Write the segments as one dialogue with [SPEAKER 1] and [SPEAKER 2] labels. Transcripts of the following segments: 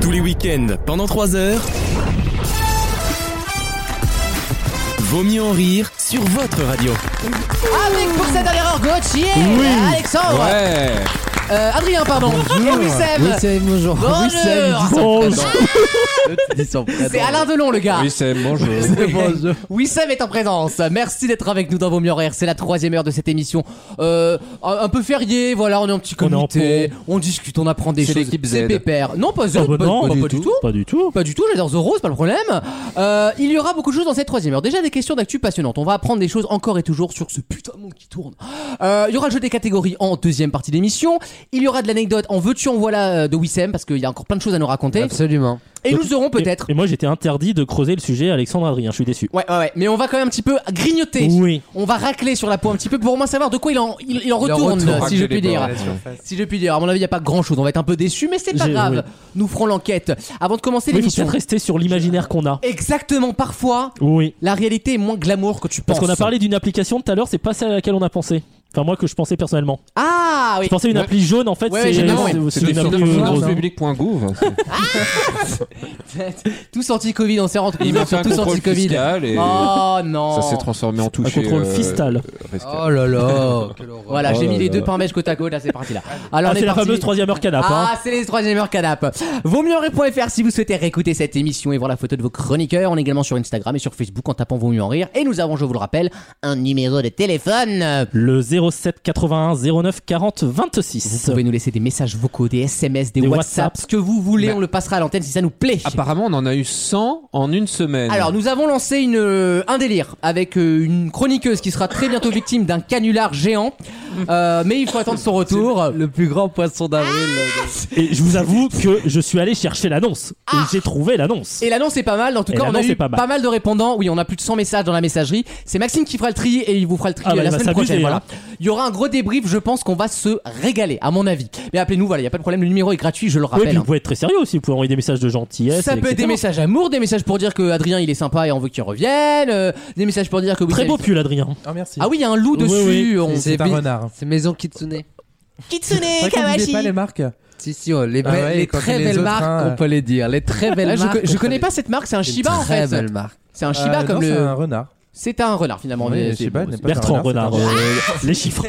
[SPEAKER 1] Tous les week-ends, pendant 3 heures. Vaut mieux en rire sur votre radio.
[SPEAKER 2] Avec pour cette dernière heure Gauthier, Alexandre,
[SPEAKER 1] Ouais.
[SPEAKER 2] euh, Adrien, pardon, et Wissem.
[SPEAKER 3] bonjour.
[SPEAKER 2] Bonjour.
[SPEAKER 3] bonjour.
[SPEAKER 2] C'est Alain Delon, le gars.
[SPEAKER 1] Oui, c'est bonjour.
[SPEAKER 3] bonjour.
[SPEAKER 2] Wissem est en présence. Merci d'être avec nous dans Vos Mieux Horaires. C'est la troisième heure de cette émission. Euh, un un peu férié, voilà, on est en petit
[SPEAKER 3] On est en
[SPEAKER 2] comité. On, discute, on apprend des
[SPEAKER 1] C'est
[SPEAKER 2] choses.
[SPEAKER 1] l'équipe Z.
[SPEAKER 2] C'est pépère. Non, pas Z,
[SPEAKER 3] Ah
[SPEAKER 2] pas,
[SPEAKER 3] bah non,
[SPEAKER 2] pas- pas du tout.
[SPEAKER 3] Pas du tout.
[SPEAKER 2] Pas du tout, j'adore Zoro, c'est pas le problème. Euh, il y aura beaucoup de choses dans cette troisième heure. Déjà des questions d'actu passionnantes. On va apprendre des choses encore et toujours sur ce putain de monde qui tourne. Euh, il y aura le jeu des catégories en deuxième partie d'émission. Il y aura de l'anecdote en veux-tu en voilà euh, de Wissem parce qu'il y a encore plein de choses à nous raconter. Absolument. Et
[SPEAKER 3] Donc,
[SPEAKER 2] nous aurons peut-être.
[SPEAKER 3] Et, et moi, j'étais interdit de creuser le sujet Alexandre Adrien. Je suis déçu.
[SPEAKER 2] Ouais, ouais, ouais. Mais on va quand même un petit peu grignoter.
[SPEAKER 3] Oui.
[SPEAKER 2] On va racler sur la peau un petit peu pour au moins savoir de quoi il en, il, il en retourne, si je puis dire. Si je puis dire. À mon avis, il n'y a pas grand chose. On va être un peu déçu, mais c'est pas
[SPEAKER 3] J'ai-
[SPEAKER 2] grave.
[SPEAKER 3] oui.
[SPEAKER 2] Nous ferons l'enquête. Avant de commencer
[SPEAKER 3] Mais il faut
[SPEAKER 2] l'émission.
[SPEAKER 3] peut-être rester sur l'imaginaire qu'on a.
[SPEAKER 2] Exactement, parfois,
[SPEAKER 3] Oui.
[SPEAKER 2] La réalité est moins glamour que tu penses.
[SPEAKER 3] Parce qu'on a parlé d'une application tout à l'heure, c'est pas celle à laquelle on a pensé. Enfin, moi que je pensais personnellement.
[SPEAKER 2] Ah oui.
[SPEAKER 3] Je pensais à une
[SPEAKER 2] Ouais.
[SPEAKER 3] appli jaune en fait.
[SPEAKER 2] Ouais,
[SPEAKER 3] c'est-
[SPEAKER 2] généralement, ouais.
[SPEAKER 3] c'est
[SPEAKER 4] C'est
[SPEAKER 3] c'est une appli euh, grosse.
[SPEAKER 4] public.gouv.
[SPEAKER 2] Tous anti-Covid, on s'est rendu
[SPEAKER 4] Ils m'ont
[SPEAKER 2] compte.
[SPEAKER 4] fait un
[SPEAKER 2] Tous
[SPEAKER 4] contrôle
[SPEAKER 2] anti-Covid.
[SPEAKER 4] fiscal et
[SPEAKER 2] Oh non.
[SPEAKER 4] ça s'est transformé en euh, touche.
[SPEAKER 3] Un contrôle
[SPEAKER 2] euh,
[SPEAKER 3] fiscal.
[SPEAKER 4] Oh
[SPEAKER 2] là là. voilà,
[SPEAKER 4] Oh
[SPEAKER 2] j'ai mis
[SPEAKER 4] là
[SPEAKER 2] les
[SPEAKER 4] là.
[SPEAKER 2] deux pains mèches côte à côte. Là, c'est parti là. Alors
[SPEAKER 3] Ah,
[SPEAKER 2] on est
[SPEAKER 3] c'est la
[SPEAKER 2] parti.
[SPEAKER 3] fameuse troisième heure canap. hein.
[SPEAKER 2] Ah, c'est les troisième heures canap. Vaut mieux en rire.fr si vous souhaitez réécouter cette émission et voir la photo de vos chroniqueurs. On est également sur Instagram et sur Facebook en tapant Vaut mieux en rire. Et nous avons, je vous le rappelle, un numéro de téléphone.
[SPEAKER 3] Le 07 81 09 40 26.
[SPEAKER 2] Vous pouvez nous laisser des messages vocaux, des SMS, des,
[SPEAKER 3] Des Bah.
[SPEAKER 2] WhatsApp,
[SPEAKER 3] WhatsApp.
[SPEAKER 2] ce que vous voulez.
[SPEAKER 4] Mais-
[SPEAKER 2] On le passera à l'antenne si ça nous plaît.
[SPEAKER 4] Apparemment, on en a eu 100 en une semaine.
[SPEAKER 2] Alors nous avons lancé une, euh, un délire avec euh, une chroniqueuse qui sera très bientôt victime d'un canular géant, Euh, mais il faut attendre son retour. Ah Le plus grand poisson d'avril.
[SPEAKER 3] Et je vous avoue que je suis allé chercher l'annonce. Et j'ai trouvé l'annonce.
[SPEAKER 2] Ah. Et l'annonce est pas mal, en tout
[SPEAKER 3] Et
[SPEAKER 2] cas on a
[SPEAKER 3] l'annonce
[SPEAKER 2] eu
[SPEAKER 3] est
[SPEAKER 2] pas
[SPEAKER 3] pas
[SPEAKER 2] mal.
[SPEAKER 3] mal.
[SPEAKER 2] de répondants. Oui, on a plus de 100 messages dans la messagerie. C'est Maxime qui fera le tri et il vous fera le tri
[SPEAKER 3] Ah
[SPEAKER 2] euh,
[SPEAKER 3] bah,
[SPEAKER 2] la
[SPEAKER 3] il va
[SPEAKER 2] semaine prochaine.
[SPEAKER 3] s'amuser,
[SPEAKER 2] Voilà. Il y aura un gros débrief. Je pense qu'on va se régaler, à mon avis. Mais appelez-nous, voilà, il y a pas de problème. Le numéro est gratuit, je le
[SPEAKER 3] Oui, puis
[SPEAKER 2] rappelle. hein.
[SPEAKER 3] vous pouvez être très sérieux aussi. Vous pouvez envoyer des messages de gentillesse.
[SPEAKER 2] Ça peut être des
[SPEAKER 3] etc.
[SPEAKER 2] messages amour, des messages pour dire que Adrien il est sympa et on veut qu'il revienne, euh, des messages pour dire que
[SPEAKER 3] Très
[SPEAKER 2] Wissem-
[SPEAKER 3] beau pull, Adrien.
[SPEAKER 5] Ah merci.
[SPEAKER 2] Ah oui, il y a un loup
[SPEAKER 3] Oui,
[SPEAKER 2] dessus.
[SPEAKER 3] oui.
[SPEAKER 2] on-
[SPEAKER 5] c'est un renard.
[SPEAKER 6] C'est Maison Kitsune.
[SPEAKER 2] Kitsune,
[SPEAKER 5] pas les marques.
[SPEAKER 6] Si, si, oh, les,
[SPEAKER 5] Ah
[SPEAKER 6] belles-
[SPEAKER 5] ouais,
[SPEAKER 6] les
[SPEAKER 5] quand
[SPEAKER 6] très
[SPEAKER 5] c'est les
[SPEAKER 6] belles
[SPEAKER 5] autres,
[SPEAKER 6] marques,
[SPEAKER 5] hein,
[SPEAKER 6] on peut les dire. Les très belles
[SPEAKER 2] Là, Ah, je,
[SPEAKER 6] marques.
[SPEAKER 2] co- je
[SPEAKER 6] on peut
[SPEAKER 2] connais
[SPEAKER 6] les-
[SPEAKER 2] pas cette marque, c'est un
[SPEAKER 6] Une
[SPEAKER 2] Shiba en
[SPEAKER 6] très
[SPEAKER 2] fait.
[SPEAKER 6] belle marque.
[SPEAKER 2] C'est un Shiba
[SPEAKER 5] Euh,
[SPEAKER 2] comme
[SPEAKER 5] non, c'est
[SPEAKER 2] le.
[SPEAKER 5] un renard.
[SPEAKER 2] C'est un renard finalement.
[SPEAKER 5] Ouais,
[SPEAKER 2] mais
[SPEAKER 5] le
[SPEAKER 2] c'est-
[SPEAKER 5] Shiba n'est pas
[SPEAKER 3] Bertrand
[SPEAKER 5] un renard,
[SPEAKER 3] Renard.
[SPEAKER 5] c'est un-
[SPEAKER 3] euh, les chiffres.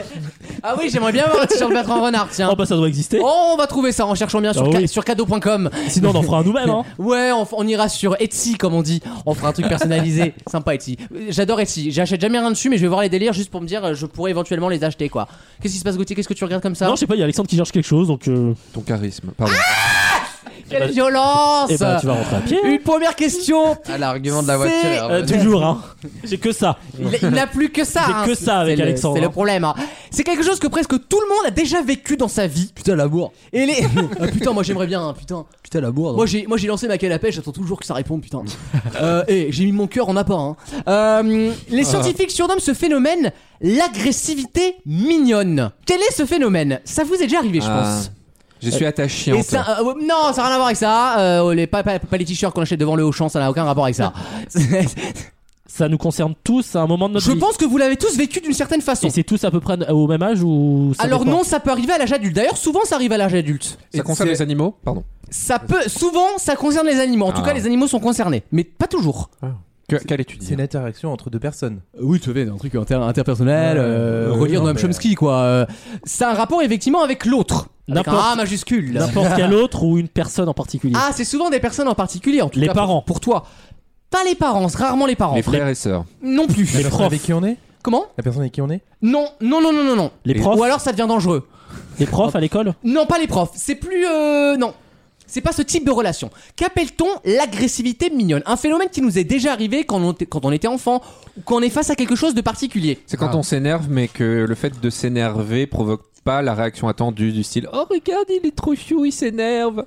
[SPEAKER 2] Ah oui, j'aimerais bien avoir un t-shirt Bertrand Renard, tiens.
[SPEAKER 6] Ah
[SPEAKER 3] Oh bah ça doit exister.
[SPEAKER 2] Oh, on va trouver ça en cherchant bien sur,
[SPEAKER 3] Ah
[SPEAKER 2] ca-
[SPEAKER 3] oui.
[SPEAKER 2] sur cadeau.com.
[SPEAKER 3] Sinon on en fera un nous-mêmes. Hein.
[SPEAKER 2] Ouais, on, f- on ira sur Etsy comme on dit. On fera un truc personnalisé. Sympa Etsy. J'adore Etsy. J'achète jamais rien dessus, mais je vais voir les délires juste pour me dire euh, je pourrais éventuellement les acheter quoi. Qu'est-ce qui se passe Gauthier Qu'est-ce que tu regardes comme ça
[SPEAKER 3] Non, je sais pas, il y a Alexandre qui cherche quelque chose donc. Euh...
[SPEAKER 4] Ton charisme. Pardon.
[SPEAKER 2] Quelle
[SPEAKER 3] Eh ben-
[SPEAKER 2] violence
[SPEAKER 3] Eh ben tu vas rentrer à pied. hein.
[SPEAKER 2] Une première question.
[SPEAKER 6] Ah, l'argument de la
[SPEAKER 2] C'est-
[SPEAKER 6] voiture. alors,
[SPEAKER 3] Euh,
[SPEAKER 6] voilà.
[SPEAKER 3] toujours hein. J'ai que ça.
[SPEAKER 2] Il, il n'a plus que ça.
[SPEAKER 3] J'ai que
[SPEAKER 2] C'est-
[SPEAKER 3] ça avec
[SPEAKER 2] c'est le-
[SPEAKER 3] Alexandre,
[SPEAKER 2] C'est le
[SPEAKER 3] hein.
[SPEAKER 2] problème. hein. C'est quelque chose que presque tout le monde a déjà vécu dans sa vie. Putain, l'amour. Et les. Ah, putain, moi j'aimerais bien, hein, putain.
[SPEAKER 6] Putain, l'amour.
[SPEAKER 2] Moi j'ai, moi j'ai lancé ma canne à pêche, j'attends toujours que ça réponde, putain. Euh, et j'ai mis mon cœur en apport. Hein. Euh, les scientifiques surnomment ce phénomène l'agressivité mignonne. Quel est ce phénomène Ça vous est déjà arrivé, je
[SPEAKER 4] Ah,
[SPEAKER 2] pense.
[SPEAKER 4] Je suis attaché
[SPEAKER 2] Et ça, euh, ouais, non, ça n'a rien à voir avec ça. Euh, les, pas, pas- pas les t-shirts qu'on achète devant le Auchan, ça n'a aucun rapport avec ça.
[SPEAKER 3] Ça nous concerne tous à un moment de notre
[SPEAKER 2] je
[SPEAKER 3] vie.
[SPEAKER 2] pense que vous l'avez tous vécu d'une certaine façon.
[SPEAKER 3] Et c'est tous à peu près au même âge ou ça
[SPEAKER 2] Alors
[SPEAKER 3] dépend
[SPEAKER 2] non, ça peut arriver à l'âge adulte. D'ailleurs, souvent, ça arrive à l'âge adulte.
[SPEAKER 4] Ça concerne les animaux Pardon.
[SPEAKER 2] Ça peut, souvent, ça concerne les animaux. En tout
[SPEAKER 4] Ah.
[SPEAKER 2] cas, les animaux sont concernés, mais pas toujours.
[SPEAKER 4] Que- Quelle étude
[SPEAKER 5] C'est une interaction entre deux personnes.
[SPEAKER 2] Oui, tu fais un truc interpersonnel,
[SPEAKER 5] euh, relire Noam Chomsky,
[SPEAKER 2] quoi. ça a un rapport effectivement avec l'autre, avec un
[SPEAKER 3] N'importe-
[SPEAKER 2] A majuscule.
[SPEAKER 3] N'importe quel autre ou une personne en particulier.
[SPEAKER 2] Ah, c'est souvent des personnes en particulier, en tout
[SPEAKER 3] Les
[SPEAKER 2] cas, pour-
[SPEAKER 3] parents.
[SPEAKER 2] Pour, toi, pas les parents, c'est rarement les parents.
[SPEAKER 4] Les frères et sœurs.
[SPEAKER 2] Non plus.
[SPEAKER 5] La personne
[SPEAKER 3] profs.
[SPEAKER 5] avec qui on est
[SPEAKER 2] Comment
[SPEAKER 5] La personne avec qui on est
[SPEAKER 2] Non, non, non, non, non, non.
[SPEAKER 3] Les profs,
[SPEAKER 2] Ou alors, ça devient dangereux.
[SPEAKER 3] les profs à l'école.
[SPEAKER 2] Non, pas les profs. C'est plus. euh, non. C'est pas ce type de relation. Qu'appelle-t-on l'agressivité mignonne Un phénomène qui nous est déjà arrivé quand on, était- quand on était enfant ou quand on est face à quelque chose de particulier.
[SPEAKER 4] C'est quand
[SPEAKER 5] Ah.
[SPEAKER 4] on s'énerve, mais que le fait de s'énerver provoque pas la réaction attendue du style Oh, regarde, il est trop chou, il s'énerve.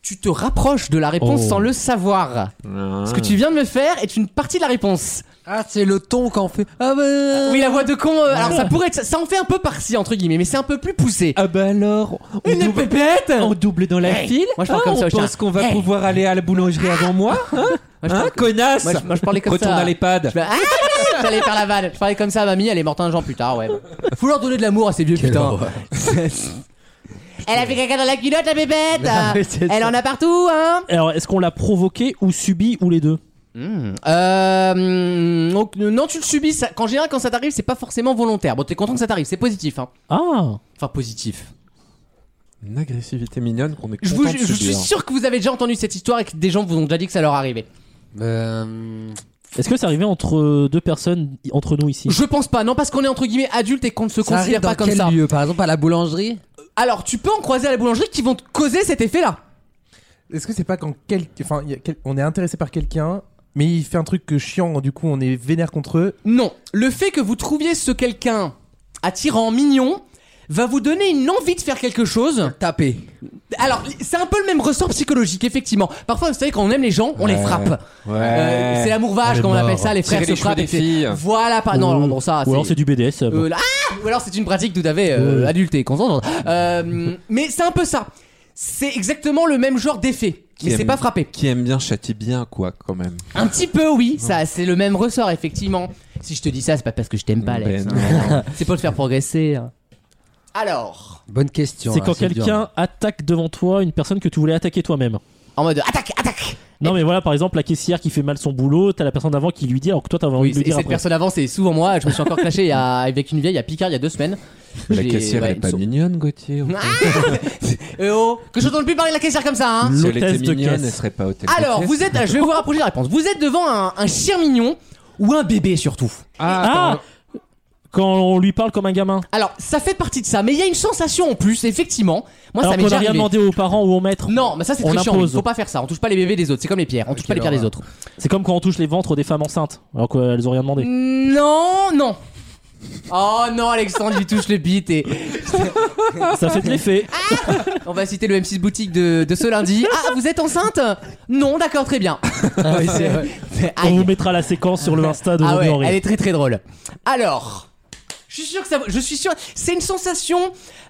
[SPEAKER 2] Tu te rapproches de la réponse
[SPEAKER 3] Oh.
[SPEAKER 2] sans le savoir. Ce que tu viens de me faire est une partie de la réponse.
[SPEAKER 6] Ah, c'est le ton qu'on fait. Ah, bah.
[SPEAKER 2] Oui, la voix de con. euh, alors ça pourrait être, ça- ça en fait un peu partie entre guillemets, mais c'est un peu plus poussé.
[SPEAKER 4] Ah bah alors,
[SPEAKER 2] Une pépette.
[SPEAKER 4] double dans
[SPEAKER 2] Hey. Moi,
[SPEAKER 6] Ah,
[SPEAKER 2] je parle comme ça, je tiens.
[SPEAKER 4] qu'on va
[SPEAKER 2] Hey.
[SPEAKER 4] pouvoir aller à la boulangerie avant moi. hein,
[SPEAKER 2] Moi, je parle-
[SPEAKER 4] connasse
[SPEAKER 6] Hein
[SPEAKER 2] moi, je- moi, je parlais comme ça.
[SPEAKER 4] l'EHPAD.
[SPEAKER 2] Je fais, Ah, oui, J'allais faire la vanne. Je parlais comme ça à mamie, elle est morte un an plus tard, ouais. Faut leur donner de l'amour à ces vieux putains. Elle a fait caca dans la culotte, la bébête
[SPEAKER 3] Ouais, c'est
[SPEAKER 2] Elle
[SPEAKER 3] ça.
[SPEAKER 2] en a partout, hein
[SPEAKER 3] Alors, est-ce qu'on l'a provoqué ou subi ou les deux
[SPEAKER 2] Euh, donc, euh, non, tu le subis. Ça, quand général, quand ça t'arrive, c'est pas forcément volontaire. Bon, t'es content que ça t'arrive, c'est positif. Hein.
[SPEAKER 3] Ah
[SPEAKER 2] Enfin, positif.
[SPEAKER 4] Une agressivité mignonne qu'on est
[SPEAKER 2] Je,
[SPEAKER 4] content
[SPEAKER 2] vous,
[SPEAKER 4] de
[SPEAKER 2] je suis
[SPEAKER 4] subir.
[SPEAKER 2] sûr que vous avez déjà entendu cette histoire et que des gens vous ont déjà dit que ça leur arrivait.
[SPEAKER 6] Euh,
[SPEAKER 3] Est-ce que ça arrivait entre euh, deux personnes, i- entre nous ici
[SPEAKER 2] Je pense pas, non, parce qu'on est entre guillemets adulte et qu'on ne se
[SPEAKER 6] ça arrive
[SPEAKER 2] considère
[SPEAKER 6] dans
[SPEAKER 2] pas comme
[SPEAKER 6] quel
[SPEAKER 2] ça.
[SPEAKER 6] lieu Par exemple, à la boulangerie
[SPEAKER 2] Alors, tu peux en croiser à la boulangerie qui vont te causer cet effet-là.
[SPEAKER 5] Est-ce que c'est pas quand quel... enfin, il y a quel- on est intéressé par quelqu'un, mais il fait un truc que chiant, du coup on est vénère contre eux
[SPEAKER 2] Non, le fait que vous trouviez ce quelqu'un attirant, mignon, va vous donner une envie de faire quelque chose.
[SPEAKER 6] Taper.
[SPEAKER 2] Alors, c'est un peu le même ressort psychologique, effectivement. Parfois, vous savez, quand on aime les gens, on les
[SPEAKER 4] Ouais.
[SPEAKER 2] frappe.
[SPEAKER 4] Ouais.
[SPEAKER 2] Euh, c'est l'amour vache,
[SPEAKER 5] On est
[SPEAKER 2] comme on appelle
[SPEAKER 5] mort.
[SPEAKER 2] ça, les
[SPEAKER 4] Tirer
[SPEAKER 2] frères
[SPEAKER 4] les
[SPEAKER 2] se
[SPEAKER 4] cheveux
[SPEAKER 2] frappent.
[SPEAKER 4] des
[SPEAKER 2] et fait-
[SPEAKER 4] filles.
[SPEAKER 2] Voilà, par... non,
[SPEAKER 3] Ou-
[SPEAKER 2] non, non, ça,
[SPEAKER 3] Ou alors c'est du BDS. euh,
[SPEAKER 2] Ah,
[SPEAKER 3] bon.
[SPEAKER 2] euh, là- ah Ou alors c'est une pratique tout à fait euh,
[SPEAKER 3] Ouais.
[SPEAKER 2] adulte et consentante. Euh, mais c'est un peu ça. C'est exactement le même genre d'effet.
[SPEAKER 4] Qui
[SPEAKER 2] Mais c'est
[SPEAKER 4] aime-
[SPEAKER 2] pas frappé.
[SPEAKER 4] Qui aime bien châtie bien, quoi, quand même.
[SPEAKER 2] Un petit peu, oui, ça, c'est le même ressort, effectivement. Si je te dis ça, c'est pas parce que je t'aime pas, Alex.
[SPEAKER 4] Ben
[SPEAKER 2] hein. c'est pour te faire progresser. hein. Alors,
[SPEAKER 6] Bonne question.
[SPEAKER 3] C'est
[SPEAKER 6] hein,
[SPEAKER 3] quand
[SPEAKER 6] dur.
[SPEAKER 3] quelqu'un attaque devant toi une personne que tu voulais attaquer toi-même.
[SPEAKER 2] en mode attaque, attaque
[SPEAKER 3] Non, mais voilà, par exemple, la caissière qui fait mal son boulot, t'as la personne d'avant qui lui dit, alors que toi, t'avais envie
[SPEAKER 2] Oui,
[SPEAKER 3] de lui
[SPEAKER 2] et
[SPEAKER 3] dire
[SPEAKER 2] cette
[SPEAKER 3] après.
[SPEAKER 2] personne avant, c'est souvent moi. Je me suis encore clashé il y a- avec une vieille à Picard il y a deux semaines.
[SPEAKER 4] La
[SPEAKER 2] J'ai-
[SPEAKER 4] caissière,
[SPEAKER 2] ouais,
[SPEAKER 4] elle est pas
[SPEAKER 2] so-
[SPEAKER 4] mignonne, Gauthier.
[SPEAKER 2] Ah Eh oh Que je t'entende plus parler de la caissière comme ça, hein
[SPEAKER 4] Si elle était
[SPEAKER 3] L'hôtesse de
[SPEAKER 4] mignonne,
[SPEAKER 3] caisse.
[SPEAKER 4] elle serait pas hôtesse. de
[SPEAKER 2] Alors,
[SPEAKER 4] caisse.
[SPEAKER 2] vous êtes. Je vais vous rapprocher de la réponse. Vous êtes devant un, un chien mignon ou un bébé surtout.
[SPEAKER 4] Ah,
[SPEAKER 3] Ah Quand on lui parle comme un gamin.
[SPEAKER 2] Alors, ça fait partie de ça, mais il y a une sensation en plus, effectivement. Moi,
[SPEAKER 3] alors
[SPEAKER 2] ça m'est
[SPEAKER 3] qu'on
[SPEAKER 2] déjà
[SPEAKER 3] a rien
[SPEAKER 2] arrivé.
[SPEAKER 3] demandé aux parents ou aux maîtres.
[SPEAKER 2] Non, mais ça c'est
[SPEAKER 3] On
[SPEAKER 2] très chiant.
[SPEAKER 3] impose.
[SPEAKER 2] Faut pas faire ça. On touche pas les bébés des autres. C'est comme les pierres. On touche pas les pierres des autres.
[SPEAKER 3] C'est comme quand on touche les ventres des femmes enceintes, alors qu'elles ont rien demandé.
[SPEAKER 2] Non, non. Oh non, Alexandre lui touche le bit et
[SPEAKER 3] Ça fait de l'effet.
[SPEAKER 2] on va citer le M6 boutique de, de ce lundi. Ah, vous êtes enceinte Non, d'accord, très bien.
[SPEAKER 3] Ah On
[SPEAKER 2] Aïe.
[SPEAKER 3] vous mettra la séquence sur le Insta de
[SPEAKER 2] Ah ouais,
[SPEAKER 3] Romain Henry.
[SPEAKER 2] elle est très très drôle. Alors, je suis sûr que ça, je suis sûr, c'est une sensation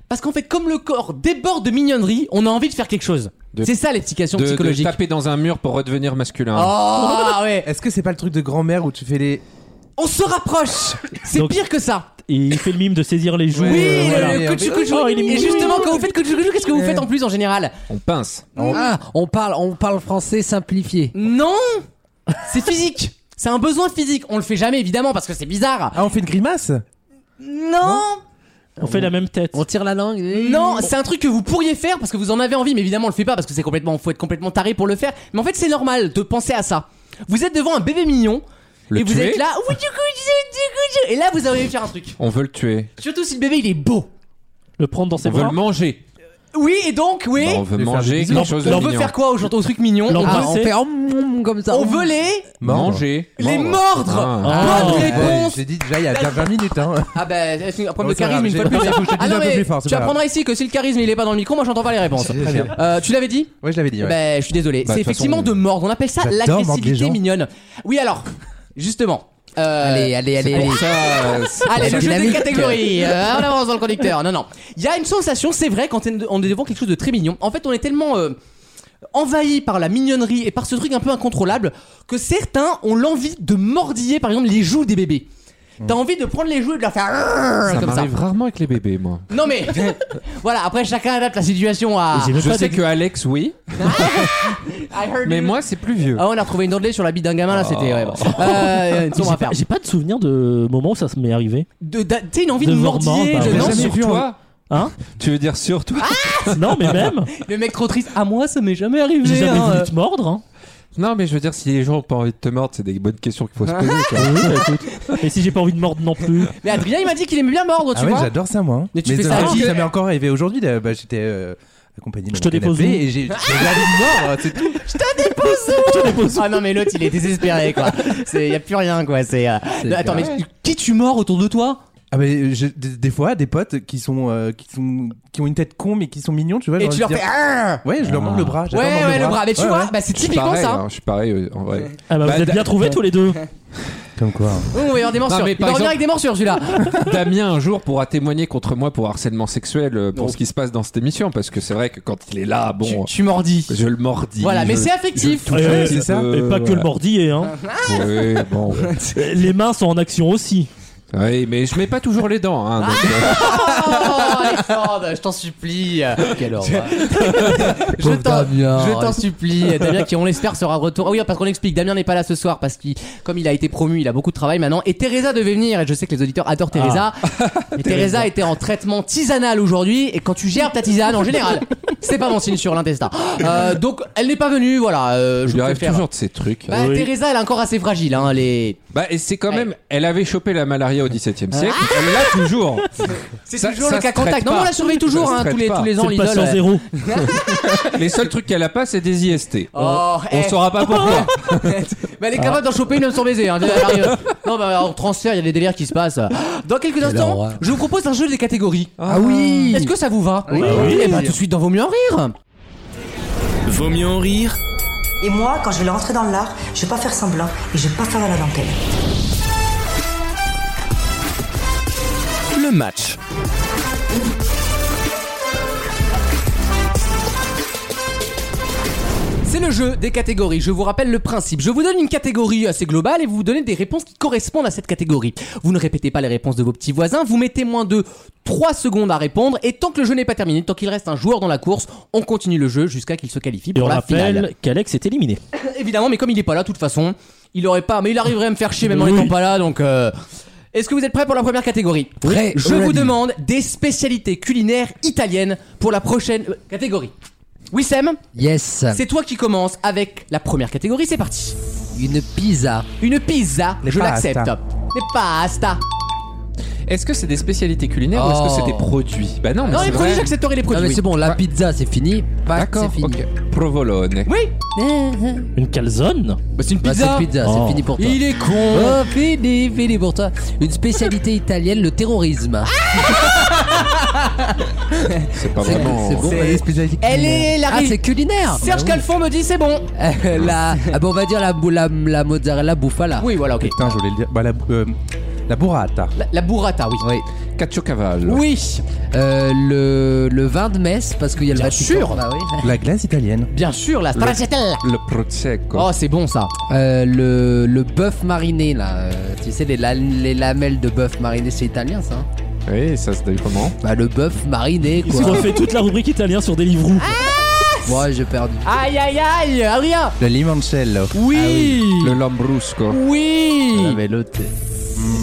[SPEAKER 2] parce qu'en fait, comme le corps déborde de mignonnerie, on a envie de faire quelque chose.
[SPEAKER 4] De-
[SPEAKER 2] C'est ça l'explication
[SPEAKER 4] de, de
[SPEAKER 2] psychologique.
[SPEAKER 4] taper dans un mur pour redevenir masculin.
[SPEAKER 2] Oh ouais,
[SPEAKER 5] Est-ce que c'est pas le truc de grand-mère où tu fais les.
[SPEAKER 2] on se rapproche. C'est
[SPEAKER 3] Donc-
[SPEAKER 2] pire que ça.
[SPEAKER 3] Et il fait le mime de saisir les joues.
[SPEAKER 5] Ouais,
[SPEAKER 2] Oui,
[SPEAKER 3] euh,
[SPEAKER 2] le-
[SPEAKER 3] voilà.
[SPEAKER 2] le couchou
[SPEAKER 3] Oh,
[SPEAKER 2] couchou.
[SPEAKER 3] il est
[SPEAKER 2] Et
[SPEAKER 3] mignon.
[SPEAKER 2] justement, quand vous faites couchou couchou, qu'est-ce que vous faites en plus en général
[SPEAKER 4] On pince.
[SPEAKER 6] Ah, on parle, on parle français simplifié.
[SPEAKER 2] Non, c'est physique. C'est un besoin physique. On le fait jamais évidemment parce que c'est bizarre.
[SPEAKER 5] Ah, on fait une grimace
[SPEAKER 2] Non,
[SPEAKER 3] On fait la même tête.
[SPEAKER 6] On tire la langue. et-
[SPEAKER 2] non, c'est un truc que vous pourriez faire parce que vous en avez envie, mais évidemment on le fait pas parce que c'est complètement, faut être complètement taré pour le faire. Mais en fait, c'est normal de penser à ça. Vous êtes devant un bébé mignon
[SPEAKER 4] Le
[SPEAKER 2] et vous
[SPEAKER 4] tuer
[SPEAKER 2] êtes là. Oui, du coup, du coup, du coup, du- Et là, vous avez envie de faire un truc.
[SPEAKER 4] On veut le tuer.
[SPEAKER 2] Surtout si le bébé il est beau.
[SPEAKER 3] Le prendre dans ses
[SPEAKER 4] On veut
[SPEAKER 3] bras.
[SPEAKER 4] le manger.
[SPEAKER 2] Oui, et donc, oui.
[SPEAKER 4] Bah, on veut
[SPEAKER 5] Lui faire des
[SPEAKER 4] manger
[SPEAKER 5] bisous.
[SPEAKER 4] quelque chose de
[SPEAKER 2] on
[SPEAKER 4] mignon.
[SPEAKER 2] veut faire quoi aujourd'hui au truc mignon On
[SPEAKER 3] L'embrasser.
[SPEAKER 6] Ah,
[SPEAKER 2] veut-
[SPEAKER 6] on
[SPEAKER 3] c'est-
[SPEAKER 6] fait en mm, comme ça.
[SPEAKER 2] on veut les
[SPEAKER 4] Manger.
[SPEAKER 2] Les mordre.
[SPEAKER 4] Ah.
[SPEAKER 3] Ah.
[SPEAKER 2] Bonne
[SPEAKER 3] Ouais,
[SPEAKER 2] réponse.
[SPEAKER 5] J'ai dit déjà il y a bien 20 minutes, hein
[SPEAKER 2] Ah bah, un problème
[SPEAKER 5] Oh,
[SPEAKER 2] de
[SPEAKER 5] c'est pas
[SPEAKER 2] charisme
[SPEAKER 5] grave,
[SPEAKER 2] une
[SPEAKER 5] j'ai-
[SPEAKER 2] fois de plus.
[SPEAKER 5] j'ai- j'ai- j'ai dit
[SPEAKER 2] Ah
[SPEAKER 5] un
[SPEAKER 2] non,
[SPEAKER 5] peu
[SPEAKER 2] mais
[SPEAKER 5] plus fort, c'est
[SPEAKER 2] tu
[SPEAKER 5] pas grave.
[SPEAKER 2] apprendras ici que si le charisme il est pas dans le micro, moi j'entends pas les réponses.
[SPEAKER 5] Très bien.
[SPEAKER 2] Euh, tu l'avais dit
[SPEAKER 5] Ouais, je l'avais dit. ouais.
[SPEAKER 2] Ben, je suis désolé.
[SPEAKER 4] Bah,
[SPEAKER 2] c'est
[SPEAKER 4] de toute
[SPEAKER 2] effectivement
[SPEAKER 4] façon,
[SPEAKER 2] de mordre. On appelle ça
[SPEAKER 5] j'adore mordre les
[SPEAKER 2] l'agressivité
[SPEAKER 5] gens.
[SPEAKER 2] mignonne. Oui, alors, justement. euh,
[SPEAKER 6] Allez, allez, allez, allez.
[SPEAKER 4] Pour ça, euh, c'est-
[SPEAKER 2] Allez, le jeu des
[SPEAKER 6] Dynamique.
[SPEAKER 2] catégories. Euh, on avance dans le conducteur. Non, non. Il y a une sensation, c'est vrai, quand on est devant quelque chose de très mignon. En fait, on est tellement euh, envahi par la mignonnerie et par ce truc un peu incontrôlable que certains ont l'envie de mordiller, par exemple, les joues des bébés. T'as envie de prendre les joues et de leur faire
[SPEAKER 4] ça
[SPEAKER 2] comme ça.
[SPEAKER 4] m'arrive rarement avec les bébés, moi.
[SPEAKER 2] Non mais voilà, après chacun adapte la situation à.
[SPEAKER 3] Et j'ai même
[SPEAKER 4] Je
[SPEAKER 3] pas
[SPEAKER 4] sais
[SPEAKER 3] de-
[SPEAKER 4] que Alex, oui,
[SPEAKER 2] I heard
[SPEAKER 4] mais
[SPEAKER 2] you.
[SPEAKER 4] moi, c'est plus vieux.
[SPEAKER 2] Ah on a retrouvé une dent de lait sur la bite d'un gamin là, c'était ouais, bon. euh, une sombre
[SPEAKER 3] J'ai
[SPEAKER 2] affaire.
[SPEAKER 3] pas, j'ai pas de souvenir de moment où ça se m'est arrivé.
[SPEAKER 2] De- d'a- T'as une envie de,
[SPEAKER 3] De
[SPEAKER 2] mordiller,
[SPEAKER 3] mordre, bah
[SPEAKER 2] de-
[SPEAKER 3] ouais.
[SPEAKER 2] non,
[SPEAKER 4] non,
[SPEAKER 5] jamais
[SPEAKER 4] sur
[SPEAKER 5] vu,
[SPEAKER 4] toi
[SPEAKER 3] Hein
[SPEAKER 4] Tu veux dire sur toi
[SPEAKER 3] Non, mais même.
[SPEAKER 2] le mec trop triste. À moi, ça m'est jamais arrivé.
[SPEAKER 3] J'ai jamais
[SPEAKER 2] hein,
[SPEAKER 3] voulu
[SPEAKER 2] euh.
[SPEAKER 3] te mordre. hein.
[SPEAKER 4] Non, mais je veux dire, si les gens ont pas envie de te mordre, c'est des bonnes questions qu'il faut se poser. quoi.
[SPEAKER 3] Oui, bah, écoute. Et si j'ai pas envie de mordre non plus.
[SPEAKER 2] Mais Adrien, il m'a dit qu'il aimait bien mordre, tu
[SPEAKER 5] Ah ouais,
[SPEAKER 2] vois.
[SPEAKER 5] j'adore ça, moi. hein.
[SPEAKER 2] Mais tu fais
[SPEAKER 5] de
[SPEAKER 2] ça
[SPEAKER 5] vrai,
[SPEAKER 2] à
[SPEAKER 5] si
[SPEAKER 2] qui
[SPEAKER 5] ça m'est encore arrivé aujourd'hui. là, bah, J'étais euh, accompagné de
[SPEAKER 3] Je te
[SPEAKER 5] mon canapé
[SPEAKER 3] dépose où
[SPEAKER 5] Et j'ai j'ai envie de mordre, hein, c'est tout.
[SPEAKER 2] Ah non mais l'autre il est désespéré quoi. C'est y a plus rien quoi. C'est euh, attends mais tu- qui tu mords autour de toi
[SPEAKER 5] Ah, mais je- des, des fois, des potes qui sont, euh, qui sont qui ont une tête con mais qui sont mignons, tu vois.
[SPEAKER 2] et
[SPEAKER 5] j'ai
[SPEAKER 2] tu leur
[SPEAKER 5] envie de
[SPEAKER 2] fais ah
[SPEAKER 5] dire- Ouais, je leur morde le bras.
[SPEAKER 2] ouais
[SPEAKER 5] j'adore mordre
[SPEAKER 2] ouais le bras. Mais tu
[SPEAKER 5] Ouais,
[SPEAKER 2] vois,
[SPEAKER 5] ouais.
[SPEAKER 2] bah c'est
[SPEAKER 4] Je suis
[SPEAKER 2] typiquement
[SPEAKER 4] pareil,
[SPEAKER 2] ça.
[SPEAKER 4] hein, je suis pareil, euh, en vrai.
[SPEAKER 3] Ah bah,
[SPEAKER 4] Bah,
[SPEAKER 3] vous êtes
[SPEAKER 4] d'a-
[SPEAKER 3] bien trouvés tous les deux.
[SPEAKER 5] Comme quoi. hein.
[SPEAKER 2] Oh, il va y avoir des morsures.
[SPEAKER 4] mais
[SPEAKER 2] Il
[SPEAKER 4] par
[SPEAKER 2] va revenir
[SPEAKER 4] exemple-
[SPEAKER 2] avec des morsures celui-là.
[SPEAKER 4] Damien un jour pourra témoigner contre moi pour harcèlement sexuel euh, pour ce qui se passe dans cette émission parce que c'est vrai que quand il est là,
[SPEAKER 2] Tu-
[SPEAKER 4] bon,
[SPEAKER 2] Tu mordis.
[SPEAKER 4] je le mordis.
[SPEAKER 2] Voilà, mais
[SPEAKER 4] je-
[SPEAKER 2] c'est affectif.
[SPEAKER 3] Ouais, ouais,
[SPEAKER 4] je- Euh,
[SPEAKER 5] c'est ça.
[SPEAKER 4] Ah.
[SPEAKER 3] Et pas que le mordiller. Hein.
[SPEAKER 4] Ouais, bon.
[SPEAKER 3] Les mains sont en action aussi.
[SPEAKER 4] Oui, mais je mets pas toujours les dents. hein,
[SPEAKER 2] Ah,
[SPEAKER 4] donc, euh,
[SPEAKER 2] Oh, Alexandre, je t'en supplie. Quel horreur. je
[SPEAKER 6] Pauvre
[SPEAKER 2] t'en,
[SPEAKER 6] Damien.
[SPEAKER 2] je t'en supplie. Damien, qui on l'espère sera de retour. Ah oui, parce qu'on explique. Damien n'est pas là ce soir parce qu'il, comme il a été promu, il a beaucoup de travail maintenant. Et Teresa devait venir. Et je sais que les auditeurs adorent Teresa.
[SPEAKER 4] Ah.
[SPEAKER 2] Mais Teresa était en traitement tisanal aujourd'hui. Et quand tu gères ta tisane en général, c'est pas bon signe sur l'intestin. Euh, donc, elle n'est pas venue. Voilà. euh,
[SPEAKER 4] je
[SPEAKER 2] je
[SPEAKER 4] lui arrive
[SPEAKER 2] préfère.
[SPEAKER 4] toujours de ces trucs.
[SPEAKER 2] Bah,
[SPEAKER 3] Oui.
[SPEAKER 2] Teresa, elle est encore assez fragile. Hein, elle est-
[SPEAKER 4] Bah, et c'est quand
[SPEAKER 2] Ouais. Ah.
[SPEAKER 4] même. Elle avait chopé la malaria au XVIIe siècle. Elle l'a toujours.
[SPEAKER 2] C'est
[SPEAKER 4] Ça-
[SPEAKER 2] toujours
[SPEAKER 4] ça
[SPEAKER 2] le cas
[SPEAKER 4] se traite
[SPEAKER 2] contact. Non,
[SPEAKER 4] pas.
[SPEAKER 2] mais on la surveille toujours.
[SPEAKER 4] Ça se
[SPEAKER 2] hein, tous,
[SPEAKER 4] traite
[SPEAKER 2] les,
[SPEAKER 4] pas.
[SPEAKER 2] tous les ans,
[SPEAKER 3] C'est le patient
[SPEAKER 2] l'idole. elle-
[SPEAKER 3] zéro.
[SPEAKER 4] Les seuls trucs qu'elle a pas, c'est des IST.
[SPEAKER 2] Oh,
[SPEAKER 4] On
[SPEAKER 2] eh.
[SPEAKER 4] saura pas pourquoi.
[SPEAKER 2] Mais elle est capable d'en choper une homme sans baiser. Hein. Elle arrive. non, bah en transfert, il y a des délires qui se passent. Dans quelques instants,
[SPEAKER 6] horreur.
[SPEAKER 2] je vous propose un jeu des catégories.
[SPEAKER 4] Ah oui.
[SPEAKER 2] Est-ce que ça vous va Oui. Eh ben, tout de suite dans Vaut mieux en rire.
[SPEAKER 1] Vaut mieux en rire
[SPEAKER 7] Et moi, quand je vais rentrer dans l'art, je vais pas faire semblant et je vais pas faire à la dentelle.
[SPEAKER 1] le match.
[SPEAKER 2] C'est le jeu des catégories. Je vous rappelle le principe. Je vous donne une catégorie assez globale et vous vous donnez des réponses qui correspondent à cette catégorie. Vous ne répétez pas les réponses de vos petits voisins. Vous mettez moins de 3 secondes à répondre. Et tant que le jeu n'est pas terminé, tant qu'il reste un joueur dans la course, on continue le jeu jusqu'à qu'il se qualifie
[SPEAKER 3] Et
[SPEAKER 2] pour
[SPEAKER 3] on
[SPEAKER 2] la finale.
[SPEAKER 3] rappelle qu'Alex est éliminé.
[SPEAKER 2] Évidemment, mais comme il est pas là, de toute façon, il aurait pas. Mais il arriverait à me faire chier même en
[SPEAKER 3] Oui.
[SPEAKER 2] étant pas là, donc. euh, Est-ce que vous êtes prêts pour la première catégorie
[SPEAKER 6] Prêt,
[SPEAKER 2] Je vous
[SPEAKER 6] ready.
[SPEAKER 2] demande des spécialités culinaires italiennes pour la prochaine euh, catégorie. Oui, Sam,
[SPEAKER 6] Yes.
[SPEAKER 2] c'est toi qui commence avec la première catégorie. C'est parti.
[SPEAKER 6] Une pizza.
[SPEAKER 2] Une pizza,
[SPEAKER 5] Les
[SPEAKER 2] je
[SPEAKER 5] pasta.
[SPEAKER 2] l'accepte. Les pasta.
[SPEAKER 6] Ah,
[SPEAKER 4] Est-ce que c'est des spécialités culinaires ou est-ce que c'est
[SPEAKER 6] Oh.
[SPEAKER 4] des produits Bah non, mais
[SPEAKER 2] Non,
[SPEAKER 4] c'est
[SPEAKER 2] les produits,
[SPEAKER 4] vrai.
[SPEAKER 2] j'accepterai les
[SPEAKER 6] Non
[SPEAKER 2] produits.
[SPEAKER 6] mais c'est bon, la pizza c'est fini. Pâtes c'est
[SPEAKER 4] D'accord.
[SPEAKER 6] fini.
[SPEAKER 4] ok. Provolone.
[SPEAKER 2] Oui,
[SPEAKER 3] Une calzone
[SPEAKER 2] Bah, c'est une
[SPEAKER 6] Bah,
[SPEAKER 2] pizza.
[SPEAKER 6] c'est pizza,
[SPEAKER 3] Oh.
[SPEAKER 6] c'est fini pour toi.
[SPEAKER 2] Il est con.
[SPEAKER 6] Oh, fini, fini pour toi. Une spécialité italienne, le terrorisme.
[SPEAKER 4] C'est pas
[SPEAKER 6] Ah C'est-
[SPEAKER 4] vraiment.
[SPEAKER 6] c'est bon.
[SPEAKER 5] C'est bah, les spécialités
[SPEAKER 2] Elle
[SPEAKER 5] culinaires.
[SPEAKER 2] est la
[SPEAKER 6] Ah,
[SPEAKER 2] ré-
[SPEAKER 6] c'est culinaire.
[SPEAKER 2] Serge Calfon me dit c'est bon.
[SPEAKER 6] Euh, la, ah bah, on va dire la, bou- la, la mozzarella bouffala.
[SPEAKER 2] Oui, voilà, ok.
[SPEAKER 5] Putain, je voulais le dire. Bah, la, euh, la burrata.
[SPEAKER 2] La, la burrata, oui.
[SPEAKER 6] Oui.
[SPEAKER 4] Caciocavallo.
[SPEAKER 2] Oui,
[SPEAKER 6] Euh, le, le vin de Metz parce qu'il y a le
[SPEAKER 2] Bien
[SPEAKER 6] Vatican.
[SPEAKER 2] sûr.
[SPEAKER 6] Bah oui.
[SPEAKER 5] La glace italienne.
[SPEAKER 2] bien sûr, la stracciatella.
[SPEAKER 4] Le prosecco.
[SPEAKER 2] Oh, c'est bon ça.
[SPEAKER 6] Euh, le le bœuf mariné là. euh, Tu sais les, la- les lamelles de bœuf mariné c'est italien ça. hein
[SPEAKER 2] Oh.
[SPEAKER 4] Oui, Eh, ça se dit comment
[SPEAKER 6] Bah le bœuf mariné
[SPEAKER 3] Ils se
[SPEAKER 6] quoi. Ah.
[SPEAKER 3] refait toute la rubrique italien sur Deliveroo.
[SPEAKER 6] Moi j'ai perdu.
[SPEAKER 2] Aïe aïe aïe, Adrien.
[SPEAKER 6] Ah
[SPEAKER 5] Le limoncello.
[SPEAKER 2] Oui,
[SPEAKER 4] Le lambrusco.
[SPEAKER 2] Mmh. oui.
[SPEAKER 6] Mais l'autre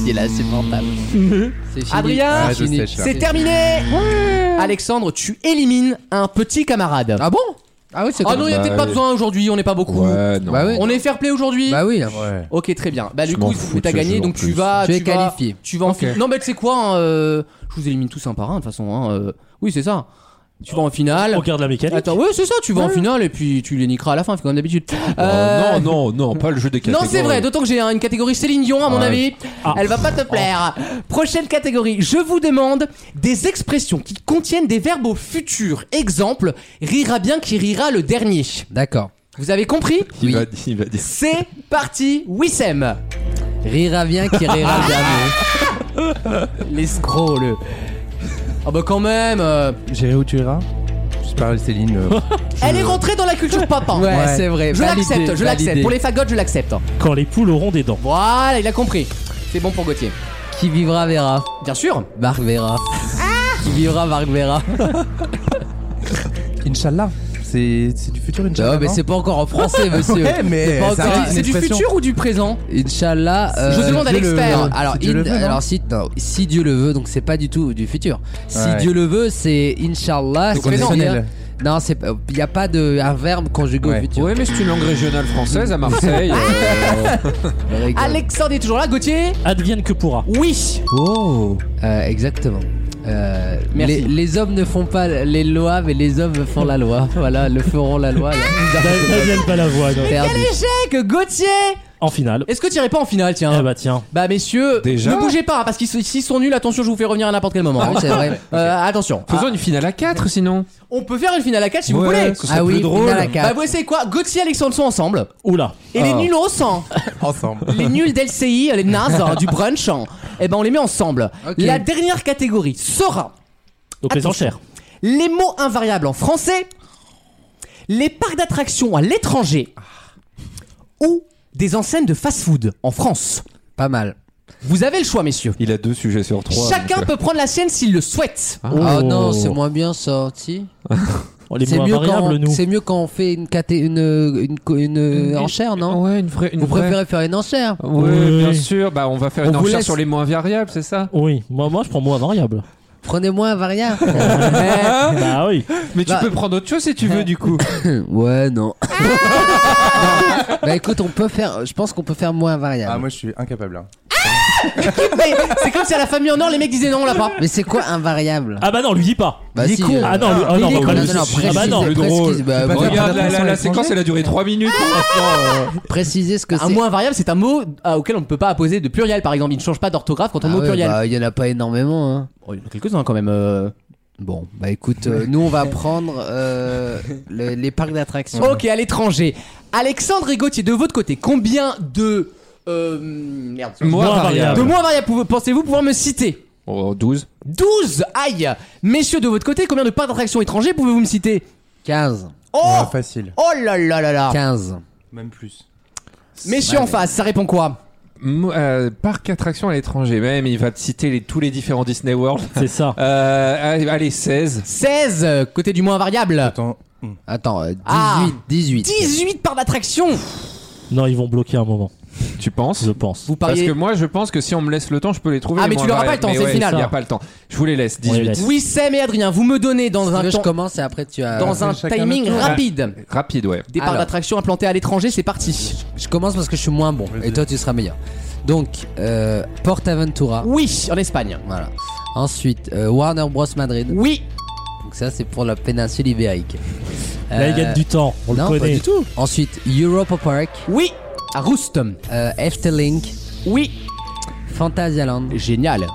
[SPEAKER 6] c'est là c'est mortable. C'est fini.
[SPEAKER 2] Adrien,
[SPEAKER 5] Ah, je
[SPEAKER 6] Fini.
[SPEAKER 5] sais, je sais.
[SPEAKER 2] c'est terminé. Alexandre, tu élimines un petit camarade.
[SPEAKER 6] Ah bon Ah oui c'est.
[SPEAKER 2] Ah
[SPEAKER 6] comme-
[SPEAKER 2] non, il n'y a
[SPEAKER 4] Bah,
[SPEAKER 2] peut-être pas
[SPEAKER 4] oui.
[SPEAKER 2] besoin aujourd'hui, on n'est pas beaucoup.
[SPEAKER 4] Ouais, non.
[SPEAKER 6] Bah oui.
[SPEAKER 2] On est fair play aujourd'hui
[SPEAKER 6] Bah oui.
[SPEAKER 5] Ouais.
[SPEAKER 2] Ok, très bien. Bah, du
[SPEAKER 4] Je
[SPEAKER 2] coup,
[SPEAKER 4] m'en fous de
[SPEAKER 2] t'as
[SPEAKER 4] ce
[SPEAKER 2] gagné,
[SPEAKER 4] jeu, en
[SPEAKER 2] donc tu
[SPEAKER 4] plus.
[SPEAKER 2] vas.
[SPEAKER 6] Tu es
[SPEAKER 2] vas-
[SPEAKER 6] qualifié.
[SPEAKER 2] Tu vas en finale. Non, mais c'est quoi hein, euh, Je vous élimine tous un par un, de toute façon. hein, euh, Oui, c'est ça. Tu vas en finale.
[SPEAKER 3] On garde la mécanique.
[SPEAKER 2] Attends, ouais, c'est ça, tu vas en finale et puis tu les niqueras à la fin, comme d'habitude.
[SPEAKER 4] Oh,
[SPEAKER 2] Euh,
[SPEAKER 4] Non, non, non, pas le jeu des
[SPEAKER 2] Non,
[SPEAKER 4] catégories.
[SPEAKER 2] c'est vrai, d'autant que j'ai hein, une catégorie Céline Dion, à mon
[SPEAKER 4] Ouais.
[SPEAKER 2] avis.
[SPEAKER 3] Ah.
[SPEAKER 2] Elle va pas te plaire. Prochaine catégorie, je vous demande des expressions qui contiennent des verbes au futur. Exemple, rira bien qui rira le dernier.
[SPEAKER 6] D'accord.
[SPEAKER 2] Vous avez compris
[SPEAKER 4] Il,
[SPEAKER 6] Oui.
[SPEAKER 4] va, il va dire.
[SPEAKER 2] C'est parti, Wissem.
[SPEAKER 6] Rira bien qui rira jamais.
[SPEAKER 2] L'escroc, le. Ah bah quand même euh,
[SPEAKER 5] J'irai où tu iras Je parle Céline. euh,
[SPEAKER 2] Elle est rentrée dans la culture papa
[SPEAKER 6] Ouais, c'est vrai.
[SPEAKER 2] Je
[SPEAKER 6] validé,
[SPEAKER 2] l'accepte, je l'accepte.
[SPEAKER 6] validé.
[SPEAKER 2] Pour les fagots, je l'accepte.
[SPEAKER 3] Quand les poules auront des dents.
[SPEAKER 2] Voilà, il a compris. C'est bon pour Gauthier.
[SPEAKER 6] Qui vivra verra.
[SPEAKER 2] Bien sûr.
[SPEAKER 6] Marc verra. Qui vivra Marc verra.
[SPEAKER 5] Inch'Allah. C'est c'est du futur, Inch'Allah.
[SPEAKER 6] Non mais
[SPEAKER 5] non
[SPEAKER 6] c'est pas encore en français monsieur.
[SPEAKER 5] Ouais, mais
[SPEAKER 6] C'est pas
[SPEAKER 5] ça
[SPEAKER 6] encore-
[SPEAKER 5] reste une
[SPEAKER 2] C'est du
[SPEAKER 5] expression.
[SPEAKER 2] futur ou du présent
[SPEAKER 6] Inch'Allah.
[SPEAKER 2] Je demande à
[SPEAKER 6] Ah, euh, Dieu le- hein.
[SPEAKER 2] l'expert.
[SPEAKER 6] non, alors,
[SPEAKER 5] Si Dieu
[SPEAKER 6] in-
[SPEAKER 5] le veut, non
[SPEAKER 6] alors si, non, si Dieu le veut, donc c'est pas du tout du futur. Si
[SPEAKER 5] Ouais.
[SPEAKER 6] Dieu le veut, c'est Inch'Allah.
[SPEAKER 5] Donc
[SPEAKER 6] c'est
[SPEAKER 5] on est
[SPEAKER 6] dire-
[SPEAKER 5] sonnel.
[SPEAKER 6] Non, Ah, c'est pas- il n'y a pas de un verbe conjugué au
[SPEAKER 5] Ouais.
[SPEAKER 6] futur.
[SPEAKER 4] Ouais, mais c'est une langue régionale française à Marseille. euh,
[SPEAKER 6] Je rigole.
[SPEAKER 2] Alexandre est toujours là, Gauthier
[SPEAKER 3] Advienne que pourra.
[SPEAKER 2] Oui
[SPEAKER 5] Oh
[SPEAKER 6] Euh, exactement. Euh,
[SPEAKER 2] Merci.
[SPEAKER 6] les, les hommes ne font pas les lois, mais les hommes font la loi. Voilà, le feront la loi.
[SPEAKER 3] Advienne pas la voix.
[SPEAKER 6] Perdu.
[SPEAKER 2] Ah, Échec, Gauthier
[SPEAKER 3] En finale.
[SPEAKER 2] Est-ce que tu irais pas en finale, tiens
[SPEAKER 3] Eh bah tiens.
[SPEAKER 2] Bah, messieurs,
[SPEAKER 4] Déjà
[SPEAKER 2] ne bougez pas, hein, parce qu'ils sont- s'ils sont nuls, attention, je vous fais revenir à n'importe quel moment.
[SPEAKER 6] Ah oui, c'est vrai.
[SPEAKER 2] Euh, attention. Ah,
[SPEAKER 4] Faisons une finale à 4 sinon.
[SPEAKER 2] On peut faire une finale à 4 si vous
[SPEAKER 5] Ouais,
[SPEAKER 2] voulez
[SPEAKER 5] ce serait
[SPEAKER 6] Ah oui,
[SPEAKER 5] plus drôle.
[SPEAKER 6] finale à
[SPEAKER 2] Bah,
[SPEAKER 6] quatre.
[SPEAKER 2] vous savez quoi Gauthier et Alexandre sont ensemble.
[SPEAKER 3] Oula.
[SPEAKER 2] Et
[SPEAKER 5] Ah.
[SPEAKER 2] les nuls au sang,
[SPEAKER 5] Ensemble.
[SPEAKER 2] les nuls d'LCI, les nazes hein, du brunch, hein, eh ben on les met ensemble.
[SPEAKER 6] Ok.
[SPEAKER 2] La dernière catégorie sera
[SPEAKER 3] Donc les
[SPEAKER 2] Attention.
[SPEAKER 3] enchères.
[SPEAKER 2] les mots invariables en français, les parcs d'attractions à Ah. l'étranger ou des enseignes de fast-food en France.
[SPEAKER 6] Pas mal.
[SPEAKER 2] Vous avez le choix, messieurs.
[SPEAKER 4] Il a deux sujets sur trois.
[SPEAKER 2] Chacun
[SPEAKER 4] donc,
[SPEAKER 2] peut prendre la sienne s'il le souhaite.
[SPEAKER 6] Ah non, c'est moins bien ça, si.
[SPEAKER 3] Oh. On est
[SPEAKER 6] C'est
[SPEAKER 3] moins
[SPEAKER 6] mieux, quand
[SPEAKER 3] variable,
[SPEAKER 6] on,
[SPEAKER 3] nous.
[SPEAKER 6] c'est mieux quand on fait une, caté- une, une, une,
[SPEAKER 4] Une-
[SPEAKER 6] enchère,
[SPEAKER 4] euh,
[SPEAKER 6] non
[SPEAKER 4] Ouais, une vraie. Une
[SPEAKER 6] Vous
[SPEAKER 4] vraie-
[SPEAKER 6] préférez faire une enchère
[SPEAKER 4] Ouais,
[SPEAKER 3] Oui.
[SPEAKER 4] bien sûr. Bah, on va faire
[SPEAKER 6] On
[SPEAKER 4] une
[SPEAKER 6] vous
[SPEAKER 4] enchère
[SPEAKER 6] laisse-
[SPEAKER 4] sur les moins variables, c'est ça
[SPEAKER 3] Oui, moi, moi je prends moins variable.
[SPEAKER 6] Prenez-moi un variable. Hein
[SPEAKER 3] bah oui.
[SPEAKER 4] Mais tu
[SPEAKER 6] Bah-
[SPEAKER 4] peux prendre autre chose si tu veux, du coup.
[SPEAKER 6] ouais, non. Non. Bah écoute, on peut faire. Je pense qu'on peut faire moins un variable.
[SPEAKER 5] Ah, moi je suis incapable. hein.
[SPEAKER 2] Mais c'est comme si à la famille en or, les mecs disaient non, on l'a pas.
[SPEAKER 6] Mais c'est quoi un variable
[SPEAKER 3] Ah bah non, lui dis pas.
[SPEAKER 6] Bah
[SPEAKER 2] Ah. il est
[SPEAKER 6] si,
[SPEAKER 2] con.
[SPEAKER 6] euh,
[SPEAKER 3] Ah non, lui- ah
[SPEAKER 2] Mais
[SPEAKER 3] non,
[SPEAKER 2] il est
[SPEAKER 3] bah,
[SPEAKER 2] con.
[SPEAKER 3] oui.
[SPEAKER 6] non, non, non,
[SPEAKER 3] Ah bah non.
[SPEAKER 6] précisez- précisez- bah,
[SPEAKER 5] Pas
[SPEAKER 6] voilà,
[SPEAKER 5] dire-
[SPEAKER 4] Regarde, la, la- la
[SPEAKER 5] à
[SPEAKER 4] séquence,
[SPEAKER 5] l'étranger.
[SPEAKER 4] elle a Ah. duré 3 minutes.
[SPEAKER 6] Précisez ce que c'est.
[SPEAKER 2] Ah, Un mot invariable, c'est un mot euh, auquel on ne peut pas apposer de pluriel, par exemple. Il ne change pas d'orthographe quand on
[SPEAKER 6] Ah
[SPEAKER 2] met au
[SPEAKER 6] ouais,
[SPEAKER 2] pluriel.
[SPEAKER 6] bah, Il y en a pas énormément. Hein.
[SPEAKER 2] Oh, il y en a quelques-uns quand même. euh.
[SPEAKER 6] Bon, bah écoute, euh, nous on va prendre euh, le- les parcs d'attractions.
[SPEAKER 2] Ok, à l'étranger. Alexandre et Gauthier, de votre côté, combien de. euh, merde.
[SPEAKER 4] Moins
[SPEAKER 3] Moins
[SPEAKER 4] variable.
[SPEAKER 2] De mots invariables pou- pensez-vous pouvoir me citer
[SPEAKER 4] Oh, 12.
[SPEAKER 2] 12 Aïe Messieurs, de votre côté, combien de parcs d'attractions étrangers pouvez-vous me citer
[SPEAKER 6] 15.
[SPEAKER 2] Oh
[SPEAKER 5] Ah, facile.
[SPEAKER 2] Oh là là là là
[SPEAKER 6] 15.
[SPEAKER 5] Même plus.
[SPEAKER 2] Messieurs en face, ça répond quoi
[SPEAKER 4] Mo- euh, parc attraction à l'étranger, même, il va te citer les- tous les différents Disney World.
[SPEAKER 3] C'est ça.
[SPEAKER 4] Euh, allez, allez, 16.
[SPEAKER 2] 16, euh, côté du moins invariable.
[SPEAKER 5] Attends.
[SPEAKER 6] Attends, euh, 18,
[SPEAKER 2] Ah.
[SPEAKER 6] 18.
[SPEAKER 2] 18 parcs d'attractions
[SPEAKER 3] Non, ils vont bloquer un moment,
[SPEAKER 4] Tu penses
[SPEAKER 3] je pense.
[SPEAKER 2] Vous
[SPEAKER 4] Parce
[SPEAKER 2] pariez
[SPEAKER 4] que moi, je pense que si on me laisse le temps, je peux les trouver.
[SPEAKER 2] Ah,
[SPEAKER 4] les
[SPEAKER 2] mais tu
[SPEAKER 4] moins
[SPEAKER 2] l'auras pas
[SPEAKER 4] variables.
[SPEAKER 2] le temps,
[SPEAKER 4] Mais
[SPEAKER 2] c'est le
[SPEAKER 4] ouais,
[SPEAKER 2] final.
[SPEAKER 4] Il n'y a pas le temps. Je vous les laisse,
[SPEAKER 3] On les
[SPEAKER 4] 18.
[SPEAKER 3] laisse.
[SPEAKER 2] Oui, Sam et Adrien, vous me donnez dans
[SPEAKER 6] Si tu
[SPEAKER 2] un
[SPEAKER 6] veux, je
[SPEAKER 2] temps,
[SPEAKER 6] commence et après tu as.
[SPEAKER 2] dans un
[SPEAKER 5] chacun
[SPEAKER 2] timing
[SPEAKER 5] notre tour.
[SPEAKER 2] rapide.
[SPEAKER 4] Rapide, ouais.
[SPEAKER 2] Des parcs
[SPEAKER 6] Alors.
[SPEAKER 2] d'attractions implantés à l'étranger, c'est parti.
[SPEAKER 6] Je commence parce que je suis moins bon et toi tu seras meilleur. Donc, euh, Portaventura.
[SPEAKER 2] Oui, en Espagne.
[SPEAKER 6] Voilà. Ensuite, euh, Warner Bros Madrid.
[SPEAKER 2] Oui,
[SPEAKER 6] Donc ça c'est pour la péninsule ibérique.
[SPEAKER 3] Là, ils
[SPEAKER 6] Euh,
[SPEAKER 3] gagnent du temps, on
[SPEAKER 6] non,
[SPEAKER 3] le
[SPEAKER 6] pas
[SPEAKER 3] connaît.
[SPEAKER 6] du tout. Ensuite, Europa Park,
[SPEAKER 2] oui. À Roustum.
[SPEAKER 6] euh, Eftelink,
[SPEAKER 2] Oui.
[SPEAKER 6] Phantasialand.
[SPEAKER 2] Génial.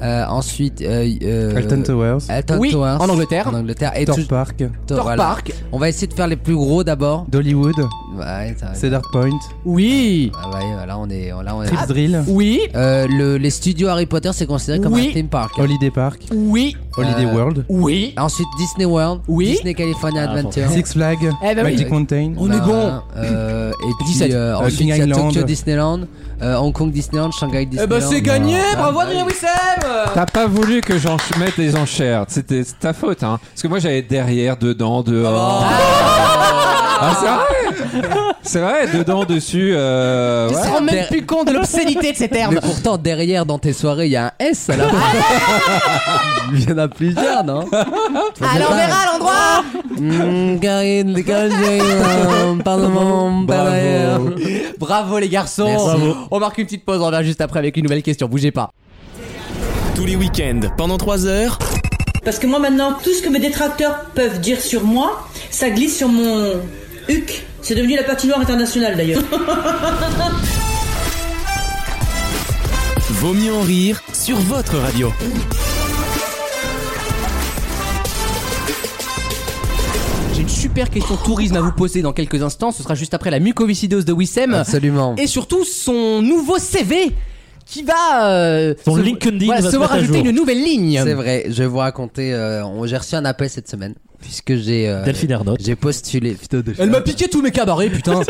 [SPEAKER 6] Euh, ensuite, euh, euh,
[SPEAKER 5] Alton Towers.
[SPEAKER 6] Alton
[SPEAKER 2] Oui,
[SPEAKER 6] Towers.
[SPEAKER 2] en Angleterre.
[SPEAKER 6] En Angleterre. Et
[SPEAKER 5] Thor
[SPEAKER 6] tout-
[SPEAKER 5] Park.
[SPEAKER 6] Thor-
[SPEAKER 2] Thor
[SPEAKER 6] voilà.
[SPEAKER 2] Park.
[SPEAKER 6] On va essayer de faire les plus gros d'abord.
[SPEAKER 5] Dollywood.
[SPEAKER 6] Ouais, ça-
[SPEAKER 5] Cedar Point.
[SPEAKER 2] Oui.
[SPEAKER 6] Ah ouais, voilà, on est, là on est. Ah.
[SPEAKER 5] Trips Drill.
[SPEAKER 2] Oui.
[SPEAKER 6] Euh, le- les studios Harry Potter c'est considéré comme
[SPEAKER 2] Oui.
[SPEAKER 6] un theme park.
[SPEAKER 5] Holiday Park.
[SPEAKER 2] Oui.
[SPEAKER 5] Holiday
[SPEAKER 6] Euh,
[SPEAKER 5] World.
[SPEAKER 2] Oui.
[SPEAKER 6] Ensuite Disney World,
[SPEAKER 2] Oui.
[SPEAKER 6] Disney California
[SPEAKER 3] Ah,
[SPEAKER 6] Adventure.
[SPEAKER 5] Six Flags.
[SPEAKER 2] Eh ben oui.
[SPEAKER 5] Magic Mountain.
[SPEAKER 2] On est bon.
[SPEAKER 6] euh, et puis
[SPEAKER 2] 17.
[SPEAKER 6] euh,
[SPEAKER 5] Euh,
[SPEAKER 6] ensuite
[SPEAKER 5] King
[SPEAKER 6] il y a
[SPEAKER 5] Island.
[SPEAKER 6] Tokyo Disneyland, euh, Hong Kong Disneyland, Shanghai Disneyland.
[SPEAKER 2] Eh ben c'est gagné.
[SPEAKER 6] Ah,
[SPEAKER 2] Bravo
[SPEAKER 6] bah
[SPEAKER 2] Adrien
[SPEAKER 6] oui.
[SPEAKER 2] Wissem.
[SPEAKER 4] T'as pas voulu que j'en mette les enchères. C'était c'est ta faute, hein. Parce que moi, j'avais derrière, dedans, dehors.
[SPEAKER 6] Oh.
[SPEAKER 4] Ah, c'est vrai C'est vrai, dedans, dessus. euh,
[SPEAKER 2] Tu
[SPEAKER 4] ouais.
[SPEAKER 2] te rends même plus compte de l'obscénité de ces termes.
[SPEAKER 6] Mais pourtant derrière dans tes soirées il y a un S à la fin. Il y en a plusieurs non
[SPEAKER 2] À l'envers, à l'endroit.
[SPEAKER 6] Mmh, Karine, les Canadiens, Parlement, par ailleurs.
[SPEAKER 2] Bah Bravo les garçons.
[SPEAKER 6] Merci.
[SPEAKER 3] Bravo.
[SPEAKER 2] On marque une petite pause. On revient juste après avec une nouvelle question. Bougez pas.
[SPEAKER 1] Tous les week-ends, pendant 3 heures,
[SPEAKER 8] Parce que moi maintenant, tout ce que mes détracteurs peuvent dire sur moi, ça glisse sur mon huc. C'est devenu la patinoire internationale d'ailleurs.
[SPEAKER 1] Vaut mieux en rire sur votre radio.
[SPEAKER 2] J'ai une super question tourisme à vous poser dans quelques instants. Ce sera juste après la mucoviscidose de Wissem.
[SPEAKER 6] Absolument.
[SPEAKER 2] Et surtout son nouveau CV qui va. euh,
[SPEAKER 3] Son
[SPEAKER 2] se-
[SPEAKER 3] LinkedIn
[SPEAKER 2] voilà,
[SPEAKER 3] va se
[SPEAKER 2] se voir
[SPEAKER 3] mettre à
[SPEAKER 2] ajouter
[SPEAKER 3] jour.
[SPEAKER 2] une nouvelle ligne.
[SPEAKER 6] C'est vrai, je vais vous raconter. euh, on- j'ai reçu un appel cette semaine puisque j'ai euh,
[SPEAKER 3] Delphine Ernotte.
[SPEAKER 6] j'ai postulé. Putain, Delphine
[SPEAKER 2] Elle m'a piqué tous mes cabarets, putain.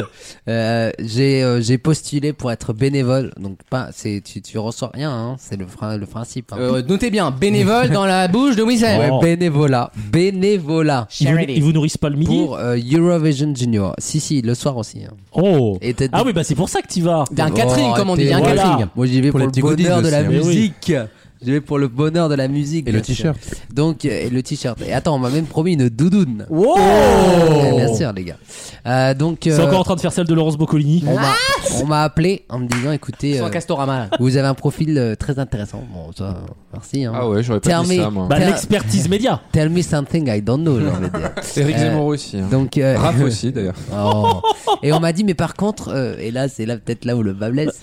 [SPEAKER 6] Euh, j'ai euh, j'ai postulé pour être bénévole, donc pas c'est tu tu reçois rien, hein, c'est le, frin- le principe. hein.
[SPEAKER 2] Euh, notez bien, bénévole dans la bouche de Wissem.
[SPEAKER 6] Ouais,
[SPEAKER 3] Oh.
[SPEAKER 6] bénévolat, bénévolat
[SPEAKER 3] Ils vous,
[SPEAKER 2] Charity.
[SPEAKER 3] ils vous nourrissent pas le midi
[SPEAKER 6] pour euh, Eurovision Junior. Si si, le soir aussi. hein.
[SPEAKER 3] Oh
[SPEAKER 6] Et t'as-
[SPEAKER 3] Ah oui, bah c'est pour ça que t'y vas
[SPEAKER 2] D'un
[SPEAKER 6] Oh,
[SPEAKER 2] catering, comme on dit, il y a un
[SPEAKER 6] t'es-
[SPEAKER 3] voilà.
[SPEAKER 2] catering.
[SPEAKER 6] Moi j'y vais pour,
[SPEAKER 5] Pour les
[SPEAKER 6] le
[SPEAKER 5] petits
[SPEAKER 6] bonheur
[SPEAKER 5] goodies
[SPEAKER 6] de la
[SPEAKER 5] aussi, hein.
[SPEAKER 6] musique. J'y vais pour le bonheur de la musique.
[SPEAKER 5] Et le
[SPEAKER 6] bien sûr.
[SPEAKER 5] t-shirt.
[SPEAKER 6] Donc euh, et le t-shirt. Et attends, on m'a même promis une doudoune.
[SPEAKER 2] Wow
[SPEAKER 6] Oh. Ouais, bien sûr les gars. Euh, donc
[SPEAKER 3] Oh. C'est
[SPEAKER 6] euh,
[SPEAKER 3] encore en train de faire celle de Laurence Boccolini.
[SPEAKER 6] on m'a on m'a appelé en me disant écoutez
[SPEAKER 2] Sans
[SPEAKER 6] euh,
[SPEAKER 2] Castorama. là.
[SPEAKER 6] vous avez un profil euh, très intéressant. Bon ça, euh, merci. hein.
[SPEAKER 4] Ah ouais, j'aurais pas dit
[SPEAKER 6] Fermé.
[SPEAKER 4] ça, moi.
[SPEAKER 3] Bah
[SPEAKER 6] T'as-
[SPEAKER 3] l'expertise média.
[SPEAKER 6] Tell me something I don't know, j'ai envie de dire.
[SPEAKER 4] Eric
[SPEAKER 6] euh,
[SPEAKER 4] Zemmour aussi. hein.
[SPEAKER 6] Donc, euh,
[SPEAKER 4] Raph aussi, d'ailleurs.
[SPEAKER 6] oh. Et on m'a dit, mais par contre, euh, et là, c'est là peut-être là où le bas blesse.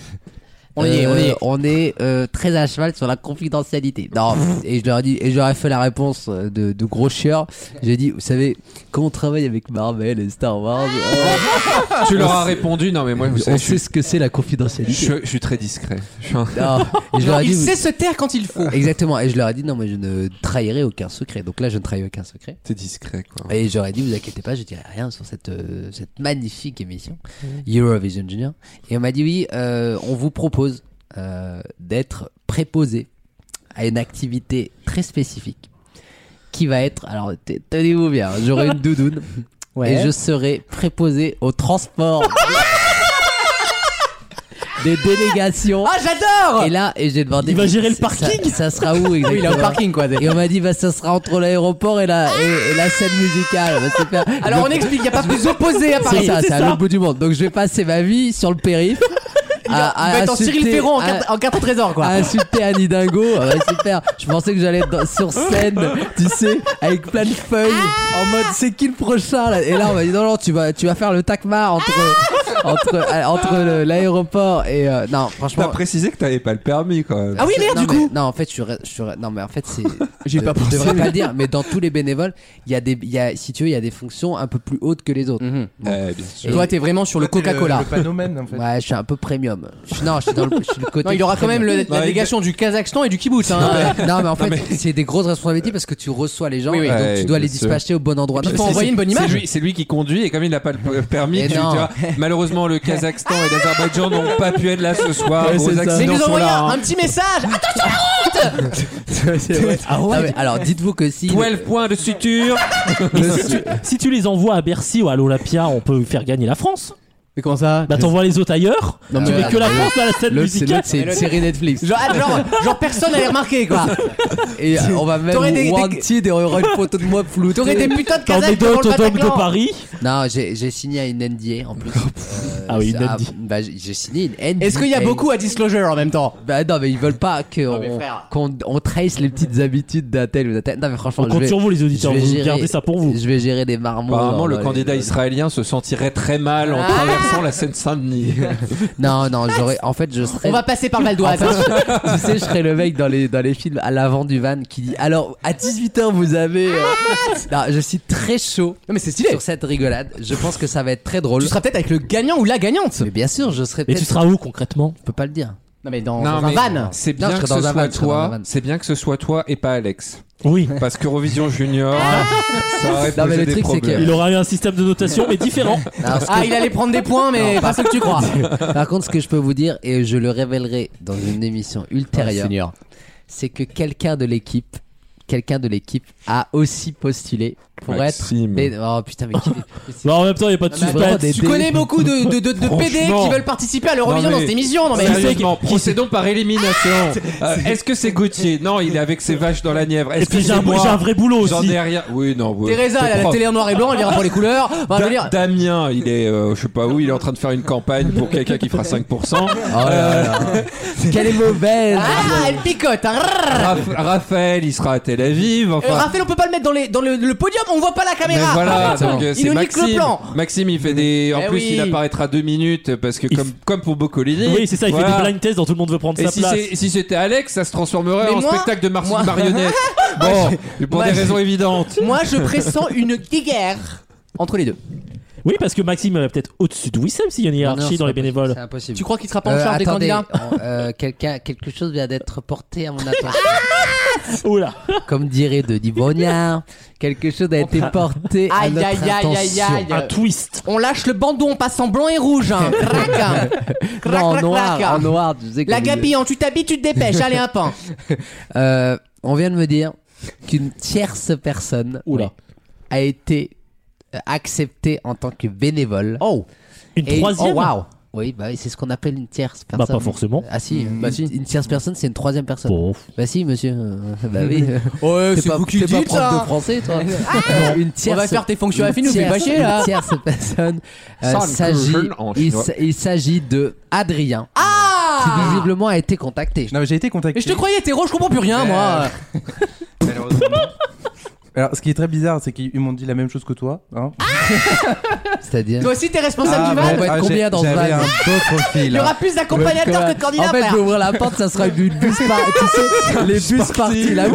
[SPEAKER 2] On y est, on y est.
[SPEAKER 6] on est euh, très à cheval sur la confidentialité. Non, et je leur ai dit, et j'aurais fait la réponse euh, de, de gros chieur. J'ai dit, vous savez, quand on travaille avec Marvel et Star Wars, euh,
[SPEAKER 4] Tu leur as répondu, non, mais moi, vous
[SPEAKER 6] on
[SPEAKER 4] savez, je
[SPEAKER 6] sait
[SPEAKER 4] suis-
[SPEAKER 6] ce que c'est la confidentialité.
[SPEAKER 4] je je suis très discret. Je suis un-
[SPEAKER 6] Non, et je leur ai
[SPEAKER 2] Il
[SPEAKER 6] dit, vous-
[SPEAKER 2] sait se taire quand il faut.
[SPEAKER 6] exactement. Et je leur ai dit, non, mais je ne trahirai aucun secret. Donc là, je ne trahirai aucun secret.
[SPEAKER 4] T'es discret, quoi.
[SPEAKER 6] Et j'aurais dit, vous inquiétez pas, je dirai rien sur cette, euh,
[SPEAKER 3] Mmh.
[SPEAKER 6] cette magnifique émission, Eurovision Junior. Et on m'a dit, oui, euh, on vous propose euh, d'être préposé à une activité très spécifique qui va être. Alors, t- tenez-vous bien, j'aurai une doudoune et je serai préposé au transport des délégations.
[SPEAKER 2] Ah, j'adore
[SPEAKER 6] Et là, et j'ai demandé.
[SPEAKER 3] Il va gérer le
[SPEAKER 6] ça-
[SPEAKER 3] parking
[SPEAKER 6] Ça, sera où exactement
[SPEAKER 2] Oui, il est au parking, quoi.
[SPEAKER 6] Et on m'a dit, bah, ça sera entre l'aéroport et la, et, et la scène musicale. Bah, super.
[SPEAKER 2] Alors
[SPEAKER 6] Donc,
[SPEAKER 2] on explique, il n'y a pas plus opposé à
[SPEAKER 6] c'est
[SPEAKER 2] Paris.
[SPEAKER 6] ça, c'est à
[SPEAKER 3] ça.
[SPEAKER 6] l'autre bout du monde. Donc je vais passer ma vie sur le périph.
[SPEAKER 2] Il va être en Cyril
[SPEAKER 6] insulter-
[SPEAKER 2] Ferron en
[SPEAKER 6] à-
[SPEAKER 2] carte- en carte au trésor, quoi.
[SPEAKER 6] à insulter Annie Dingo, Ah ouais, super. Je pensais que j'allais être dans- sur scène, tu sais, avec plein de feuilles,
[SPEAKER 2] Ah.
[SPEAKER 6] en mode c'est qui le prochain là Et là on m'a dit non non, tu vas tu vas faire le tacma entre
[SPEAKER 2] Ah.
[SPEAKER 6] entre euh, entre le- l'aéroport et euh, non
[SPEAKER 4] T'as
[SPEAKER 6] franchement.
[SPEAKER 4] précisé que t'avais pas le permis quand même.
[SPEAKER 2] Ah oui, merde,
[SPEAKER 6] non,
[SPEAKER 2] du
[SPEAKER 6] mais-
[SPEAKER 2] coup.
[SPEAKER 6] Non en fait je suis re- je suis re- non mais en fait c'est
[SPEAKER 2] J'ai
[SPEAKER 6] je-
[SPEAKER 2] pas pensé,
[SPEAKER 6] Je devrais
[SPEAKER 2] mais-
[SPEAKER 6] pas le dire, mais dans tous les bénévoles, il y a des il y a si tu veux il y a des fonctions un peu plus hautes que les autres.
[SPEAKER 2] Mhm.
[SPEAKER 4] Eh, bien sûr.
[SPEAKER 2] Et Toi, t'es vraiment sur le Coca-Cola.
[SPEAKER 5] Le, le panomène, en fait.
[SPEAKER 6] Ouais, je suis un peu premium. Je suis- non, je suis dans le, je suis le côté.
[SPEAKER 2] Non, il aura quand même le- la
[SPEAKER 4] Non,
[SPEAKER 2] délégation du Kazakhstan et du Kibbutz. hein.
[SPEAKER 6] non mais en fait c'est des grosses responsabilités parce que tu reçois les gens
[SPEAKER 2] Oui, oui.
[SPEAKER 6] et donc
[SPEAKER 4] Ouais,
[SPEAKER 6] tu dois les
[SPEAKER 4] bien sûr.
[SPEAKER 6] dispatcher au bon endroit.
[SPEAKER 2] puis,
[SPEAKER 6] Non,
[SPEAKER 2] faut
[SPEAKER 6] mais
[SPEAKER 2] envoyer
[SPEAKER 6] c'est-
[SPEAKER 2] une bonne image.
[SPEAKER 4] Ah,
[SPEAKER 6] c'est-
[SPEAKER 4] C'est lui, c'est lui qui conduit et comme il n'a pas le p- permis,
[SPEAKER 6] Et
[SPEAKER 4] tu- tu
[SPEAKER 6] non.
[SPEAKER 4] vois, malheureusement le Kazakhstan et l'Azerbaïdjan n'ont pas pu être là ce soir.
[SPEAKER 3] Ouais,
[SPEAKER 4] Gros
[SPEAKER 3] c'est ça.
[SPEAKER 2] Mais
[SPEAKER 4] accidents
[SPEAKER 2] nous
[SPEAKER 4] sont
[SPEAKER 2] envoyons
[SPEAKER 4] là,
[SPEAKER 2] un,
[SPEAKER 4] hein.
[SPEAKER 2] petit message. Attends,
[SPEAKER 3] Ah ouais
[SPEAKER 6] Ah ouais, alors dites-vous que si
[SPEAKER 4] 12 points de suture.
[SPEAKER 3] Oh, Si tu les envoies à Bercy ou à l'Olympia, on peut faire gagner la France.
[SPEAKER 2] mais comment ça
[SPEAKER 3] Bah t'envoies les autres ailleurs,
[SPEAKER 6] Non,
[SPEAKER 3] tu
[SPEAKER 6] mais- ah,
[SPEAKER 3] mets que la France à la scène
[SPEAKER 6] le c'est
[SPEAKER 3] musicale.
[SPEAKER 6] l'autre, c'est une série Netflix
[SPEAKER 2] Genre, ah, genre, genre, personne n'allait remarquer quoi.
[SPEAKER 6] et euh, on va même
[SPEAKER 2] T'aurais des- des-
[SPEAKER 6] wanted et on aura une photo de moi floue.
[SPEAKER 2] T'aurais des putains de
[SPEAKER 3] T'en
[SPEAKER 2] Kazakhs
[SPEAKER 3] es
[SPEAKER 2] devant
[SPEAKER 3] d'autres
[SPEAKER 2] le
[SPEAKER 3] au dôme de
[SPEAKER 2] Bataclan.
[SPEAKER 3] Paris.
[SPEAKER 6] Non, j'ai j'ai signé à une NDA en plus. Euh,
[SPEAKER 3] Ah oui, une
[SPEAKER 6] ça-
[SPEAKER 3] NDA.
[SPEAKER 6] bah, j'ai j'ai signé une NDA.
[SPEAKER 2] Est-ce qu'il y a beaucoup à disclosure en même temps
[SPEAKER 6] Bah non mais ils veulent pas
[SPEAKER 2] Non, mais
[SPEAKER 6] qu'on
[SPEAKER 2] frère.
[SPEAKER 6] qu'on on trace les petites habitudes d'un tel ou d'un tel. Non mais franchement
[SPEAKER 3] On compte
[SPEAKER 6] je vais-
[SPEAKER 3] sur vous les auditeurs,
[SPEAKER 6] je vais
[SPEAKER 3] vous
[SPEAKER 6] gérer-
[SPEAKER 3] gardez ça pour vous.
[SPEAKER 6] Je vais gérer des marmots.
[SPEAKER 4] Apparemment
[SPEAKER 6] genre, euh,
[SPEAKER 4] le
[SPEAKER 6] dans
[SPEAKER 4] candidat
[SPEAKER 3] euh,
[SPEAKER 6] les-
[SPEAKER 4] israélien se sentirait très mal en traversant la Seine-Saint-Denis.
[SPEAKER 6] Non non, j'aurais en fait je serais
[SPEAKER 2] On va passer par le Val d'Oise.
[SPEAKER 6] tu sais, je serais le mec dans les, dans les films à l'avant du van qui dit Alors, à 18h, vous avez. euh, Non, je suis très chaud
[SPEAKER 2] Non mais c'est stylé.
[SPEAKER 6] sur cette rigolade. Je pense que ça va être très drôle.
[SPEAKER 2] Tu seras peut-être avec le gagnant ou la gagnante.
[SPEAKER 6] Mais bien sûr, je serais
[SPEAKER 3] Mais tu
[SPEAKER 6] peut-être.
[SPEAKER 3] seras où concrètement
[SPEAKER 6] Je peux pas le dire.
[SPEAKER 2] Non mais dans,
[SPEAKER 4] Non,
[SPEAKER 2] dans un
[SPEAKER 4] mais
[SPEAKER 2] van.
[SPEAKER 4] C'est
[SPEAKER 6] Non,
[SPEAKER 4] bien
[SPEAKER 6] je serais
[SPEAKER 4] que
[SPEAKER 6] dans
[SPEAKER 4] ce soit
[SPEAKER 6] un van, je serais dans un
[SPEAKER 4] toi.
[SPEAKER 6] van.
[SPEAKER 4] C'est bien que ce soit toi et pas Alex.
[SPEAKER 3] Oui.
[SPEAKER 4] Parce qu'Eurovision Junior, ça aurait
[SPEAKER 6] Non, mais
[SPEAKER 4] posé
[SPEAKER 6] le
[SPEAKER 4] des
[SPEAKER 6] truc, c'est que-
[SPEAKER 4] problèmes.
[SPEAKER 3] Il aura eu un système de notation mais différent.
[SPEAKER 6] Non, parce que-
[SPEAKER 2] Ah, il allait prendre des points, mais pas ceux que tu crois.
[SPEAKER 6] Par contre, ce que je peux vous dire, et je le révélerai dans une émission
[SPEAKER 2] Ah,
[SPEAKER 6] ultérieure, c'est que quelqu'un de l'équipe. Quelqu'un de l'équipe a aussi postulé pour
[SPEAKER 4] Maxime.
[SPEAKER 6] être. Mais- Oh putain, mais qui.
[SPEAKER 3] Bah, en même temps, il n'y a pas de
[SPEAKER 6] mais attends,
[SPEAKER 3] suspense.
[SPEAKER 6] des-
[SPEAKER 2] Ah, Tu connais beaucoup de, de, de- de PD
[SPEAKER 4] Franchement.
[SPEAKER 2] qui veulent participer à l'Eurovision
[SPEAKER 4] Non, mais-
[SPEAKER 2] dans cette émission. Non mais
[SPEAKER 4] Sérieusement, procédons par élimination. Euh, Est-ce que c'est Gauthier Non, il est avec ses vaches dans la Nièvre.
[SPEAKER 3] Et
[SPEAKER 4] Est-ce que
[SPEAKER 3] puis j'ai
[SPEAKER 4] c'est
[SPEAKER 3] un,
[SPEAKER 4] moi
[SPEAKER 3] j'ai un vrai boulot
[SPEAKER 4] J'en
[SPEAKER 3] aussi.
[SPEAKER 4] ai rien. Oui, non. oui.
[SPEAKER 2] Teresa,
[SPEAKER 4] C'est
[SPEAKER 2] elle a la
[SPEAKER 4] propre.
[SPEAKER 2] télé en noir et blanc, elle verra pour les couleurs. Enfin, je veux
[SPEAKER 4] Da-
[SPEAKER 2] dire-
[SPEAKER 4] Damien, il est, euh, je sais pas où, il est en train de faire une campagne pour Ah, quelqu'un qui fera 5%.
[SPEAKER 6] Oh là là. Quelle est mauvaise
[SPEAKER 2] Ah, elle picote. hein.
[SPEAKER 4] Raph- Raphaël, il sera à Tel Aviv.
[SPEAKER 2] Euh,
[SPEAKER 4] Enfin,
[SPEAKER 2] Raphaël, on peut pas le mettre dans, les, dans le, le podium, on voit pas la
[SPEAKER 4] mais
[SPEAKER 2] caméra.
[SPEAKER 4] voilà, donc, euh,
[SPEAKER 2] Il
[SPEAKER 4] c'est
[SPEAKER 2] nous nique le
[SPEAKER 4] Maxime.
[SPEAKER 2] plan.
[SPEAKER 4] Maxime, il fait des. En
[SPEAKER 2] Eh
[SPEAKER 4] plus,
[SPEAKER 2] oui.
[SPEAKER 4] il apparaîtra deux minutes parce que,
[SPEAKER 3] Il
[SPEAKER 4] comme, comme pour Boccolini.
[SPEAKER 3] Oui, c'est ça, il fait
[SPEAKER 4] voilà.
[SPEAKER 3] des blind tests dont tout le monde veut prendre
[SPEAKER 4] Et
[SPEAKER 3] sa
[SPEAKER 4] si
[SPEAKER 3] place.
[SPEAKER 4] c'est- si c'était Alex, ça se transformerait
[SPEAKER 2] Mais
[SPEAKER 4] en
[SPEAKER 2] moi-
[SPEAKER 4] spectacle de mar-
[SPEAKER 2] moi-
[SPEAKER 4] marionnette. Bon, pour
[SPEAKER 2] moi,
[SPEAKER 4] des
[SPEAKER 2] je-
[SPEAKER 4] raisons évidentes.
[SPEAKER 2] Moi, je pressens une guerre entre les deux.
[SPEAKER 3] Oui, parce que Maxime est peut-être au-dessus de Wissem s'il y a une hiérarchie dans les bénévoles.
[SPEAKER 6] C'est impossible.
[SPEAKER 2] Tu crois qu'il sera pas en
[SPEAKER 6] Euh,
[SPEAKER 2] charge des
[SPEAKER 6] attendez,
[SPEAKER 2] candidats
[SPEAKER 6] on- euh, quelqu'un- quelque chose vient d'être porté à mon attention.
[SPEAKER 3] Oula.
[SPEAKER 6] Comme dirait Denis Brognard, quelque chose a été porté à
[SPEAKER 2] Aïe,
[SPEAKER 6] notre
[SPEAKER 2] aïe, aïe, aïe,
[SPEAKER 6] attention.
[SPEAKER 2] aïe.
[SPEAKER 3] Un twist.
[SPEAKER 2] On lâche le bandeau, on passe en blanc et rouge. hein. Crac, hein. Crac,
[SPEAKER 6] Non, en
[SPEAKER 2] crac,
[SPEAKER 6] noir,
[SPEAKER 2] crac, hein.
[SPEAKER 6] en noir, tu sais
[SPEAKER 2] La
[SPEAKER 6] comme il-
[SPEAKER 2] gabi, en tu t'habilles, tu te dépêches. Allez, un pain.
[SPEAKER 6] Euh, on vient de me dire qu'une tierce personne
[SPEAKER 3] Oula.
[SPEAKER 6] a été euh, acceptée en tant que bénévole.
[SPEAKER 2] Oh,
[SPEAKER 3] Une
[SPEAKER 6] Et-
[SPEAKER 3] troisième.
[SPEAKER 6] Oh, waouh. Oui, bah oui, c'est ce qu'on appelle une tierce personne.
[SPEAKER 3] pas forcément.
[SPEAKER 6] Ah si, une,
[SPEAKER 2] bah si.
[SPEAKER 6] une tierce personne, c'est une troisième personne.
[SPEAKER 3] Bon.
[SPEAKER 6] Bah si, monsieur. euh, bah oui. T'es
[SPEAKER 2] c'est
[SPEAKER 6] pas,
[SPEAKER 2] vous qui
[SPEAKER 6] t'es pas
[SPEAKER 2] dites,
[SPEAKER 6] prof
[SPEAKER 2] ça. Ah.
[SPEAKER 6] de français, toi. une
[SPEAKER 2] on va
[SPEAKER 6] tierce-
[SPEAKER 2] faire tes fonctions à
[SPEAKER 6] une
[SPEAKER 2] fin, nous fais pas
[SPEAKER 6] tierce-
[SPEAKER 2] chier là.
[SPEAKER 6] Une tierce personne. euh,
[SPEAKER 4] Sans
[SPEAKER 6] s'agit-
[SPEAKER 4] inclusion en
[SPEAKER 6] il
[SPEAKER 4] chinois.
[SPEAKER 6] s- il s'agit de Adrien, qui
[SPEAKER 2] Ah
[SPEAKER 6] visiblement a été contacté.
[SPEAKER 5] Non, mais j'ai été contacté.
[SPEAKER 2] Mais je te croyais, t'es je comprends plus rien moi.
[SPEAKER 5] Alors, ce qui est très bizarre, c'est qu'ils m'ont dit la même chose que toi. Hein.
[SPEAKER 6] C'est-à-dire.
[SPEAKER 2] Toi aussi, t'es responsable
[SPEAKER 5] Ah,
[SPEAKER 2] du
[SPEAKER 5] ouais,
[SPEAKER 2] van
[SPEAKER 6] on va être
[SPEAKER 5] j'ai-
[SPEAKER 6] combien dans ce
[SPEAKER 5] j'avais
[SPEAKER 6] van
[SPEAKER 5] un beau profil. hein.
[SPEAKER 2] Il y aura plus d'accompagnateurs que de
[SPEAKER 6] En
[SPEAKER 2] candidats,
[SPEAKER 6] fait, je
[SPEAKER 2] frère.
[SPEAKER 6] vais ouvrir la porte, ça sera une bus par. Tu sais, les bus partis là. Wouh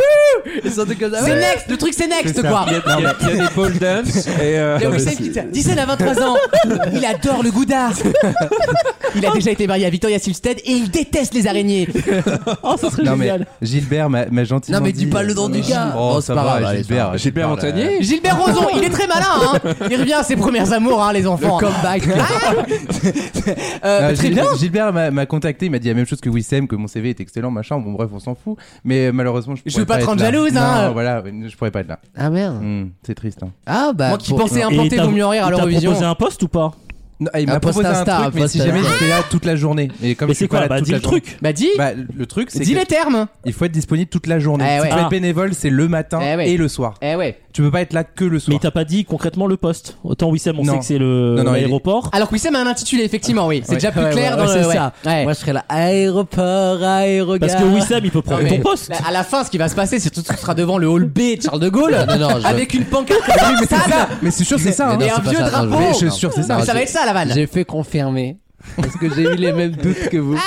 [SPEAKER 6] Ils sont des comme ça.
[SPEAKER 2] C'est
[SPEAKER 6] Ouais.
[SPEAKER 2] next, le truc c'est next
[SPEAKER 5] C'est ça.
[SPEAKER 2] quoi.
[SPEAKER 4] Il y a- il y a il y a des pole dance et euh,
[SPEAKER 2] Il y a Wissem qui dit ça. Dyson a 23 ans, il adore le goudard. Il a déjà été marié à Victoria Silstead et il déteste les araignées.
[SPEAKER 3] Oh, ça serait
[SPEAKER 5] Non, mais
[SPEAKER 3] génial.
[SPEAKER 5] Gilbert m'a m'a gentiment.
[SPEAKER 6] Non, mais dis
[SPEAKER 5] dit,
[SPEAKER 6] pas le nom
[SPEAKER 5] euh,
[SPEAKER 6] du gars.
[SPEAKER 5] Oh,
[SPEAKER 6] Oh, c'est
[SPEAKER 5] ça
[SPEAKER 6] pas
[SPEAKER 5] va,
[SPEAKER 6] grave, allez, c'est pas
[SPEAKER 2] Ah,
[SPEAKER 5] Gilbert.
[SPEAKER 4] Gilbert
[SPEAKER 5] là.
[SPEAKER 4] Montagnier
[SPEAKER 2] Gilbert Rozon, il est très malin. Hein il revient à ses premiers amours, hein, les enfants. ah,
[SPEAKER 6] Comeback.
[SPEAKER 2] Euh,
[SPEAKER 5] Ah,
[SPEAKER 2] très
[SPEAKER 5] Gilbert-
[SPEAKER 2] bien.
[SPEAKER 5] Gilbert m'a m'a contacté, il m'a dit la même chose que Wissem, que mon CV est excellent, machin. Bon, bref, on s'en fout. Mais euh, malheureusement, je
[SPEAKER 2] Je
[SPEAKER 5] pourrais
[SPEAKER 2] veux pas te
[SPEAKER 5] être
[SPEAKER 2] rendre
[SPEAKER 5] là.
[SPEAKER 2] jalouse,
[SPEAKER 5] Non,
[SPEAKER 2] hein.
[SPEAKER 5] voilà, je pourrais pas être là.
[SPEAKER 6] Ah merde.
[SPEAKER 5] Hmm, c'est triste. hein.
[SPEAKER 6] Ah bah.
[SPEAKER 2] Moi qui
[SPEAKER 6] bon.
[SPEAKER 2] pensais implanter
[SPEAKER 3] Et t'as-
[SPEAKER 2] Vaut mieux en rire à
[SPEAKER 3] il t'a
[SPEAKER 2] l'Eurovision.
[SPEAKER 3] proposé un poste ou pas
[SPEAKER 5] Non, il
[SPEAKER 6] Un
[SPEAKER 5] m'a
[SPEAKER 6] post
[SPEAKER 5] proposé un
[SPEAKER 6] Insta,
[SPEAKER 5] truc,
[SPEAKER 6] un
[SPEAKER 5] mais
[SPEAKER 6] post
[SPEAKER 5] si jamais
[SPEAKER 6] Insta.
[SPEAKER 5] j'étais là toute la journée. Et comme
[SPEAKER 3] Mais
[SPEAKER 5] je suis
[SPEAKER 3] c'est
[SPEAKER 5] pas
[SPEAKER 3] quoi
[SPEAKER 5] là
[SPEAKER 3] Bah,
[SPEAKER 5] toute
[SPEAKER 3] dis
[SPEAKER 5] la
[SPEAKER 3] le
[SPEAKER 5] journée-
[SPEAKER 3] truc.
[SPEAKER 2] Bah dis,
[SPEAKER 5] Bah, le truc, c'est
[SPEAKER 2] dis les
[SPEAKER 5] que
[SPEAKER 2] termes.
[SPEAKER 5] il faut être disponible toute la journée.
[SPEAKER 2] Eh
[SPEAKER 5] Si
[SPEAKER 2] ouais.
[SPEAKER 5] tu fais
[SPEAKER 3] Ah.
[SPEAKER 5] le bénévole, c'est le matin
[SPEAKER 2] Eh ouais.
[SPEAKER 5] et le soir.
[SPEAKER 2] Eh ouais.
[SPEAKER 5] Tu peux pas être là que le
[SPEAKER 3] Mais il
[SPEAKER 5] soir.
[SPEAKER 3] t'a pas dit concrètement le poste. Autant Wissem, on
[SPEAKER 5] Non.
[SPEAKER 3] sait que c'est le-
[SPEAKER 5] Non, non, il est-
[SPEAKER 3] l'aéroport.
[SPEAKER 2] Alors que Wissem a un intitulé, effectivement, oui. C'est déjà plus
[SPEAKER 6] Ouais,
[SPEAKER 2] clair
[SPEAKER 6] ouais,
[SPEAKER 2] dans
[SPEAKER 6] ouais,
[SPEAKER 2] le.
[SPEAKER 6] c'est
[SPEAKER 2] ouais.
[SPEAKER 6] ça.
[SPEAKER 2] Ouais.
[SPEAKER 6] Moi, je serais là aéroport, aérogare.
[SPEAKER 3] Parce que Wissem, il peut prendre
[SPEAKER 2] Non, mais-
[SPEAKER 3] ton poste.
[SPEAKER 2] Là, Bah, À la fin, ce qui va se passer, c'est que tu seras devant le hall B de Charles de Gaulle
[SPEAKER 6] Non, non, je-
[SPEAKER 2] avec une pancarte comme ça,
[SPEAKER 5] C'est ça. Mais c'est sûr, c'est ça. hein.
[SPEAKER 2] Et
[SPEAKER 6] Mais Ah, non,
[SPEAKER 2] un
[SPEAKER 6] c'est pas
[SPEAKER 2] vieux
[SPEAKER 6] ça. Attends,
[SPEAKER 2] drapeau.
[SPEAKER 5] Mais je suis sûr, c'est ça.
[SPEAKER 2] ça va être ça la vanne.
[SPEAKER 6] J'ai fait confirmer. Parce que j'ai eu les mêmes doutes que vous.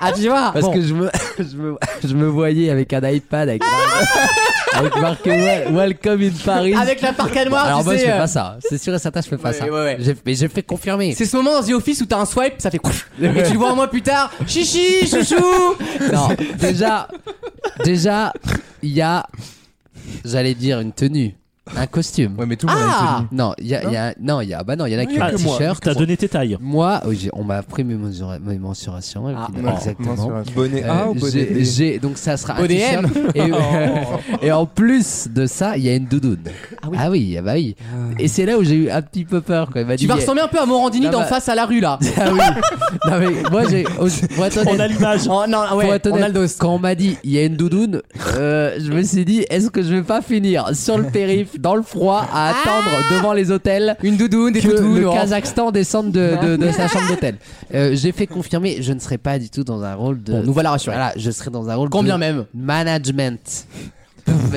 [SPEAKER 2] Ah, tu vois
[SPEAKER 6] Parce
[SPEAKER 2] bon.
[SPEAKER 6] que je me, je, me, je me voyais avec un iPad, avec, avec marqué Wel- Welcome in Paris.
[SPEAKER 2] Avec la parka noire,
[SPEAKER 6] Alors
[SPEAKER 2] Ah, tu
[SPEAKER 6] moi, je
[SPEAKER 2] sais.
[SPEAKER 6] fais
[SPEAKER 2] euh,
[SPEAKER 6] pas ça. C'est sûr et certain, je fais pas
[SPEAKER 2] Ouais,
[SPEAKER 6] ça.
[SPEAKER 2] ouais, ouais.
[SPEAKER 6] J'ai- mais j'ai fait confirmer.
[SPEAKER 2] C'est ce moment dans The Office où t'as un swipe, ça fait couf. et tu le vois un mois plus tard, chichi, chouchou.
[SPEAKER 6] Non, déjà, déjà, il y a, j'allais dire une tenue, un costume.
[SPEAKER 5] Ouais, mais tout le monde
[SPEAKER 2] Ah.
[SPEAKER 5] a une tenue.
[SPEAKER 6] Non, il y a, il y a- non, il y a, bah non, il y en a qui ont
[SPEAKER 3] Ah,
[SPEAKER 6] un t-shirt.
[SPEAKER 3] T'as donné tes tailles.
[SPEAKER 6] Moi, oui, j'ai- on m'a pris mes, mensura- mes
[SPEAKER 2] Ah,
[SPEAKER 6] mensurations, évidemment,
[SPEAKER 5] Non,
[SPEAKER 6] exactement.
[SPEAKER 5] non, c'est vrai.
[SPEAKER 4] bonnet
[SPEAKER 6] Euh,
[SPEAKER 4] A ou bonnet
[SPEAKER 6] j'ai,
[SPEAKER 4] B
[SPEAKER 6] j'ai- donc ça sera un
[SPEAKER 2] ODM.
[SPEAKER 6] t-shirt et,
[SPEAKER 2] Oh.
[SPEAKER 6] et en plus de ça il y a une doudoune ah oui ah oui, bah oui. et c'est là où j'ai eu un petit peu peur quoi. Il m'a
[SPEAKER 2] Tu
[SPEAKER 6] dit,
[SPEAKER 2] vas ressembler un peu à Morandini
[SPEAKER 6] Non,
[SPEAKER 2] d'en
[SPEAKER 6] bah-
[SPEAKER 2] face à la rue là.
[SPEAKER 6] ah oui non mais moi j'ai pour être honnête-
[SPEAKER 3] On a l'image.
[SPEAKER 2] Oh, non,
[SPEAKER 6] pour
[SPEAKER 2] ouais,
[SPEAKER 6] être
[SPEAKER 2] on a
[SPEAKER 6] honnête,
[SPEAKER 2] le dos.
[SPEAKER 6] quand on m'a dit il y a une doudoune, euh, je me suis dit est-ce que je vais pas finir sur le périph, dans le froid, à attendre devant les hôtels
[SPEAKER 2] Ah. Une doudoune, des
[SPEAKER 6] que
[SPEAKER 2] toutous,
[SPEAKER 6] le
[SPEAKER 2] Laurent.
[SPEAKER 6] Kazakhstan descende de, de- de sa chambre d'hôtel. Euh, J'ai fait confirmer, je ne serai pas du tout dans un rôle de.
[SPEAKER 2] Bon, nous voilà rassurés.
[SPEAKER 6] Voilà, je serai dans un rôle
[SPEAKER 2] Combien
[SPEAKER 6] de
[SPEAKER 2] même
[SPEAKER 6] management.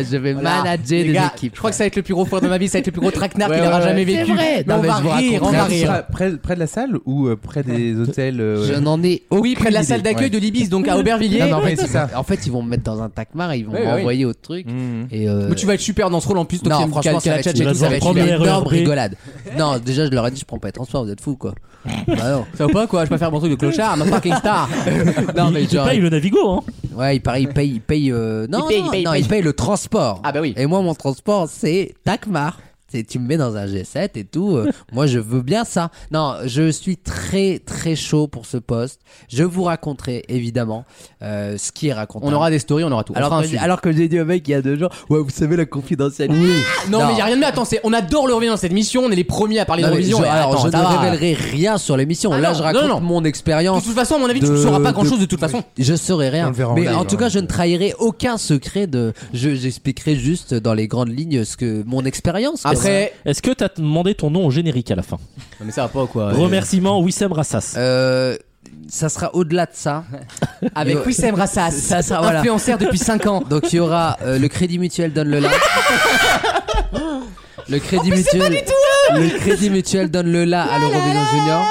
[SPEAKER 6] je vais
[SPEAKER 2] Voilà.
[SPEAKER 6] manager
[SPEAKER 2] Les
[SPEAKER 6] des
[SPEAKER 2] gars,
[SPEAKER 6] équipes.
[SPEAKER 2] Je crois que ça va être le plus gros frère de ma vie, ça va être le plus gros traquenard qu'il
[SPEAKER 6] Ouais,
[SPEAKER 2] aura
[SPEAKER 6] ouais,
[SPEAKER 2] jamais
[SPEAKER 6] ouais. C'est
[SPEAKER 2] vécu.
[SPEAKER 6] vrai.
[SPEAKER 2] Mais
[SPEAKER 6] Non,
[SPEAKER 2] on
[SPEAKER 6] mais
[SPEAKER 2] va
[SPEAKER 6] je vous
[SPEAKER 2] rire, on
[SPEAKER 6] raconterai
[SPEAKER 2] va
[SPEAKER 6] tout
[SPEAKER 5] Ce
[SPEAKER 2] rire.
[SPEAKER 5] sera Près, près de la salle ou euh, près des hôtels euh,
[SPEAKER 6] je n'en ai aucune
[SPEAKER 2] Oui, près de la
[SPEAKER 6] idée.
[SPEAKER 2] salle d'accueil
[SPEAKER 5] Ouais.
[SPEAKER 2] de l'Ibis, donc à Aubervilliers.
[SPEAKER 6] Non, mais en,
[SPEAKER 5] Oui,
[SPEAKER 6] fait,
[SPEAKER 5] c'est
[SPEAKER 6] ils
[SPEAKER 5] ça.
[SPEAKER 6] vont- en fait, ils vont me mettre dans un tacmar et ils vont
[SPEAKER 2] Oui, oui,
[SPEAKER 6] m'envoyer au truc.
[SPEAKER 5] Mhm.
[SPEAKER 6] Et euh,
[SPEAKER 2] Où tu vas être super dans ce rôle en plus, toi qui
[SPEAKER 6] non,
[SPEAKER 2] aimes
[SPEAKER 6] franchement,
[SPEAKER 2] calquer
[SPEAKER 6] ça
[SPEAKER 2] la
[SPEAKER 6] va
[SPEAKER 2] tchatche
[SPEAKER 6] être
[SPEAKER 2] et tout,
[SPEAKER 6] une-
[SPEAKER 2] ça va être
[SPEAKER 3] prendre
[SPEAKER 6] une
[SPEAKER 3] les
[SPEAKER 2] génial.
[SPEAKER 6] énorme
[SPEAKER 3] RERB.
[SPEAKER 6] rigolade. Non, déjà, je leur ai dit, je prends pas les transports, vous êtes fous, quoi. Bah non.
[SPEAKER 2] Ça va pas quoi, je préfère mon truc de clochard, ma parking star.
[SPEAKER 6] Non,
[SPEAKER 3] Il-
[SPEAKER 6] mais
[SPEAKER 3] il te
[SPEAKER 6] genre,
[SPEAKER 3] paye le Navigo, hein.
[SPEAKER 6] ouais, il paraît, il paye, il paye, euh, non,
[SPEAKER 2] Il paye,
[SPEAKER 6] non,
[SPEAKER 2] il paye, il
[SPEAKER 6] non,
[SPEAKER 2] paye.
[SPEAKER 6] il paye le transport.
[SPEAKER 2] Ah bah oui.
[SPEAKER 6] Et moi, mon transport, c'est Takmar. C'est, tu me mets dans un G7 et tout. euh, moi, je veux bien ça. Non, je suis très, très chaud pour ce poste. Je vous raconterai, évidemment, euh, ce qui est raconté.
[SPEAKER 2] On aura des stories, on aura tout. On fera
[SPEAKER 6] Alors
[SPEAKER 2] un
[SPEAKER 6] que, j'ai-
[SPEAKER 2] suivi.
[SPEAKER 6] alors que j'ai dit au mec il y a deux jours, ouais, vous savez la confidentialité.
[SPEAKER 2] Non, mais y a rien de mieux. Attends, c'est- on adore le dans cette mission. On est les premiers à parler de
[SPEAKER 6] Non, mais
[SPEAKER 2] l'Eurovision.
[SPEAKER 6] je,
[SPEAKER 2] Et
[SPEAKER 6] alors,
[SPEAKER 2] attends,
[SPEAKER 6] je
[SPEAKER 2] ça
[SPEAKER 6] ne
[SPEAKER 2] va.
[SPEAKER 6] révélerai rien sur l'émission.
[SPEAKER 2] Ah
[SPEAKER 6] Là,
[SPEAKER 2] non,
[SPEAKER 6] je raconte
[SPEAKER 2] non, non.
[SPEAKER 6] mon
[SPEAKER 2] De
[SPEAKER 6] expérience.
[SPEAKER 2] toute façon, à mon avis, tu
[SPEAKER 6] de-
[SPEAKER 2] ne sauras pas grand chose
[SPEAKER 6] de-
[SPEAKER 2] de toute façon.
[SPEAKER 6] Je saurai rien.
[SPEAKER 5] On le verra en
[SPEAKER 6] mais
[SPEAKER 5] live, hein.
[SPEAKER 6] en tout
[SPEAKER 5] ouais.
[SPEAKER 6] cas, je ne trahirai aucun secret de. je- J'expliquerai juste dans les grandes lignes ce que mon expérience. quoi.
[SPEAKER 2] Après.
[SPEAKER 3] Est-ce que t'as demandé ton nom au générique à la fin
[SPEAKER 2] Non, mais ça va pas quoi.
[SPEAKER 3] Remerciement Wissem Rassas.
[SPEAKER 6] Euh, ça sera au-delà de ça.
[SPEAKER 2] Avec
[SPEAKER 6] Yo-
[SPEAKER 2] Wissem Rassas.
[SPEAKER 6] Ça sera- voilà.
[SPEAKER 2] Influenceur depuis 5 ans.
[SPEAKER 6] Donc il y aura euh, le Crédit Mutuel donne le like. Le Crédit Mutuel. le Crédit Mutuel donne le la à l'Eurovision Junior.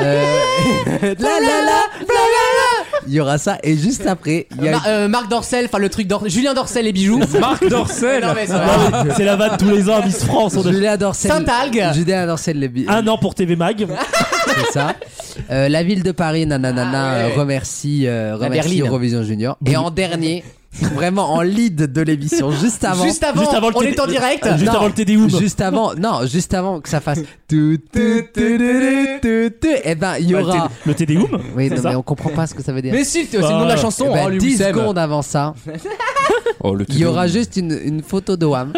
[SPEAKER 6] Euh, la, la, la, Il y aura ça et juste après il y a
[SPEAKER 2] Ma- euh, Marc Dorcel, enfin le truc d'Or- Julien Dorcel et bijoux.
[SPEAKER 4] Marc Dorcel
[SPEAKER 2] Non, mais c'est vrai.
[SPEAKER 3] Ah oui, C'est la vanne tous les ans à Miss France. on a-
[SPEAKER 6] Julien Dorcel.
[SPEAKER 2] Saint-Algue.
[SPEAKER 6] Julien Dorcel le bi-
[SPEAKER 3] Un an pour TV Mag.
[SPEAKER 6] c'est ça. Euh, la ville de Paris nananana
[SPEAKER 2] Ah ouais.
[SPEAKER 6] euh, remercie euh, remercie
[SPEAKER 2] berline.
[SPEAKER 6] Eurovision Junior et en dernier vraiment en lead de l'émission juste avant
[SPEAKER 2] Juste avant, Ah,
[SPEAKER 3] Juste avant le
[SPEAKER 2] on
[SPEAKER 3] TD
[SPEAKER 2] est en direct.
[SPEAKER 3] Juste
[SPEAKER 6] Non.
[SPEAKER 3] avant le TDUM.
[SPEAKER 6] Juste avant, non, juste avant que ça fasse tout, tout, tout, tout, tout, tout, et ben il y aura.
[SPEAKER 3] Le TDUM
[SPEAKER 6] Oui,
[SPEAKER 3] c'est
[SPEAKER 6] non,
[SPEAKER 3] ça.
[SPEAKER 6] mais on comprend pas ce que ça veut dire.
[SPEAKER 2] Mais si, c'est le nom de la chanson.
[SPEAKER 6] Eh ben,
[SPEAKER 2] Oh, lui,
[SPEAKER 6] 10
[SPEAKER 2] Wissem.
[SPEAKER 6] secondes avant ça,
[SPEAKER 4] Oh, le
[SPEAKER 6] il y aura juste une, une photo de Wham.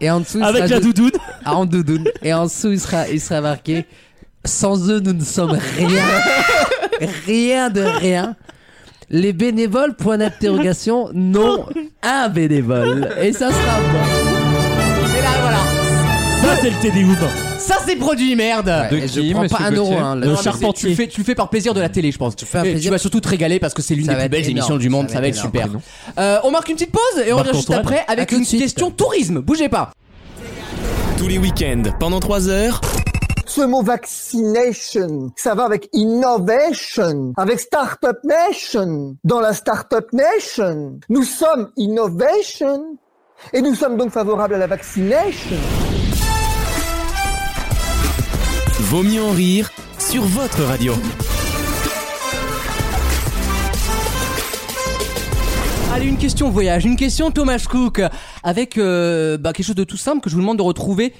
[SPEAKER 6] et en dessous, il
[SPEAKER 3] Avec
[SPEAKER 6] sera
[SPEAKER 3] la
[SPEAKER 6] ju-
[SPEAKER 3] doudoune.
[SPEAKER 6] Ah, en doudoune. Et en dessous, il sera, il sera marqué Sans eux, nous ne sommes rien. rien de rien. Les bénévoles, point d'interrogation, non, un bénévole. Et ça sera moi.
[SPEAKER 2] Et là, voilà.
[SPEAKER 3] Ça, c'est le TDUM.
[SPEAKER 2] Ça, c'est produit, merde.
[SPEAKER 4] De
[SPEAKER 6] Et
[SPEAKER 4] qui,
[SPEAKER 6] je prends
[SPEAKER 4] monsieur
[SPEAKER 6] pas un
[SPEAKER 4] Gauthier
[SPEAKER 6] euro. hein, là.
[SPEAKER 3] Le
[SPEAKER 2] Non, mais c'est- Tu
[SPEAKER 3] charpentier.
[SPEAKER 2] le, fais, tu le fais par plaisir de la télé, je pense. Tu,
[SPEAKER 6] fais un plaisir.
[SPEAKER 2] vas surtout te régaler parce que c'est l'une
[SPEAKER 6] Ça
[SPEAKER 2] des
[SPEAKER 6] va
[SPEAKER 2] plus
[SPEAKER 6] être
[SPEAKER 2] belles
[SPEAKER 6] énorme.
[SPEAKER 2] émissions du monde. Ça, va être
[SPEAKER 6] énorme.
[SPEAKER 2] super. Euh, on marque une petite pause et on revient juste
[SPEAKER 3] Antoine.
[SPEAKER 2] après avec
[SPEAKER 6] tout de
[SPEAKER 2] une
[SPEAKER 6] suite.
[SPEAKER 2] question tourisme. Bougez pas.
[SPEAKER 1] Tous les week-ends, pendant 3 heures.
[SPEAKER 9] Ce mot vaccination, ça va avec innovation, avec startup nation. Dans la startup nation, nous sommes innovation et nous sommes donc favorables à la vaccination.
[SPEAKER 1] Vaut mieux en rire sur votre
[SPEAKER 3] Bah,
[SPEAKER 1] radio.
[SPEAKER 2] Allez, une question voyage, une question Thomas Cook, avec euh, bah, quelque chose de tout simple que je vous demande de retrouver.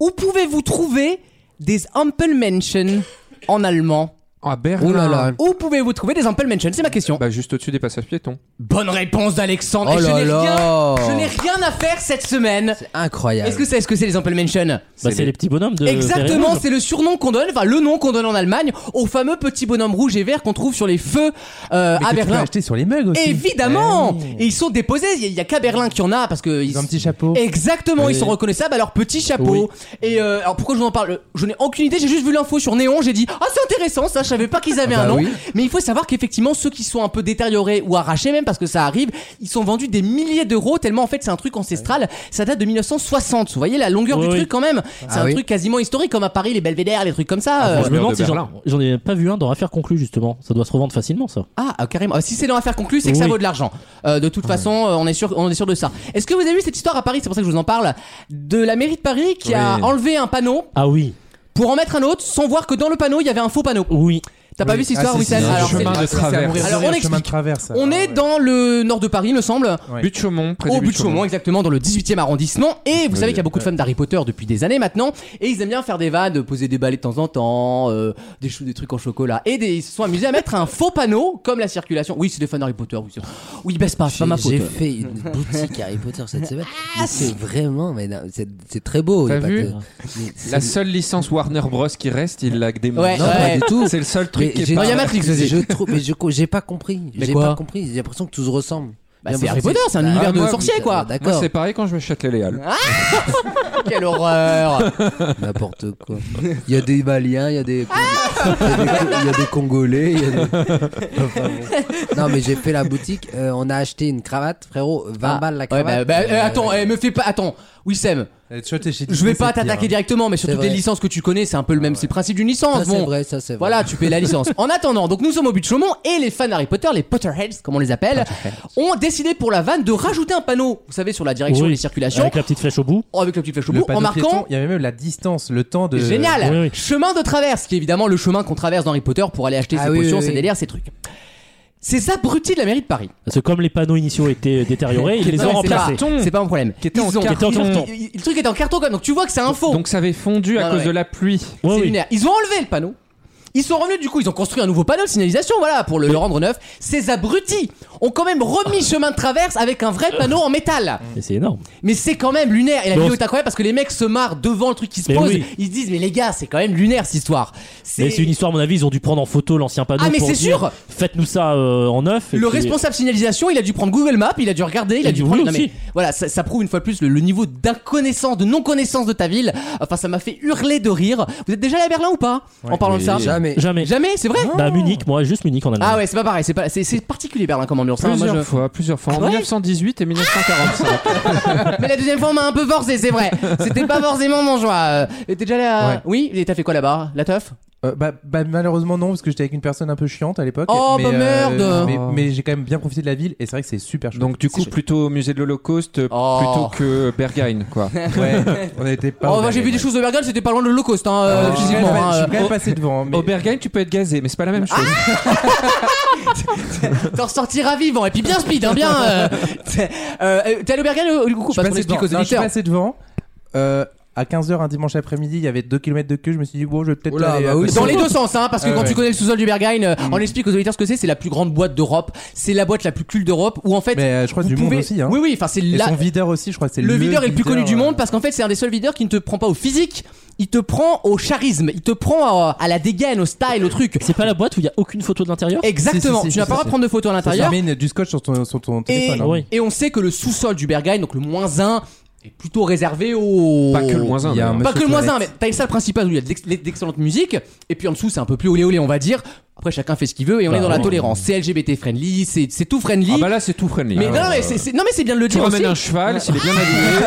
[SPEAKER 2] Où pouvez-vous trouver des Ampelmännchen en allemand
[SPEAKER 4] Ah, Berlin.
[SPEAKER 6] Oh là là.
[SPEAKER 2] Où pouvez-vous trouver des Ampelmännchen C'est ma question.
[SPEAKER 4] Bah, juste au-dessus des passages piétons.
[SPEAKER 2] Bonne réponse d'Alexandre.
[SPEAKER 6] Oh
[SPEAKER 2] Et je
[SPEAKER 6] là
[SPEAKER 2] n'ai
[SPEAKER 6] là.
[SPEAKER 2] rien, je n'ai rien à faire cette semaine.
[SPEAKER 6] Incroyable.
[SPEAKER 2] Est-ce que c'est, est-ce que c'est les Ampelmännchen
[SPEAKER 3] Bah, c'est les petits bonhommes de.
[SPEAKER 2] Exactement,
[SPEAKER 3] Vernon.
[SPEAKER 2] c'est le surnom qu'on donne, enfin le nom qu'on donne en Allemagne au fameux petit bonhomme rouge et vert qu'on trouve sur les feux euh,
[SPEAKER 5] Mais
[SPEAKER 2] à
[SPEAKER 5] que Tu peux
[SPEAKER 2] Berlin.
[SPEAKER 5] acheter sur les mugs aussi.
[SPEAKER 2] Évidemment Et ils sont déposés, il y a- il y a, qu'à Berlin qu'il y en a, parce que...
[SPEAKER 5] Ils
[SPEAKER 2] Ils
[SPEAKER 5] ont un petit chapeau.
[SPEAKER 2] Exactement, ils sont reconnaissables à leur petit chapeau. Et euh, alors pourquoi je vous en parle Je n'ai aucune idée, j'ai juste vu l'info sur Néon, j'ai dit Ah, c'est intéressant ça, je savais pas qu'ils avaient
[SPEAKER 6] Ah bah
[SPEAKER 2] un nom.
[SPEAKER 6] oui.
[SPEAKER 2] Mais il faut savoir qu'effectivement, ceux qui sont un peu détériorés ou arrachés, même parce que ça arrive, ils sont vendus des milliers d'euros, tellement en fait c'est un truc ancestral. Ça date de 1960, vous voyez la longueur
[SPEAKER 3] Oui,
[SPEAKER 2] du
[SPEAKER 3] oui. Ah,
[SPEAKER 2] truc quand même. C'est
[SPEAKER 6] Ah
[SPEAKER 2] un
[SPEAKER 6] oui.
[SPEAKER 2] truc quasiment historique, comme à Paris, les belvédères, les trucs comme ça. euh.
[SPEAKER 3] Je me demande
[SPEAKER 4] de
[SPEAKER 3] si j'en
[SPEAKER 4] Berlin.
[SPEAKER 3] j'en ai pas vu un dans Affaire Conclue justement. Ça doit se revendre facilement ça.
[SPEAKER 2] Ah, ah, carrément. Ah, Si c'est dans affaire conclue, c'est que ça
[SPEAKER 3] Oui.
[SPEAKER 2] vaut de l'argent. Euh, de toute façon, euh, on est sûr, on est sûr de ça. Est-ce que vous avez vu cette histoire à Paris C'est pour ça que je vous en parle. De la mairie de Paris qui a
[SPEAKER 4] Oui.
[SPEAKER 2] enlevé un panneau
[SPEAKER 3] Ah oui,
[SPEAKER 2] pour en mettre un autre, sans voir que dans le panneau il y avait un faux panneau.
[SPEAKER 3] oui.
[SPEAKER 2] T'as pas vu cette
[SPEAKER 5] Ah,
[SPEAKER 2] histoire,
[SPEAKER 5] si,
[SPEAKER 2] Wissem
[SPEAKER 5] si, si,
[SPEAKER 2] Alors,
[SPEAKER 5] je
[SPEAKER 2] c'est-
[SPEAKER 4] chemin
[SPEAKER 5] sais.
[SPEAKER 4] de
[SPEAKER 5] C'est à
[SPEAKER 4] travers.
[SPEAKER 5] mourir de
[SPEAKER 2] Alors,
[SPEAKER 5] rire,
[SPEAKER 2] on
[SPEAKER 5] le chemin de
[SPEAKER 2] explique.
[SPEAKER 5] travers, ça. Ah,
[SPEAKER 2] On est dans le nord de Paris, il me semble.
[SPEAKER 5] Ouais.
[SPEAKER 4] But de Chaumont, près
[SPEAKER 2] Au
[SPEAKER 4] du
[SPEAKER 2] Oh, but de
[SPEAKER 6] hein.
[SPEAKER 2] Chaumont, exactement, dans le 18e arrondissement. Et vous savez qu'il y a beaucoup de fans d'Harry Potter depuis des années maintenant. Et ils aiment bien faire des vannes, poser des balais de temps en temps, euh, des, chou- des trucs en chocolat. Et des- ils se sont amusés à mettre un faux panneau, comme la circulation. Oui, c'est des fans d'Harry Potter. Oui, c'est- oui, ils baissent pas, c'est pas ma faute. Ah,
[SPEAKER 6] J'ai fait une boutique Harry Potter cette semaine. Mais C'est vraiment, mais non, c'est c'est très beau. il y a
[SPEAKER 4] T'as
[SPEAKER 6] pas
[SPEAKER 4] vu
[SPEAKER 6] de- mais
[SPEAKER 4] La
[SPEAKER 6] c'est-
[SPEAKER 4] seule licence Warner Bros qui reste, il l'a démonté.
[SPEAKER 2] Ouais, Non, ouais. pas du
[SPEAKER 6] tout.
[SPEAKER 4] C'est le seul
[SPEAKER 6] mais
[SPEAKER 4] truc qui
[SPEAKER 6] j'ai-
[SPEAKER 4] est
[SPEAKER 2] Non, il y a
[SPEAKER 4] pas...
[SPEAKER 2] Matrix aussi.
[SPEAKER 6] Je trouve, mais je co- j'ai pas compris.
[SPEAKER 2] Mais
[SPEAKER 6] J'ai
[SPEAKER 2] quoi
[SPEAKER 6] pas compris. J'ai l'impression que tout se ressemble.
[SPEAKER 2] Bah,
[SPEAKER 6] J'ai
[SPEAKER 2] c'est Harry
[SPEAKER 6] l'impression-
[SPEAKER 2] Potter, c'est un
[SPEAKER 6] Bah,
[SPEAKER 2] univers de
[SPEAKER 6] moi,
[SPEAKER 2] sorciers,
[SPEAKER 6] oui,
[SPEAKER 2] quoi.
[SPEAKER 4] Moi,
[SPEAKER 6] D'accord.
[SPEAKER 4] c'est pareil quand je me châte les Léal.
[SPEAKER 2] Ah. Quelle horreur
[SPEAKER 6] N'importe quoi. Il y a des Maliens, il y a des, il y a des- il y a des Congolais. il y a des- Enfin, bon. Non, mais j'ai fait la boutique. euh, on a acheté une cravate, frérot. 20
[SPEAKER 2] Ah,
[SPEAKER 6] balles la
[SPEAKER 2] ouais,
[SPEAKER 6] cravate.
[SPEAKER 2] bah, bah, euh,
[SPEAKER 6] Euh,
[SPEAKER 2] attends, eh, me fais pas. Attends, Wissem, je vais pas t'attaquer directement, mais surtout
[SPEAKER 6] hein. C'est vrai.
[SPEAKER 2] les licences que tu connais, c'est un peu le même. C'est le principe d'une licence.
[SPEAKER 6] Ça, c'est
[SPEAKER 2] bon.
[SPEAKER 6] vrai, ça, c'est vrai.
[SPEAKER 2] Voilà, tu payes la licence. En attendant, donc nous sommes au but de Chaumont et les fans Harry Potter, les Potterheads, comme on les appelle, ont décidé pour la vanne de rajouter un panneau, vous savez, sur la direction
[SPEAKER 3] Oui.
[SPEAKER 2] des circulations,
[SPEAKER 3] Avec la petite flèche au bout.
[SPEAKER 2] oh, avec la petite flèche au
[SPEAKER 5] Le
[SPEAKER 2] bout, en
[SPEAKER 5] panneau
[SPEAKER 2] marquant
[SPEAKER 5] piéton, Il y avait même la distance, le temps de.
[SPEAKER 2] Génial
[SPEAKER 3] oui, oui.
[SPEAKER 2] Chemin de traverse, qui est évidemment le chemin qu'on traverse dans Harry Potter pour aller acheter
[SPEAKER 6] Ah
[SPEAKER 2] ses
[SPEAKER 6] oui,
[SPEAKER 2] potions,
[SPEAKER 6] oui,
[SPEAKER 2] ses
[SPEAKER 6] oui.
[SPEAKER 2] délires, ses trucs. Ces abrutis de la mairie de Paris.
[SPEAKER 3] Parce que comme les panneaux initiaux étaient détériorés, ils les
[SPEAKER 2] Non,
[SPEAKER 3] ont
[SPEAKER 2] mais c'est
[SPEAKER 3] remplacés.
[SPEAKER 2] pas- C'est pas mon problème.
[SPEAKER 4] Qui était en
[SPEAKER 2] Ils ont-
[SPEAKER 4] carton.
[SPEAKER 2] ils ont- ils- Le truc était en carton quand même, donc tu vois que c'est un faux.
[SPEAKER 4] Donc ça avait fondu
[SPEAKER 2] Non,
[SPEAKER 4] à
[SPEAKER 2] non,
[SPEAKER 4] cause
[SPEAKER 2] mais-
[SPEAKER 4] de la pluie.
[SPEAKER 2] C'est
[SPEAKER 3] Ouais, oui.
[SPEAKER 2] lunaire. Ils ont enlevé le panneau. Ils sont revenus du coup, ils ont construit un nouveau panneau de signalisation, voilà, pour le, le rendre neuf. Ces abrutis ont quand même remis chemin de traverse avec un vrai panneau en métal.
[SPEAKER 3] Mais c'est énorme.
[SPEAKER 2] Mais c'est quand même lunaire. Et la
[SPEAKER 3] Bon,
[SPEAKER 2] vidéo
[SPEAKER 3] c'est-
[SPEAKER 2] est incroyable parce que les mecs se marrent devant le truc qui se
[SPEAKER 3] Mais
[SPEAKER 2] pose.
[SPEAKER 3] oui.
[SPEAKER 2] Ils se disent, mais les gars, c'est quand même lunaire cette histoire.
[SPEAKER 3] Mais c'est une histoire, à mon avis, ils ont dû prendre en photo l'ancien panneau.
[SPEAKER 2] Ah, mais
[SPEAKER 3] pour
[SPEAKER 2] c'est
[SPEAKER 3] dire,
[SPEAKER 2] sûr
[SPEAKER 3] Faites-nous ça euh, en neuf. et
[SPEAKER 2] Le
[SPEAKER 3] puis-
[SPEAKER 2] responsable signalisation, il a dû prendre Google Maps, il a dû regarder, il a
[SPEAKER 3] Et
[SPEAKER 2] dû
[SPEAKER 3] oui
[SPEAKER 2] prendre.
[SPEAKER 3] aussi.
[SPEAKER 2] mais voilà, ça, ça prouve une fois de plus le, le niveau d'inconnaissance, de non-connaissance de ta ville. Enfin, ça m'a fait hurler de rire. Vous êtes déjà allé à Berlin ou pas En parlant de ça
[SPEAKER 6] Jamais.
[SPEAKER 3] Jamais.
[SPEAKER 2] Jamais, c'est vrai
[SPEAKER 3] Bah, Munich, moi, juste Munich en Allemagne.
[SPEAKER 2] Ah ouais, c'est pas pareil, c'est pas- c'est c'est particulier Berlin comme ambiance. hein, moi,
[SPEAKER 4] Plusieurs
[SPEAKER 2] je-
[SPEAKER 4] fois, plusieurs fois.
[SPEAKER 2] Ah
[SPEAKER 4] En
[SPEAKER 2] ouais
[SPEAKER 4] 1918 et 1945.
[SPEAKER 2] Mais la deuxième fois on m'a un peu forcé, c'est vrai. C'était pas forcément mon joie. Euh, T'es déjà allé à...
[SPEAKER 5] Ouais.
[SPEAKER 2] Oui, et t'as fait quoi là-bas La teuf
[SPEAKER 5] Euh, bah, bah, malheureusement non parce que j'étais avec une personne un peu chiante à l'époque.
[SPEAKER 2] Oh,
[SPEAKER 5] mais, euh,
[SPEAKER 2] bah, merde.
[SPEAKER 5] mais mais j'ai quand même bien profité de la ville et c'est vrai que c'est super chouette.
[SPEAKER 4] Donc du coup, plutôt au musée de l'Holocauste, euh,
[SPEAKER 2] Oh.
[SPEAKER 4] plutôt que Berghain, quoi.
[SPEAKER 5] ouais, Ah, on était pas.
[SPEAKER 2] Oh,
[SPEAKER 5] au
[SPEAKER 2] bah, j'ai
[SPEAKER 5] Berghain.
[SPEAKER 2] vu des choses de Bergame, c'était pas loin de l'Holocauste, hein, euh,
[SPEAKER 5] Je suis quand
[SPEAKER 2] physiquement.
[SPEAKER 5] même- je
[SPEAKER 2] hein,
[SPEAKER 5] suis quand même passé devant. Mais...
[SPEAKER 4] Au Berghain, tu peux être gazé, mais c'est pas la même chose.
[SPEAKER 2] Ah. euh, T'en ressortiras vivant, et puis bien speed, hein, bien. euh, t'es- euh, T'es allé au Bergame euh, du coup
[SPEAKER 5] je suis
[SPEAKER 2] Parce qu'on
[SPEAKER 5] passé devant.
[SPEAKER 2] explique aux
[SPEAKER 5] Non, je suis
[SPEAKER 2] auditeurs.
[SPEAKER 5] passé devant. Euh, à 15h un dimanche après-midi, il y avait 2 km de queue. Je me suis dit, bon, je vais peut-être.
[SPEAKER 6] Oula,
[SPEAKER 5] aller
[SPEAKER 6] bah
[SPEAKER 5] à
[SPEAKER 6] oui,
[SPEAKER 5] côté.
[SPEAKER 2] Dans les deux sens, hein, parce que
[SPEAKER 5] Ah
[SPEAKER 2] quand
[SPEAKER 5] ouais. Mm.
[SPEAKER 2] tu connais le sous-sol du Berghain, euh, on explique aux auditeurs ce que c'est, c'est la plus grande boîte d'Europe, c'est la boîte la plus cool d'Europe, où en fait,
[SPEAKER 5] Mais euh, je crois
[SPEAKER 2] vous
[SPEAKER 5] du
[SPEAKER 2] pouvez...
[SPEAKER 5] monde aussi. Hein.
[SPEAKER 2] Oui, oui, enfin c'est
[SPEAKER 5] Et
[SPEAKER 2] la...
[SPEAKER 5] son videur aussi, je crois que c'est le.
[SPEAKER 2] le videur est le plus
[SPEAKER 5] videur,
[SPEAKER 2] connu du
[SPEAKER 5] euh,
[SPEAKER 2] monde parce qu'en fait c'est un des seuls videurs qui ne te prend pas au physique, il te prend au charisme, il te prend à, à la dégaine, au style, au truc.
[SPEAKER 3] C'est pas la boîte où il y a aucune photo de l'intérieur
[SPEAKER 2] Eh, Exactement,
[SPEAKER 5] Si, si, si,
[SPEAKER 2] tu n'as
[SPEAKER 5] si,
[SPEAKER 2] pas le droit
[SPEAKER 5] si.
[SPEAKER 2] de prendre de photos à
[SPEAKER 5] Ça
[SPEAKER 2] l'intérieur.
[SPEAKER 5] met une- du scotch sur ton, sur ton
[SPEAKER 2] Et,
[SPEAKER 5] téléphone. hein.
[SPEAKER 3] Oui.
[SPEAKER 2] et on sait que le sous-sol du Berghain, donc le moins 1, est plutôt réservé aux...
[SPEAKER 4] Pas que le moins un.
[SPEAKER 5] Il y a un
[SPEAKER 4] d'ailleurs.
[SPEAKER 2] Pas
[SPEAKER 5] Monsieur
[SPEAKER 2] que le moins
[SPEAKER 5] Toilette.
[SPEAKER 2] un, mais t'as une salle principale où il y a de l'ex- d'excellentes musiques, et puis en dessous c'est un peu plus olé olé on va dire, Après, chacun fait ce qu'il veut
[SPEAKER 5] Bah,
[SPEAKER 2] et on est dans la tolérance. C'est LGBT friendly, c'est c'est tout friendly.
[SPEAKER 4] Ah bah là, c'est tout friendly.
[SPEAKER 2] mais
[SPEAKER 4] Ah,
[SPEAKER 2] non,
[SPEAKER 4] ouais.
[SPEAKER 2] mais c'est- c'est- non, mais c'est bien de le
[SPEAKER 4] Tu
[SPEAKER 2] dire aussi.
[SPEAKER 4] ramènes un cheval, s'il est bien habillé,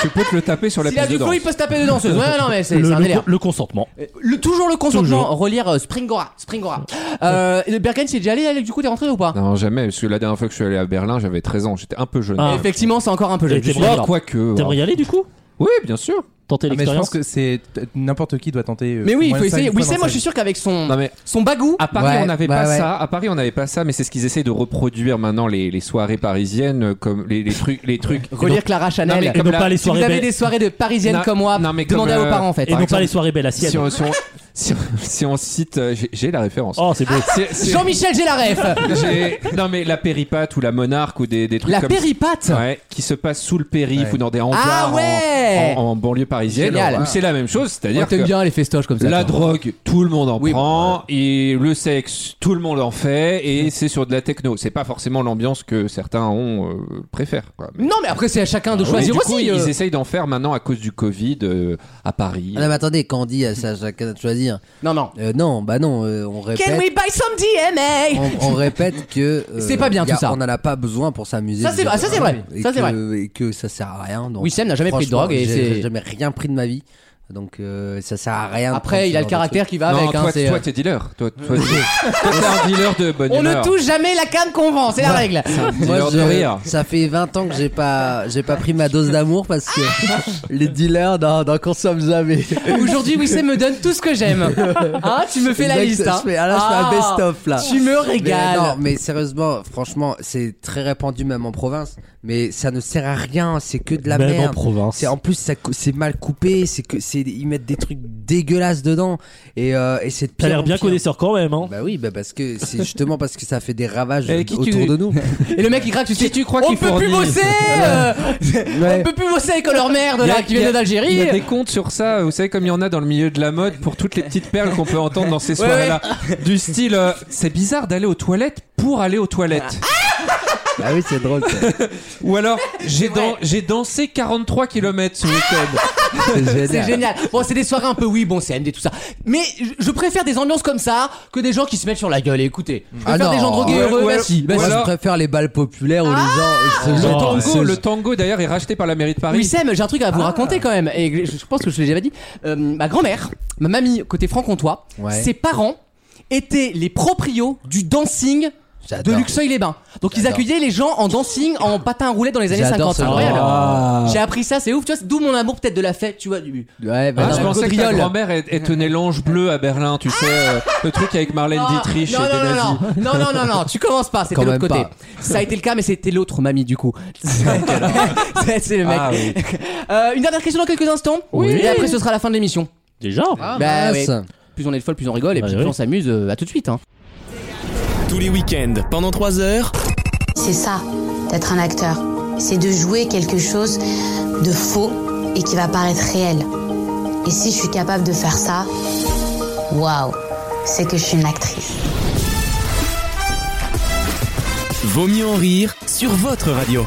[SPEAKER 4] tu peux te le taper sur la
[SPEAKER 2] S'il a
[SPEAKER 4] piste de
[SPEAKER 2] du flow,
[SPEAKER 4] danse.
[SPEAKER 2] il peut se taper de danseuse. Ouais, non, mais c'est
[SPEAKER 3] Le,
[SPEAKER 2] c'est un
[SPEAKER 3] le-
[SPEAKER 2] délire.
[SPEAKER 3] le consentement.
[SPEAKER 2] Euh, Le, toujours le consentement. Relire euh, Springora. Springora. Euh, et le Bergen, c'est déjà allé, Alex, du coup, t'es rentré ou pas
[SPEAKER 4] Non, jamais, parce que la dernière fois que je suis allé à Berlin, j'avais 13 ans, j'étais un peu jeune.
[SPEAKER 3] Ah.
[SPEAKER 2] Effectivement, c'est encore un peu
[SPEAKER 3] Et
[SPEAKER 2] jeune.
[SPEAKER 3] t'es
[SPEAKER 2] je suis
[SPEAKER 3] brave,
[SPEAKER 2] d'accord.
[SPEAKER 4] Quoique. euh,
[SPEAKER 3] T'aimerais y aller du coup
[SPEAKER 4] Oui, bien sûr.
[SPEAKER 3] Tenter
[SPEAKER 5] Ah, Mais je
[SPEAKER 3] l'expérience
[SPEAKER 5] pense que c'est n'importe qui doit tenter. euh,
[SPEAKER 2] Mais oui,
[SPEAKER 5] au
[SPEAKER 2] il
[SPEAKER 5] moins
[SPEAKER 2] faut
[SPEAKER 5] ça
[SPEAKER 2] essayer.
[SPEAKER 5] une fois
[SPEAKER 2] Oui,
[SPEAKER 5] dans
[SPEAKER 2] c'est moi,
[SPEAKER 5] sa
[SPEAKER 2] je suis
[SPEAKER 5] vie.
[SPEAKER 2] sûr qu'avec son,
[SPEAKER 4] Non, Ah, mais
[SPEAKER 2] son bagou.
[SPEAKER 4] À Paris,
[SPEAKER 6] Ouais,
[SPEAKER 4] on n'avait
[SPEAKER 6] bah
[SPEAKER 4] pas
[SPEAKER 6] ouais.
[SPEAKER 4] ça. À Paris, on n'avait pas ça, mais c'est ce qu'ils essayent de reproduire maintenant les, les soirées parisiennes, euh, comme les, les trucs, les trucs.
[SPEAKER 2] Relire Clara
[SPEAKER 4] Non,
[SPEAKER 2] Chanel.
[SPEAKER 4] mais
[SPEAKER 3] Et
[SPEAKER 4] comme
[SPEAKER 3] non
[SPEAKER 4] la-
[SPEAKER 3] pas les
[SPEAKER 2] Si vous
[SPEAKER 3] soirées
[SPEAKER 2] avez
[SPEAKER 3] belles.
[SPEAKER 2] des soirées de parisiennes
[SPEAKER 4] Non,
[SPEAKER 2] comme moi,
[SPEAKER 4] non, mais comme,
[SPEAKER 2] demandez à vos
[SPEAKER 4] euh,
[SPEAKER 2] parents en fait.
[SPEAKER 3] Et non pas
[SPEAKER 4] exemple-
[SPEAKER 3] les soirées belles à
[SPEAKER 4] Si
[SPEAKER 3] Sienne.
[SPEAKER 4] on, si on- si on- si on cite, euh, j'ai- j'ai la référence.
[SPEAKER 3] Oh, c'est beau.
[SPEAKER 4] C'est- c'est-
[SPEAKER 2] Jean-Michel Gélaref
[SPEAKER 4] j'ai- Non mais la péripate ou la monarque ou des, des trucs
[SPEAKER 2] La
[SPEAKER 4] comme
[SPEAKER 2] péripate
[SPEAKER 4] Ouais, qui se passe sous le périph
[SPEAKER 5] Ouais.
[SPEAKER 4] ou dans des hangars
[SPEAKER 2] Ah
[SPEAKER 4] en-
[SPEAKER 2] ouais
[SPEAKER 4] en, en banlieue parisienne.
[SPEAKER 2] Génial.
[SPEAKER 4] Où c'est la même chose,
[SPEAKER 2] On
[SPEAKER 4] c'est-à-dire
[SPEAKER 2] t'aime
[SPEAKER 4] que
[SPEAKER 2] bien les festoches comme ça.
[SPEAKER 4] la
[SPEAKER 2] toi.
[SPEAKER 4] drogue, tout le monde en
[SPEAKER 2] Oui,
[SPEAKER 4] prend, et le sexe, tout le monde en fait, et c'est sur de la techno. C'est pas forcément l'ambiance que certains ont euh, préfèrent. Quoi. Mais-
[SPEAKER 2] Non, mais après, c'est à chacun de
[SPEAKER 4] Mais
[SPEAKER 2] choisir
[SPEAKER 4] Ah du coup,
[SPEAKER 2] aussi.
[SPEAKER 4] ils
[SPEAKER 2] euh.
[SPEAKER 4] essayent d'en faire maintenant à cause du Covid euh, à Paris.
[SPEAKER 6] Ah non, mais attendez, quand on dit à ça, chacun de choisir,
[SPEAKER 2] Non, non.
[SPEAKER 6] euh, non, bah non, euh, on répète.
[SPEAKER 2] Can we buy some
[SPEAKER 4] Oh,
[SPEAKER 2] DMA
[SPEAKER 6] on, on répète que euh,
[SPEAKER 2] C'est pas bien
[SPEAKER 6] y a-
[SPEAKER 2] tout ça.
[SPEAKER 6] On en a pas besoin pour s'amuser.
[SPEAKER 2] Ça, c'est
[SPEAKER 6] je veux
[SPEAKER 2] vrai, ça,
[SPEAKER 6] dire,
[SPEAKER 2] c'est vrai,
[SPEAKER 6] Et
[SPEAKER 2] ça, c'est
[SPEAKER 6] que- Et que ça sert à rien. donc,
[SPEAKER 2] Wissem n'a jamais pris de
[SPEAKER 6] franchement,
[SPEAKER 2] drogue et
[SPEAKER 6] j'ai-
[SPEAKER 2] c'est-
[SPEAKER 6] j'ai jamais rien pris de ma vie. Donc euh, ça sert à rien. de prendre
[SPEAKER 2] Après,
[SPEAKER 6] ce
[SPEAKER 2] il a le
[SPEAKER 6] genre de
[SPEAKER 2] caractère qui va
[SPEAKER 4] non,
[SPEAKER 2] avec. hein,
[SPEAKER 4] toi,
[SPEAKER 2] c'est,
[SPEAKER 4] toi,
[SPEAKER 2] euh,
[SPEAKER 4] t'es dealer. Toi, toi, t'es- toi, t'es un dealer de bonne
[SPEAKER 2] On ne
[SPEAKER 4] humeur.
[SPEAKER 2] touche jamais la canne qu'on vend, c'est la
[SPEAKER 6] Bah,
[SPEAKER 2] règle.
[SPEAKER 6] truc. Moi,
[SPEAKER 4] Dealer
[SPEAKER 6] je-
[SPEAKER 4] de rire.
[SPEAKER 6] ça fait 20 ans que j'ai pas, j'ai pas pris ma dose d'amour parce que les dealers n'en n'en consomment jamais.
[SPEAKER 2] Aujourd'hui, Wissem me donne tout ce que j'aime. Ah, tu me fais la
[SPEAKER 6] Exact,
[SPEAKER 2] liste. hein.
[SPEAKER 6] Je fais, ah là, je
[SPEAKER 2] Ah,
[SPEAKER 6] fais un best-of là.
[SPEAKER 2] Tu me
[SPEAKER 6] Mais non,
[SPEAKER 2] régales.
[SPEAKER 6] mais sérieusement, franchement, c'est très répandu même en province. Mais ça ne sert à rien, c'est que de la
[SPEAKER 3] Même en
[SPEAKER 6] merde.
[SPEAKER 3] province.
[SPEAKER 6] C'est en plus ça cou- c'est mal coupé, c'est que c'est ils mettent des trucs dégueulasses dedans et euh, et c'est de
[SPEAKER 3] T'as
[SPEAKER 6] pire
[SPEAKER 3] l'air
[SPEAKER 6] en
[SPEAKER 3] bien
[SPEAKER 6] pire.
[SPEAKER 3] connaisseur quand même, hein.
[SPEAKER 6] Bah oui, bah parce que c'est justement parce que ça fait des ravages
[SPEAKER 4] Et qui
[SPEAKER 6] autour
[SPEAKER 4] tu-
[SPEAKER 6] de nous.
[SPEAKER 2] Et le mec, il craque, tu sais,
[SPEAKER 4] tu crois
[SPEAKER 2] on
[SPEAKER 4] qu'il
[SPEAKER 2] peut plus
[SPEAKER 4] fournit
[SPEAKER 2] bosser. euh, On peut plus bosser avec leur merde
[SPEAKER 4] Il y a-
[SPEAKER 2] là qui
[SPEAKER 4] il y a-
[SPEAKER 2] viennent d'Algérie.
[SPEAKER 4] Il y a des comptes sur ça, vous savez, comme il y en a dans le milieu de la mode pour toutes les petites perles qu'on peut entendre dans ces soirées-là. Du style, euh, c'est bizarre d'aller aux toilettes pour aller aux toilettes.
[SPEAKER 6] Ah oui, c'est drôle. ça.
[SPEAKER 4] Ou alors, j'ai dan- j'ai dansé 43 km ce week-end.
[SPEAKER 6] C'est
[SPEAKER 2] C'est
[SPEAKER 6] génial.
[SPEAKER 2] génial. Bon, c'est des soirées un peu oui, bon, c'est MD tout ça. Mais je- je préfère des ambiances comme ça que des gens qui se mettent sur la gueule. Et Écoutez, je
[SPEAKER 6] Ah
[SPEAKER 2] préfère
[SPEAKER 6] non.
[SPEAKER 2] des gens drogués
[SPEAKER 6] Ouais,
[SPEAKER 2] heureux.
[SPEAKER 4] ouais.
[SPEAKER 2] bah si.
[SPEAKER 4] Bah,
[SPEAKER 6] Moi,
[SPEAKER 4] voilà.
[SPEAKER 6] je préfère les balles populaires où
[SPEAKER 4] Ah
[SPEAKER 6] les gens ils
[SPEAKER 4] Le
[SPEAKER 6] se
[SPEAKER 3] Genre,
[SPEAKER 4] tango,
[SPEAKER 3] c'est-
[SPEAKER 4] le tango d'ailleurs est racheté par la mairie de
[SPEAKER 6] Ah
[SPEAKER 4] Paris.
[SPEAKER 2] Oui, Sam, j'ai un truc à vous raconter quand même. Et je je pense que je l'ai déjà dit. Euh, ma grand-mère, ma mamie, côté franc-comtois,
[SPEAKER 6] Ouais.
[SPEAKER 2] ses parents étaient les proprios du dancing de
[SPEAKER 6] J'adore.
[SPEAKER 2] Luxeuil-les-Bains. Donc ils
[SPEAKER 6] J'adore.
[SPEAKER 2] accueillaient les gens en dancing, en patin à roulettes dans les années 50.
[SPEAKER 6] J'adore ce
[SPEAKER 2] C'est incroyable.
[SPEAKER 6] genre. Ah.
[SPEAKER 2] J'ai appris ça, c'est ouf. Tu vois, c'est d'où mon amour peut-être de la fête, tu vois. du-
[SPEAKER 6] Ouais, bah
[SPEAKER 4] Ah,
[SPEAKER 6] non.
[SPEAKER 4] je pensais que ta
[SPEAKER 2] gaudriole.
[SPEAKER 4] grand-mère elle- elle tenait l'ange bleu à Berlin, tu sais, euh, le truc avec
[SPEAKER 6] Ben,
[SPEAKER 4] Marlène
[SPEAKER 2] Ah,
[SPEAKER 4] Dietrich
[SPEAKER 2] non,
[SPEAKER 4] et des
[SPEAKER 2] non,
[SPEAKER 4] nazis.
[SPEAKER 2] non, non, non, non, non, non, tu commences pas, c'était
[SPEAKER 6] Quand
[SPEAKER 2] l'autre côté.
[SPEAKER 6] même
[SPEAKER 2] Ça a été le cas, mais c'était l'autre mamie du coup. C'est c'est le mec.
[SPEAKER 4] Ah oui.
[SPEAKER 2] Euh, une dernière question dans quelques instants.
[SPEAKER 3] Oui.
[SPEAKER 2] Et après, ce sera la fin de l'émission.
[SPEAKER 3] Déjà.
[SPEAKER 6] Ah,
[SPEAKER 2] Bah,
[SPEAKER 6] mince.
[SPEAKER 2] Plus on est de folle, plus on rigole, et
[SPEAKER 3] Bah,
[SPEAKER 2] puis
[SPEAKER 3] oui.
[SPEAKER 2] plus on s'amuse. euh, à tout de suite. Hein.
[SPEAKER 1] Tous les week-ends, pendant 3 heures,
[SPEAKER 10] C'est ça, d'être un acteur. C'est de jouer quelque chose de faux et qui va paraître réel. Et si je suis capable de faire ça, waouh, c'est que je suis une actrice.
[SPEAKER 1] Vaut mieux en rire sur votre radio.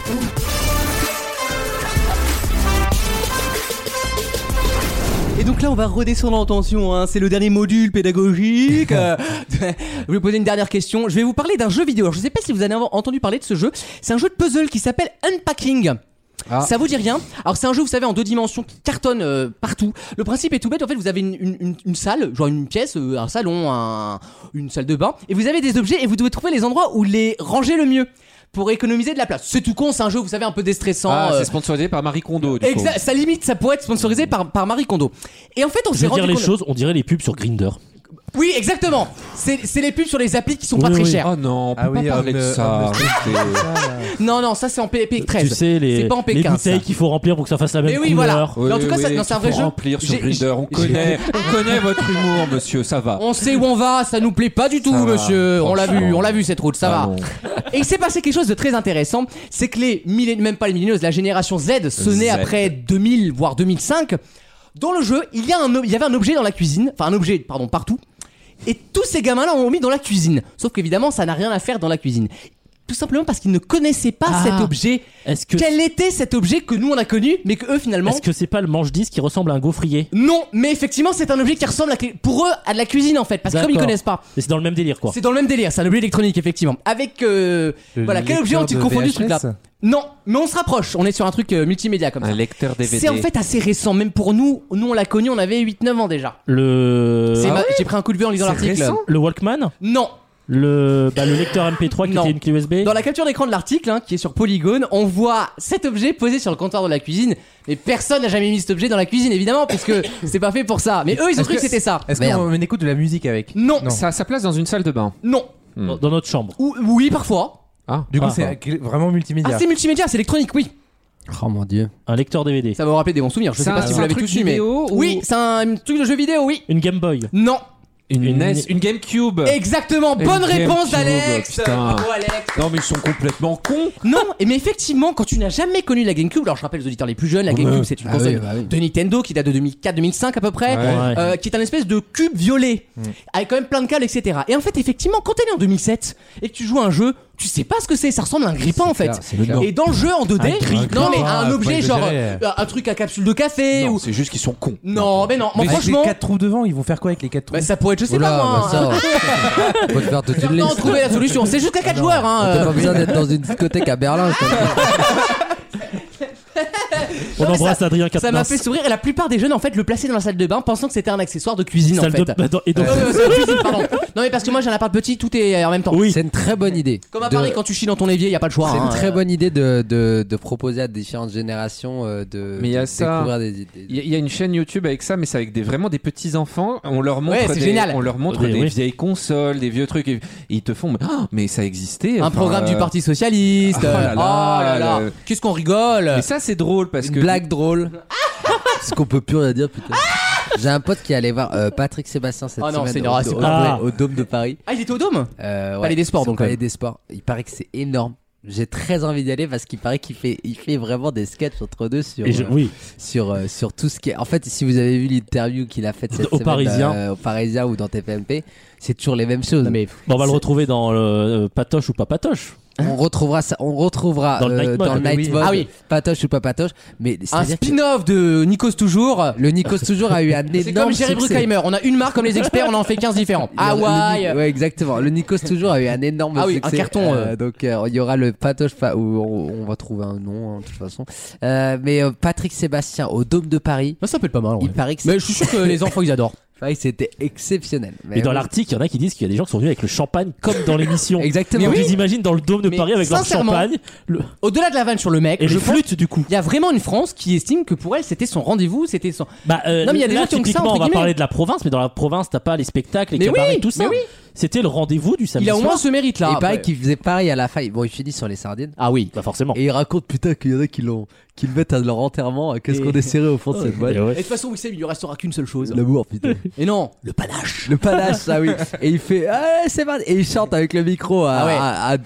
[SPEAKER 2] Et donc là, on va redescendre en tension. hein. C'est le dernier module pédagogique. Euh, je vais vous poser une dernière question. Je vais vous parler d'un jeu vidéo. Alors, je ne sais pas si vous avez entendu parler de ce jeu. C'est un jeu de puzzle qui s'appelle Unpacking. Ça vous dit rien Alors c'est un jeu, vous savez, en deux dimensions qui cartonne euh, partout. Le principe est tout bête. En fait, vous avez une, une- une- une salle, genre une pièce, euh, un salon, un- une salle de bain, et vous avez des objets et vous devez trouver les endroits où les ranger le mieux pour économiser de la place. C'est tout con, c'est un jeu, vous savez, un peu déstressant.
[SPEAKER 4] Ah,
[SPEAKER 2] euh,
[SPEAKER 4] c'est sponsorisé par Marie Kondo, du coup.
[SPEAKER 2] Exa- ça limite, ça pourrait être sponsorisé par, par Marie Kondo. Et en fait, on
[SPEAKER 3] Je
[SPEAKER 2] s'est
[SPEAKER 3] vais
[SPEAKER 2] rendu
[SPEAKER 3] dire les
[SPEAKER 2] compte.
[SPEAKER 3] choses, on dirait les pubs sur Grinder.
[SPEAKER 2] Oui, exactement. C'est c'est les pubs sur les applis qui sont pas
[SPEAKER 3] Oui,
[SPEAKER 2] très
[SPEAKER 3] oui.
[SPEAKER 2] chères.
[SPEAKER 4] Oh non, on peut
[SPEAKER 5] Ah
[SPEAKER 4] pas
[SPEAKER 5] oui,
[SPEAKER 4] parler de
[SPEAKER 5] homme-
[SPEAKER 4] ça.
[SPEAKER 5] homme-
[SPEAKER 4] arrêtez.
[SPEAKER 2] Non, non, ça c'est en PEP13.
[SPEAKER 3] Tu sais, les,
[SPEAKER 2] C'est pas en
[SPEAKER 3] les
[SPEAKER 2] P15,
[SPEAKER 3] bouteilles
[SPEAKER 2] ça.
[SPEAKER 3] qu'il faut remplir pour que ça fasse la même
[SPEAKER 2] Mais oui,
[SPEAKER 3] couleur.
[SPEAKER 2] voilà. Mais en tout cas, ça-
[SPEAKER 4] oui,
[SPEAKER 2] non, c'est un
[SPEAKER 4] qu'il
[SPEAKER 2] vrai
[SPEAKER 4] faut
[SPEAKER 2] jeu.
[SPEAKER 4] Remplir sur
[SPEAKER 2] J'ai-
[SPEAKER 4] Grindr, on connaît, on connaît votre humour, monsieur, ça va.
[SPEAKER 2] On sait où on va, ça nous plaît pas du tout,
[SPEAKER 4] Ça va,
[SPEAKER 2] monsieur. On l'a vu, on l'a vu cette route, ça
[SPEAKER 4] Ah
[SPEAKER 2] va.
[SPEAKER 4] non.
[SPEAKER 2] Et il s'est passé quelque chose de très intéressant, c'est que les millé- même pas les milléniaux, la génération Z sonnait
[SPEAKER 4] Z.
[SPEAKER 2] après 2000 voire 2005. Dans le jeu, il y, a un, o- il y avait un objet dans la cuisine, enfin un objet, pardon, partout. Et tous ces gamins-là ont mis dans la cuisine. Sauf qu'évidemment, ça n'a rien à faire dans la cuisine. tout simplement parce qu'ils ne connaissaient pas
[SPEAKER 3] Ah.
[SPEAKER 2] cet objet.
[SPEAKER 3] Est-ce que
[SPEAKER 2] Quel était cet objet que nous on a connu, mais que eux finalement
[SPEAKER 3] est-ce que c'est pas le manche 10 qui ressemble à un gaufrier
[SPEAKER 2] non, mais effectivement c'est un objet qui ressemble à, pour eux à de la cuisine en fait, parce que comme ils
[SPEAKER 3] D'accord.
[SPEAKER 2] connaissent pas,
[SPEAKER 3] Mais c'est dans le même délire quoi.
[SPEAKER 2] c'est dans le même délire, c'est un objet électronique effectivement. Avec euh,
[SPEAKER 5] Le
[SPEAKER 2] voilà quel objet
[SPEAKER 5] lecteur
[SPEAKER 2] ont-ils
[SPEAKER 5] de
[SPEAKER 2] confondu ce
[SPEAKER 5] VHS?
[SPEAKER 2] truc-là Non, mais on se rapproche, on est sur un truc euh, multimédia comme ça.
[SPEAKER 4] Un lecteur DVD.
[SPEAKER 2] C'est en fait assez récent, même pour nous, nous on l'a connu, on avait 8-9 ans déjà.
[SPEAKER 3] Le Ah
[SPEAKER 2] C'est ma- J'ai pris un coup de vieux en lisant
[SPEAKER 4] C'est
[SPEAKER 2] l'article.
[SPEAKER 4] récent
[SPEAKER 3] le Walkman,
[SPEAKER 2] Non,
[SPEAKER 3] le bah, le lecteur MP3 qui
[SPEAKER 2] Non.
[SPEAKER 3] était une clé USB.
[SPEAKER 2] Dans la capture d'écran de l'article, hein, qui est sur Polygone, on voit cet objet posé sur le comptoir de la cuisine. Mais personne n'a jamais mis cet objet dans la cuisine, évidemment, puisque c'est pas fait pour ça. Mais eux, ils ont
[SPEAKER 5] Est-ce
[SPEAKER 2] cru que
[SPEAKER 5] que-
[SPEAKER 2] c'était ça.
[SPEAKER 5] Est-ce
[SPEAKER 6] Merde.
[SPEAKER 5] qu'on écoute de la musique avec
[SPEAKER 2] Non,
[SPEAKER 5] Non.
[SPEAKER 4] Ça a sa place dans une salle de bain.
[SPEAKER 2] non.
[SPEAKER 3] Dans- dans notre chambre.
[SPEAKER 2] Ou- oui, parfois.
[SPEAKER 4] Ah,
[SPEAKER 5] Du coup,
[SPEAKER 3] Ah,
[SPEAKER 5] c'est vraiment multimédia.
[SPEAKER 2] Ah, c'est multimédia, c'est électronique, oui.
[SPEAKER 6] Oh mon dieu.
[SPEAKER 3] Un lecteur DVD.
[SPEAKER 2] Ça va vous rappeler des bons souvenirs. Je
[SPEAKER 4] C'est
[SPEAKER 2] sais pas
[SPEAKER 4] un-
[SPEAKER 2] si
[SPEAKER 4] c'est
[SPEAKER 2] vous
[SPEAKER 4] un
[SPEAKER 2] l'avez
[SPEAKER 4] truc
[SPEAKER 2] tous vu, mais.
[SPEAKER 4] vidéo ou-
[SPEAKER 2] Oui, c'est un truc de jeu vidéo, oui.
[SPEAKER 3] Une Game Boy.
[SPEAKER 2] Non.
[SPEAKER 4] une,
[SPEAKER 3] Une-
[SPEAKER 4] NES, une GameCube.
[SPEAKER 2] Exactement,
[SPEAKER 4] Euh, Et
[SPEAKER 2] bonne
[SPEAKER 4] une
[SPEAKER 2] réponse
[SPEAKER 4] GameCube,
[SPEAKER 2] d'Alex.
[SPEAKER 4] putain.
[SPEAKER 2] Bravo, Alex.
[SPEAKER 4] Non, mais ils sont complètement cons.
[SPEAKER 2] Non, et mais effectivement, quand tu n'as jamais connu la GameCube, alors je rappelle aux auditeurs les plus jeunes, la GameCube c'est une
[SPEAKER 6] Ah
[SPEAKER 2] console
[SPEAKER 6] oui, bah oui.
[SPEAKER 2] de Nintendo qui date de 2004-2005 à peu près,
[SPEAKER 4] Ouais.
[SPEAKER 2] euh, qui est un espèce de cube violet avec quand même plein de câbles, etc. Et en fait, effectivement, quand t'es né en 2007 et que tu joues à un jeu, tu sais pas ce que c'est, ça ressemble à un grippin en fait.
[SPEAKER 6] clair, c'est le nom.
[SPEAKER 2] Et dans le jeu en 2D, non mais un
[SPEAKER 5] Ah,
[SPEAKER 2] objet
[SPEAKER 5] faut
[SPEAKER 2] genre
[SPEAKER 5] exagérer.
[SPEAKER 2] euh, un truc à capsule de café
[SPEAKER 4] Non,
[SPEAKER 2] ou
[SPEAKER 4] c'est juste qu'ils sont cons.
[SPEAKER 2] non, mais non, mais
[SPEAKER 5] Avec
[SPEAKER 2] franchement,
[SPEAKER 5] les 4 trous devant, ils vont faire quoi avec les 4 trous
[SPEAKER 2] bah, ça pourrait être je sais
[SPEAKER 6] Oula,
[SPEAKER 2] pas moi.
[SPEAKER 6] bah
[SPEAKER 2] hein.
[SPEAKER 6] ça. Faut te faire toute une
[SPEAKER 2] Maintenant,
[SPEAKER 6] liste.
[SPEAKER 2] trouver la solution, c'est jusqu'à 4 joueurs hein.
[SPEAKER 6] T'as
[SPEAKER 2] euh.
[SPEAKER 6] pas besoin d'être dans une discothèque à Berlin. je t'en prie.
[SPEAKER 4] Ah,
[SPEAKER 3] On
[SPEAKER 2] Non, mais
[SPEAKER 3] embrasse
[SPEAKER 2] ça-
[SPEAKER 3] Adrien
[SPEAKER 2] Ça m'a
[SPEAKER 3] Quatennens.
[SPEAKER 2] fait sourire et la plupart des jeunes en fait le plaçaient dans la salle de bain pensant que c'était un accessoire de cuisine en
[SPEAKER 3] Salle
[SPEAKER 2] fait.
[SPEAKER 3] de- bah, dans- Et donc
[SPEAKER 2] Euh, euh, c'est la cuisine, pardon. Non mais parce que moi j'ai un appart petit, tout est euh, en même temps.
[SPEAKER 3] oui.
[SPEAKER 6] C'est une très bonne idée.
[SPEAKER 2] Comme à
[SPEAKER 6] De-
[SPEAKER 2] Paris quand tu chies dans ton évier, y a pas le choix.
[SPEAKER 6] C'est une
[SPEAKER 2] hein.
[SPEAKER 6] très bonne idée de, de, de proposer à différentes générations euh, de,
[SPEAKER 4] Mais il y a
[SPEAKER 6] de
[SPEAKER 4] ça.
[SPEAKER 6] découvrir des idées.
[SPEAKER 4] Il y, a- il y a une chaîne YouTube avec ça, mais c'est avec des, vraiment des petits enfants. On leur montre,
[SPEAKER 2] Ouais, c'est
[SPEAKER 4] des,
[SPEAKER 2] génial.
[SPEAKER 4] On leur montre
[SPEAKER 3] Oui,
[SPEAKER 4] des
[SPEAKER 3] oui.
[SPEAKER 4] vieilles consoles, des vieux trucs. Et ils te font, mais,
[SPEAKER 5] oh,
[SPEAKER 4] Ah, mais ça existait.
[SPEAKER 2] Un
[SPEAKER 4] enfin,
[SPEAKER 2] programme du
[SPEAKER 4] euh,
[SPEAKER 2] Parti socialiste.
[SPEAKER 4] Oh
[SPEAKER 2] euh,
[SPEAKER 4] là là,
[SPEAKER 2] oh là là.
[SPEAKER 6] euh,
[SPEAKER 4] le-
[SPEAKER 2] Qu'est-ce qu'on rigole.
[SPEAKER 4] Mais ça, c'est drôle parce
[SPEAKER 6] Une
[SPEAKER 4] que.
[SPEAKER 6] blague drôle. Parce qu'on peut plus rien dire, putain. J'ai un pote qui allait voir euh, Patrick Sébastien cette
[SPEAKER 2] Oh non,
[SPEAKER 6] semaine
[SPEAKER 2] c'est-
[SPEAKER 6] au,
[SPEAKER 2] ah, c'est
[SPEAKER 6] au-
[SPEAKER 3] pas
[SPEAKER 6] au- au Dôme de Paris.
[SPEAKER 2] Ah il était au dôme.
[SPEAKER 6] Euh, ouais,
[SPEAKER 2] Palais des Sports,
[SPEAKER 6] c'est au
[SPEAKER 2] donc,
[SPEAKER 6] Palais
[SPEAKER 2] ouais.
[SPEAKER 6] des Sports. Il paraît que c'est énorme. J'ai très envie d'y aller parce qu'il paraît qu'il fait, il fait vraiment des sketchs entre deux sur,
[SPEAKER 3] Et je-
[SPEAKER 6] euh,
[SPEAKER 3] oui.
[SPEAKER 6] sur, euh, sur tout ce qui est. En fait, si vous avez vu l'interview qu'il a faite cette
[SPEAKER 3] Au
[SPEAKER 6] semaine
[SPEAKER 3] Parisien.
[SPEAKER 6] euh, au Parisien ou dans TPMP, c'est toujours les mêmes choses.
[SPEAKER 2] mais
[SPEAKER 3] Bon, on va le retrouver dans le euh, Patoche ou pas Patoche.
[SPEAKER 6] On retrouvera ça, on retrouvera
[SPEAKER 3] Dans le
[SPEAKER 6] euh,
[SPEAKER 3] night mode.
[SPEAKER 6] dans le
[SPEAKER 3] Ah oui.
[SPEAKER 6] night mode,
[SPEAKER 2] Ah oui.
[SPEAKER 6] patoche ou pas patoche, mais
[SPEAKER 2] un
[SPEAKER 6] c'est-à-dire que
[SPEAKER 2] spin-off de Nikos toujours.
[SPEAKER 6] le Nikos toujours a eu un énorme
[SPEAKER 2] C'est comme Jerry
[SPEAKER 6] succès.
[SPEAKER 2] Bruckheimer, on a une marque comme les experts, on en fait 15 différents.
[SPEAKER 6] Il y aura le
[SPEAKER 2] Hawaï.
[SPEAKER 6] Ni- ouais, exactement. Le Nikos toujours a eu un énorme
[SPEAKER 2] Ah oui,
[SPEAKER 6] succès.
[SPEAKER 2] un carton, euh.
[SPEAKER 6] donc euh, il y aura le patoche pa- où on, on va trouver un nom hein, de toute façon. Euh, mais euh, Patrick Sébastien au Dôme de Paris,
[SPEAKER 2] Bah, ça peut être pas mal. ouais.
[SPEAKER 6] il paraît que c'est-
[SPEAKER 2] Mais je suis sûr que les enfants ils adorent.
[SPEAKER 6] il paraît que c'était exceptionnel. Mais
[SPEAKER 3] Et dans
[SPEAKER 6] oui.
[SPEAKER 3] l'Arctique, il y en a qui disent qu'il y a des gens qui sont venus avec le champagne comme dans l'émission.
[SPEAKER 6] Exactement.
[SPEAKER 3] Donc,
[SPEAKER 6] Mais oui.
[SPEAKER 3] ils imaginent dans le dôme de
[SPEAKER 2] Mais
[SPEAKER 3] Paris avec leur
[SPEAKER 2] sincèrement,
[SPEAKER 3] champagne le-
[SPEAKER 2] Au-delà de la vanne sur le mec,
[SPEAKER 3] et
[SPEAKER 2] je
[SPEAKER 3] le
[SPEAKER 2] pense
[SPEAKER 3] flûte du coup.
[SPEAKER 2] Il y a vraiment une France qui estime que pour elle c'était son rendez-vous, c'était son.
[SPEAKER 3] Bah, euh,
[SPEAKER 2] Non, mais il y a des
[SPEAKER 3] là,
[SPEAKER 2] gens qui ont que ça,
[SPEAKER 3] typiquement,
[SPEAKER 2] entre
[SPEAKER 3] on va
[SPEAKER 2] guillemets.
[SPEAKER 3] parler de la province, mais dans la province, t'as pas les spectacles, les
[SPEAKER 2] Mais
[SPEAKER 3] cabarets,
[SPEAKER 2] oui,
[SPEAKER 3] tout ça.
[SPEAKER 2] mais oui.
[SPEAKER 3] C'était le rendez-vous du samedi
[SPEAKER 2] Il a au moins
[SPEAKER 3] soir.
[SPEAKER 2] ce mérite là.
[SPEAKER 6] il paraît qu'il faisait pareil à la fin. Bon, il finit sur les sardines.
[SPEAKER 2] Ah oui.
[SPEAKER 3] Bah forcément.
[SPEAKER 6] Et il raconte putain qu'il y en a qui l'ont, qui le mettent à leur enterrement. euh, Qu'est-ce
[SPEAKER 3] Et-
[SPEAKER 6] qu'on est serré au fond de cette boîte.
[SPEAKER 3] Et ouais.
[SPEAKER 2] Et de toute façon, Wissem, il lui restera qu'une seule chose.
[SPEAKER 6] L'amour, putain.
[SPEAKER 2] Et non, le panache.
[SPEAKER 6] Le panache, ah oui. Et il fait, ah, c'est mal. Et il chante avec le micro à,
[SPEAKER 2] Ah ouais.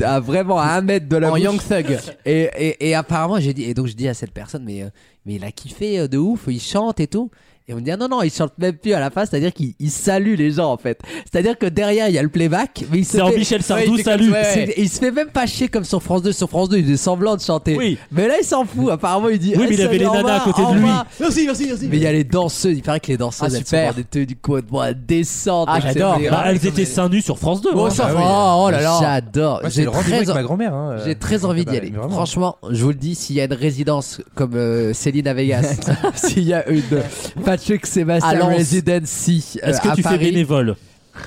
[SPEAKER 6] à- à- à vraiment à un mètre de la
[SPEAKER 2] en
[SPEAKER 6] bouche.
[SPEAKER 2] Young Thug.
[SPEAKER 6] Et, et, et apparemment, j'ai dit, et donc je dis à cette personne, mais, euh, mais il a kiffé euh, de ouf, il chante et tout. Et on me dit, ah non, non, il chante même plus à la fin, c'est-à-dire qu'il il salue les gens en fait. C'est-à-dire que derrière, il y a le playback, mais il se
[SPEAKER 3] C'est en
[SPEAKER 6] fait-
[SPEAKER 3] Michel Sardou,
[SPEAKER 6] il fait comme-
[SPEAKER 3] salut.
[SPEAKER 6] c'est- Il se fait même pas chier comme sur France 2. Sur France 2, il faisait semblant de chanter.
[SPEAKER 3] Oui.
[SPEAKER 6] Mais là, il s'en fout. Apparemment, il dit,
[SPEAKER 3] Oui,
[SPEAKER 6] eh,
[SPEAKER 3] mais il avait
[SPEAKER 6] salut,
[SPEAKER 3] les
[SPEAKER 6] au
[SPEAKER 3] nanas à
[SPEAKER 6] revoir,
[SPEAKER 3] côté de
[SPEAKER 6] au
[SPEAKER 3] lui.
[SPEAKER 6] revoir.
[SPEAKER 2] Merci, merci, merci.
[SPEAKER 6] Mais il y a les danseuses, il paraît que les danseuses,
[SPEAKER 2] Ah,
[SPEAKER 6] elles sont
[SPEAKER 2] super.
[SPEAKER 6] dans des tenues du coin de bois décentes.
[SPEAKER 2] Ah, j'adore.
[SPEAKER 6] etc.
[SPEAKER 3] Bah, elles étaient seins nus sur France 2.
[SPEAKER 2] Oh,
[SPEAKER 3] hein.
[SPEAKER 2] ça
[SPEAKER 5] Ah
[SPEAKER 2] va.
[SPEAKER 5] oui.
[SPEAKER 2] Oh là là.
[SPEAKER 6] J'adore.
[SPEAKER 5] Moi, c'est
[SPEAKER 6] J'ai
[SPEAKER 5] le rendez-vous
[SPEAKER 6] très,
[SPEAKER 5] avec ma grand-mère. hein, euh.
[SPEAKER 6] j'ai très envie d'y
[SPEAKER 5] Bah,
[SPEAKER 6] aller.
[SPEAKER 5] vraiment.
[SPEAKER 6] Franchement, je vous le dis, s'il y a une résidence comme euh, Céline à Vegas, s'il y a une Patrick
[SPEAKER 2] À
[SPEAKER 6] Sébastien
[SPEAKER 2] Lens.
[SPEAKER 6] Residency euh,
[SPEAKER 3] Est-ce que
[SPEAKER 6] à
[SPEAKER 3] tu fais
[SPEAKER 6] Paris,
[SPEAKER 3] bénévole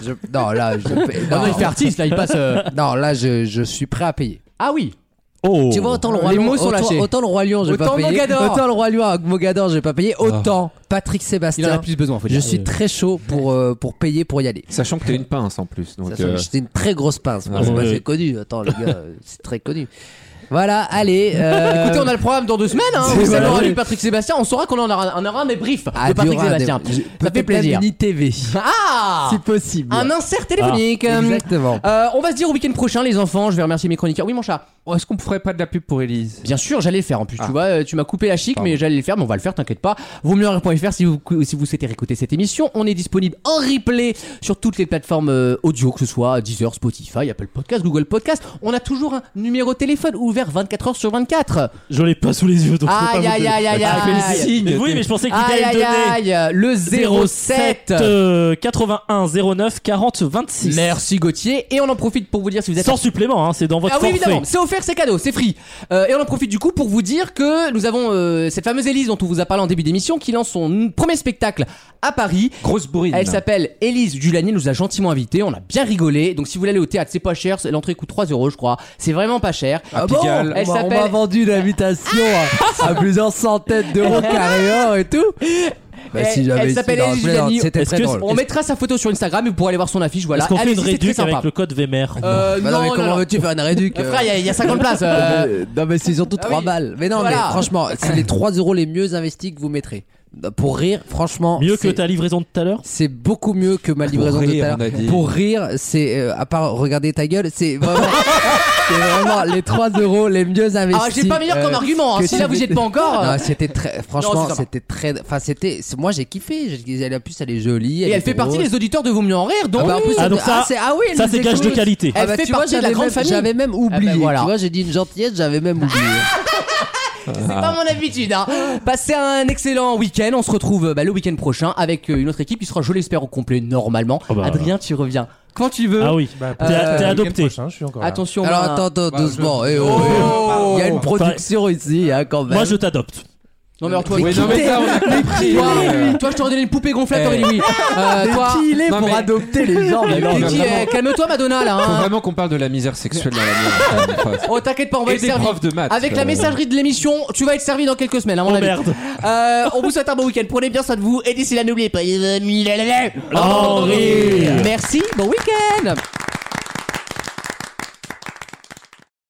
[SPEAKER 6] je- Non, là, je...
[SPEAKER 2] Ah non, il fait
[SPEAKER 6] non,
[SPEAKER 2] artiste là, il passe. euh,
[SPEAKER 6] non, là, je, je suis prêt à payer.
[SPEAKER 2] Ah oui.
[SPEAKER 3] Oh
[SPEAKER 6] Tu vois, autant le roi
[SPEAKER 2] Les
[SPEAKER 6] Lion,
[SPEAKER 2] mots sont
[SPEAKER 6] autant,
[SPEAKER 2] lâchés.
[SPEAKER 6] autant le roi Lion, j'ai
[SPEAKER 2] Autant
[SPEAKER 6] pas payé.
[SPEAKER 2] Mogador.
[SPEAKER 6] Autant le roi Lion, avec Mogador, j'ai pas payé.
[SPEAKER 3] Ah.
[SPEAKER 6] Autant Patrick
[SPEAKER 2] Il en a
[SPEAKER 6] Sébastien.
[SPEAKER 2] plus besoin, faut
[SPEAKER 6] Je
[SPEAKER 2] dire.
[SPEAKER 6] suis très chaud pour euh, pour payer pour y aller.
[SPEAKER 4] Sachant que t'es une pince en plus. Donc, euh,
[SPEAKER 6] J'étais une très grosse pince. Moi,
[SPEAKER 3] Ouais.
[SPEAKER 6] c'est- moi, c'est connu. Attends, les gars, euh, c'est très connu. Voilà, allez. euh,
[SPEAKER 2] Écoutez, on a le programme dans deux semaines. Hein.
[SPEAKER 6] C'est
[SPEAKER 2] Vous savez,
[SPEAKER 6] vrai.
[SPEAKER 2] on aura lu Patrick Sébastien. On saura qu'on en aura, on aura un débrief de
[SPEAKER 6] à
[SPEAKER 2] Patrick
[SPEAKER 6] Durand,
[SPEAKER 2] Sébastien.
[SPEAKER 6] des- je-
[SPEAKER 2] Ça fait
[SPEAKER 6] peut-être même
[SPEAKER 2] plaisir.
[SPEAKER 6] une ITV.
[SPEAKER 2] Ah
[SPEAKER 6] Si possible.
[SPEAKER 2] Un insert téléphonique.
[SPEAKER 5] Ah,
[SPEAKER 6] Exactement.
[SPEAKER 2] Euh, on va se dire au week-end prochain, les enfants. Je vais remercier mes chroniqueurs. Oui, mon chat.
[SPEAKER 4] Est-ce qu'on ferait pas de la pub pour Elise
[SPEAKER 2] Bien sûr, j'allais le faire en plus.
[SPEAKER 4] Ah.
[SPEAKER 2] Tu vois, euh, tu m'as coupé la chic, mais j'allais le faire. Mais on va le faire, t'inquiète pas. Vaut mieux en rire.fr si vous, si vous souhaitez réécouter cette émission. On est disponible en replay sur toutes les plateformes euh, audio, que ce soit Deezer, Spotify, Apple Podcast, Google Podcast. On a toujours un numéro de téléphone ouvert 24 heures sur 24.
[SPEAKER 3] Je l'ai pas sous les yeux, donc je peux
[SPEAKER 2] Aïe,
[SPEAKER 3] pas vous
[SPEAKER 2] aïe,
[SPEAKER 3] donner.
[SPEAKER 2] aïe, aïe, aïe.
[SPEAKER 3] Mais oui, mais je pensais qu'il
[SPEAKER 2] Aïe,
[SPEAKER 3] allait me
[SPEAKER 2] aïe,
[SPEAKER 3] donner.
[SPEAKER 2] aïe, le 07.
[SPEAKER 3] 07 euh, 81 09 40 26.
[SPEAKER 2] Merci Gauthier. Et on en profite pour vous dire si vous êtes
[SPEAKER 3] Sans supplément, hein, c'est dans votre
[SPEAKER 2] Ah oui,
[SPEAKER 3] forfait.
[SPEAKER 2] évidemment, c'est offert, c'est cadeau, c'est free. Euh, et on en profite du coup pour vous dire que nous avons euh, cette fameuse Élise dont on vous a parlé en début d'émission qui lance son premier spectacle à Paris.
[SPEAKER 4] Grosse bourrine.
[SPEAKER 2] Elle s'appelle Élise Dulani, elle nous a gentiment invité, on a bien rigolé. Donc si vous voulez aller au théâtre, c'est pas cher, c'est- l'entrée coûte 3 euros, je crois. C'est vraiment pas cher.
[SPEAKER 4] Ah bon Pigalle.
[SPEAKER 2] Elle
[SPEAKER 6] On m'a- on m'a
[SPEAKER 2] s'appelle
[SPEAKER 6] vendu une invitation à, à plusieurs centaines d'euros carré or et tout. Bah,
[SPEAKER 2] Eh, Elle-
[SPEAKER 6] si j'avais
[SPEAKER 2] elle
[SPEAKER 6] su,
[SPEAKER 2] s'appelle
[SPEAKER 6] non,
[SPEAKER 2] Elise
[SPEAKER 6] je plaisante,
[SPEAKER 2] Giuliani.
[SPEAKER 6] hein. C'était
[SPEAKER 3] Est-ce
[SPEAKER 6] très
[SPEAKER 3] que-
[SPEAKER 6] drôle.
[SPEAKER 2] on mettra sa photo sur Instagram et vous pourrez aller voir son affiche, voilà.
[SPEAKER 3] Est-ce qu'on fait
[SPEAKER 2] Allez-y,
[SPEAKER 3] une
[SPEAKER 2] c'est très
[SPEAKER 3] réduc
[SPEAKER 2] sympa.
[SPEAKER 3] avec le code VMR
[SPEAKER 2] Euh,
[SPEAKER 6] Bah non, mais
[SPEAKER 2] non,
[SPEAKER 6] comment
[SPEAKER 2] non, non.
[SPEAKER 6] veux-tu faire une réduc
[SPEAKER 2] Frère, il y a- il y, a 50 places. euh.
[SPEAKER 6] Euh, non mais c'est surtout 3
[SPEAKER 2] oui.
[SPEAKER 6] balles. Mais non
[SPEAKER 2] Voilà.
[SPEAKER 6] mais franchement, c'est les 3 euros les mieux investis que vous mettrez. Pour rire, franchement,
[SPEAKER 3] Mieux que
[SPEAKER 6] c'est-
[SPEAKER 3] ta livraison de tout à l'heure
[SPEAKER 6] c'est beaucoup mieux que ma livraison
[SPEAKER 4] rire,
[SPEAKER 6] de tout à
[SPEAKER 4] on a
[SPEAKER 6] l'heure.
[SPEAKER 4] dit.
[SPEAKER 6] Pour rire, c'est euh, à part regarder ta gueule, c'est vraiment, c'est vraiment les 3 euros les mieux investis.
[SPEAKER 2] Ah, j'ai pas meilleur comme
[SPEAKER 6] euh,
[SPEAKER 2] argument. hein.
[SPEAKER 6] que
[SPEAKER 2] Si
[SPEAKER 6] tu
[SPEAKER 2] là vous y êtes pas encore. euh,
[SPEAKER 6] Non, c'était très. Franchement,
[SPEAKER 2] c'est sympa.
[SPEAKER 6] c'était très. Enfin, c'était. c'est- Moi, j'ai kiffé. J'ai- Elle, en plus, elle est jolie.
[SPEAKER 2] Et elle
[SPEAKER 6] est
[SPEAKER 2] fait
[SPEAKER 6] drôle.
[SPEAKER 2] partie des auditeurs de Vaut mieux en rire, donc.
[SPEAKER 6] Ah, bah, en plus,
[SPEAKER 3] Ah, donc
[SPEAKER 6] elle-
[SPEAKER 3] ça-
[SPEAKER 6] ah, c'est- ah oui, elle
[SPEAKER 3] Ça,
[SPEAKER 6] nous
[SPEAKER 3] c'est gage de
[SPEAKER 6] écoute.
[SPEAKER 3] qualité.
[SPEAKER 2] Elle
[SPEAKER 6] Ah, bah,
[SPEAKER 2] fait
[SPEAKER 6] tu vois,
[SPEAKER 2] partie de la
[SPEAKER 6] j'avais
[SPEAKER 2] grande
[SPEAKER 6] même-
[SPEAKER 2] famille. Ah, bah,
[SPEAKER 6] J'avais même oublié.
[SPEAKER 2] voilà.
[SPEAKER 6] Tu vois, j'ai dit une gentillesse, j'avais même oublié.
[SPEAKER 2] C'est pas mon habitude. Hein.
[SPEAKER 6] Ah.
[SPEAKER 2] Passez un excellent week-end. On se retrouve euh, bah, le week-end prochain avec euh, une autre équipe qui sera, je l'espère, au complet normalement.
[SPEAKER 4] Ah
[SPEAKER 3] Oh bah.
[SPEAKER 2] Adrien, tu reviens quand tu veux.
[SPEAKER 3] Ah oui,
[SPEAKER 5] Bah,
[SPEAKER 3] t'es
[SPEAKER 2] euh,
[SPEAKER 3] t'es
[SPEAKER 5] Le week-end
[SPEAKER 3] adopté.
[SPEAKER 5] prochain, je suis encore là.
[SPEAKER 2] Attention.
[SPEAKER 6] Alors,
[SPEAKER 2] bah,
[SPEAKER 6] attends, attends, doucement. Eh, oh, eh, Il y a une production ici, hein, quand même.
[SPEAKER 3] Moi, je t'adopte.
[SPEAKER 2] Non mais alors toi,
[SPEAKER 4] Oui,
[SPEAKER 2] qui
[SPEAKER 4] non, mais
[SPEAKER 2] t'es
[SPEAKER 4] ça, on a compris.
[SPEAKER 2] Toi,
[SPEAKER 4] Euh,
[SPEAKER 2] toi, je t'aurais donné une poupée gonflable,
[SPEAKER 4] Eh.
[SPEAKER 2] t'aurais dit oui. Euh, toi,
[SPEAKER 6] Qui il est
[SPEAKER 4] Non,
[SPEAKER 6] pour
[SPEAKER 4] mais-
[SPEAKER 6] adopter les gens mais
[SPEAKER 4] Mais non,
[SPEAKER 6] qui-
[SPEAKER 4] mais-
[SPEAKER 2] qui,
[SPEAKER 4] vraiment.
[SPEAKER 2] euh, calme-toi Madonna là.
[SPEAKER 4] Faut
[SPEAKER 2] hein.
[SPEAKER 4] vraiment qu'on parle de la misère sexuelle dans la vie. Enfin,
[SPEAKER 2] Oh t'inquiète pas, on va
[SPEAKER 4] Et
[SPEAKER 2] être
[SPEAKER 4] des
[SPEAKER 2] servi.
[SPEAKER 4] profs de maths,
[SPEAKER 2] Avec la
[SPEAKER 4] euh.
[SPEAKER 2] messagerie de l'émission, tu vas être servi dans quelques semaines. à mon
[SPEAKER 3] Oh,
[SPEAKER 2] avis.
[SPEAKER 3] merde.
[SPEAKER 2] Euh, on vous souhaite un bon week-end. Prenez bien soin de vous et d'ici là n'oubliez pas.
[SPEAKER 3] Henri.
[SPEAKER 2] Merci. Bon week-end.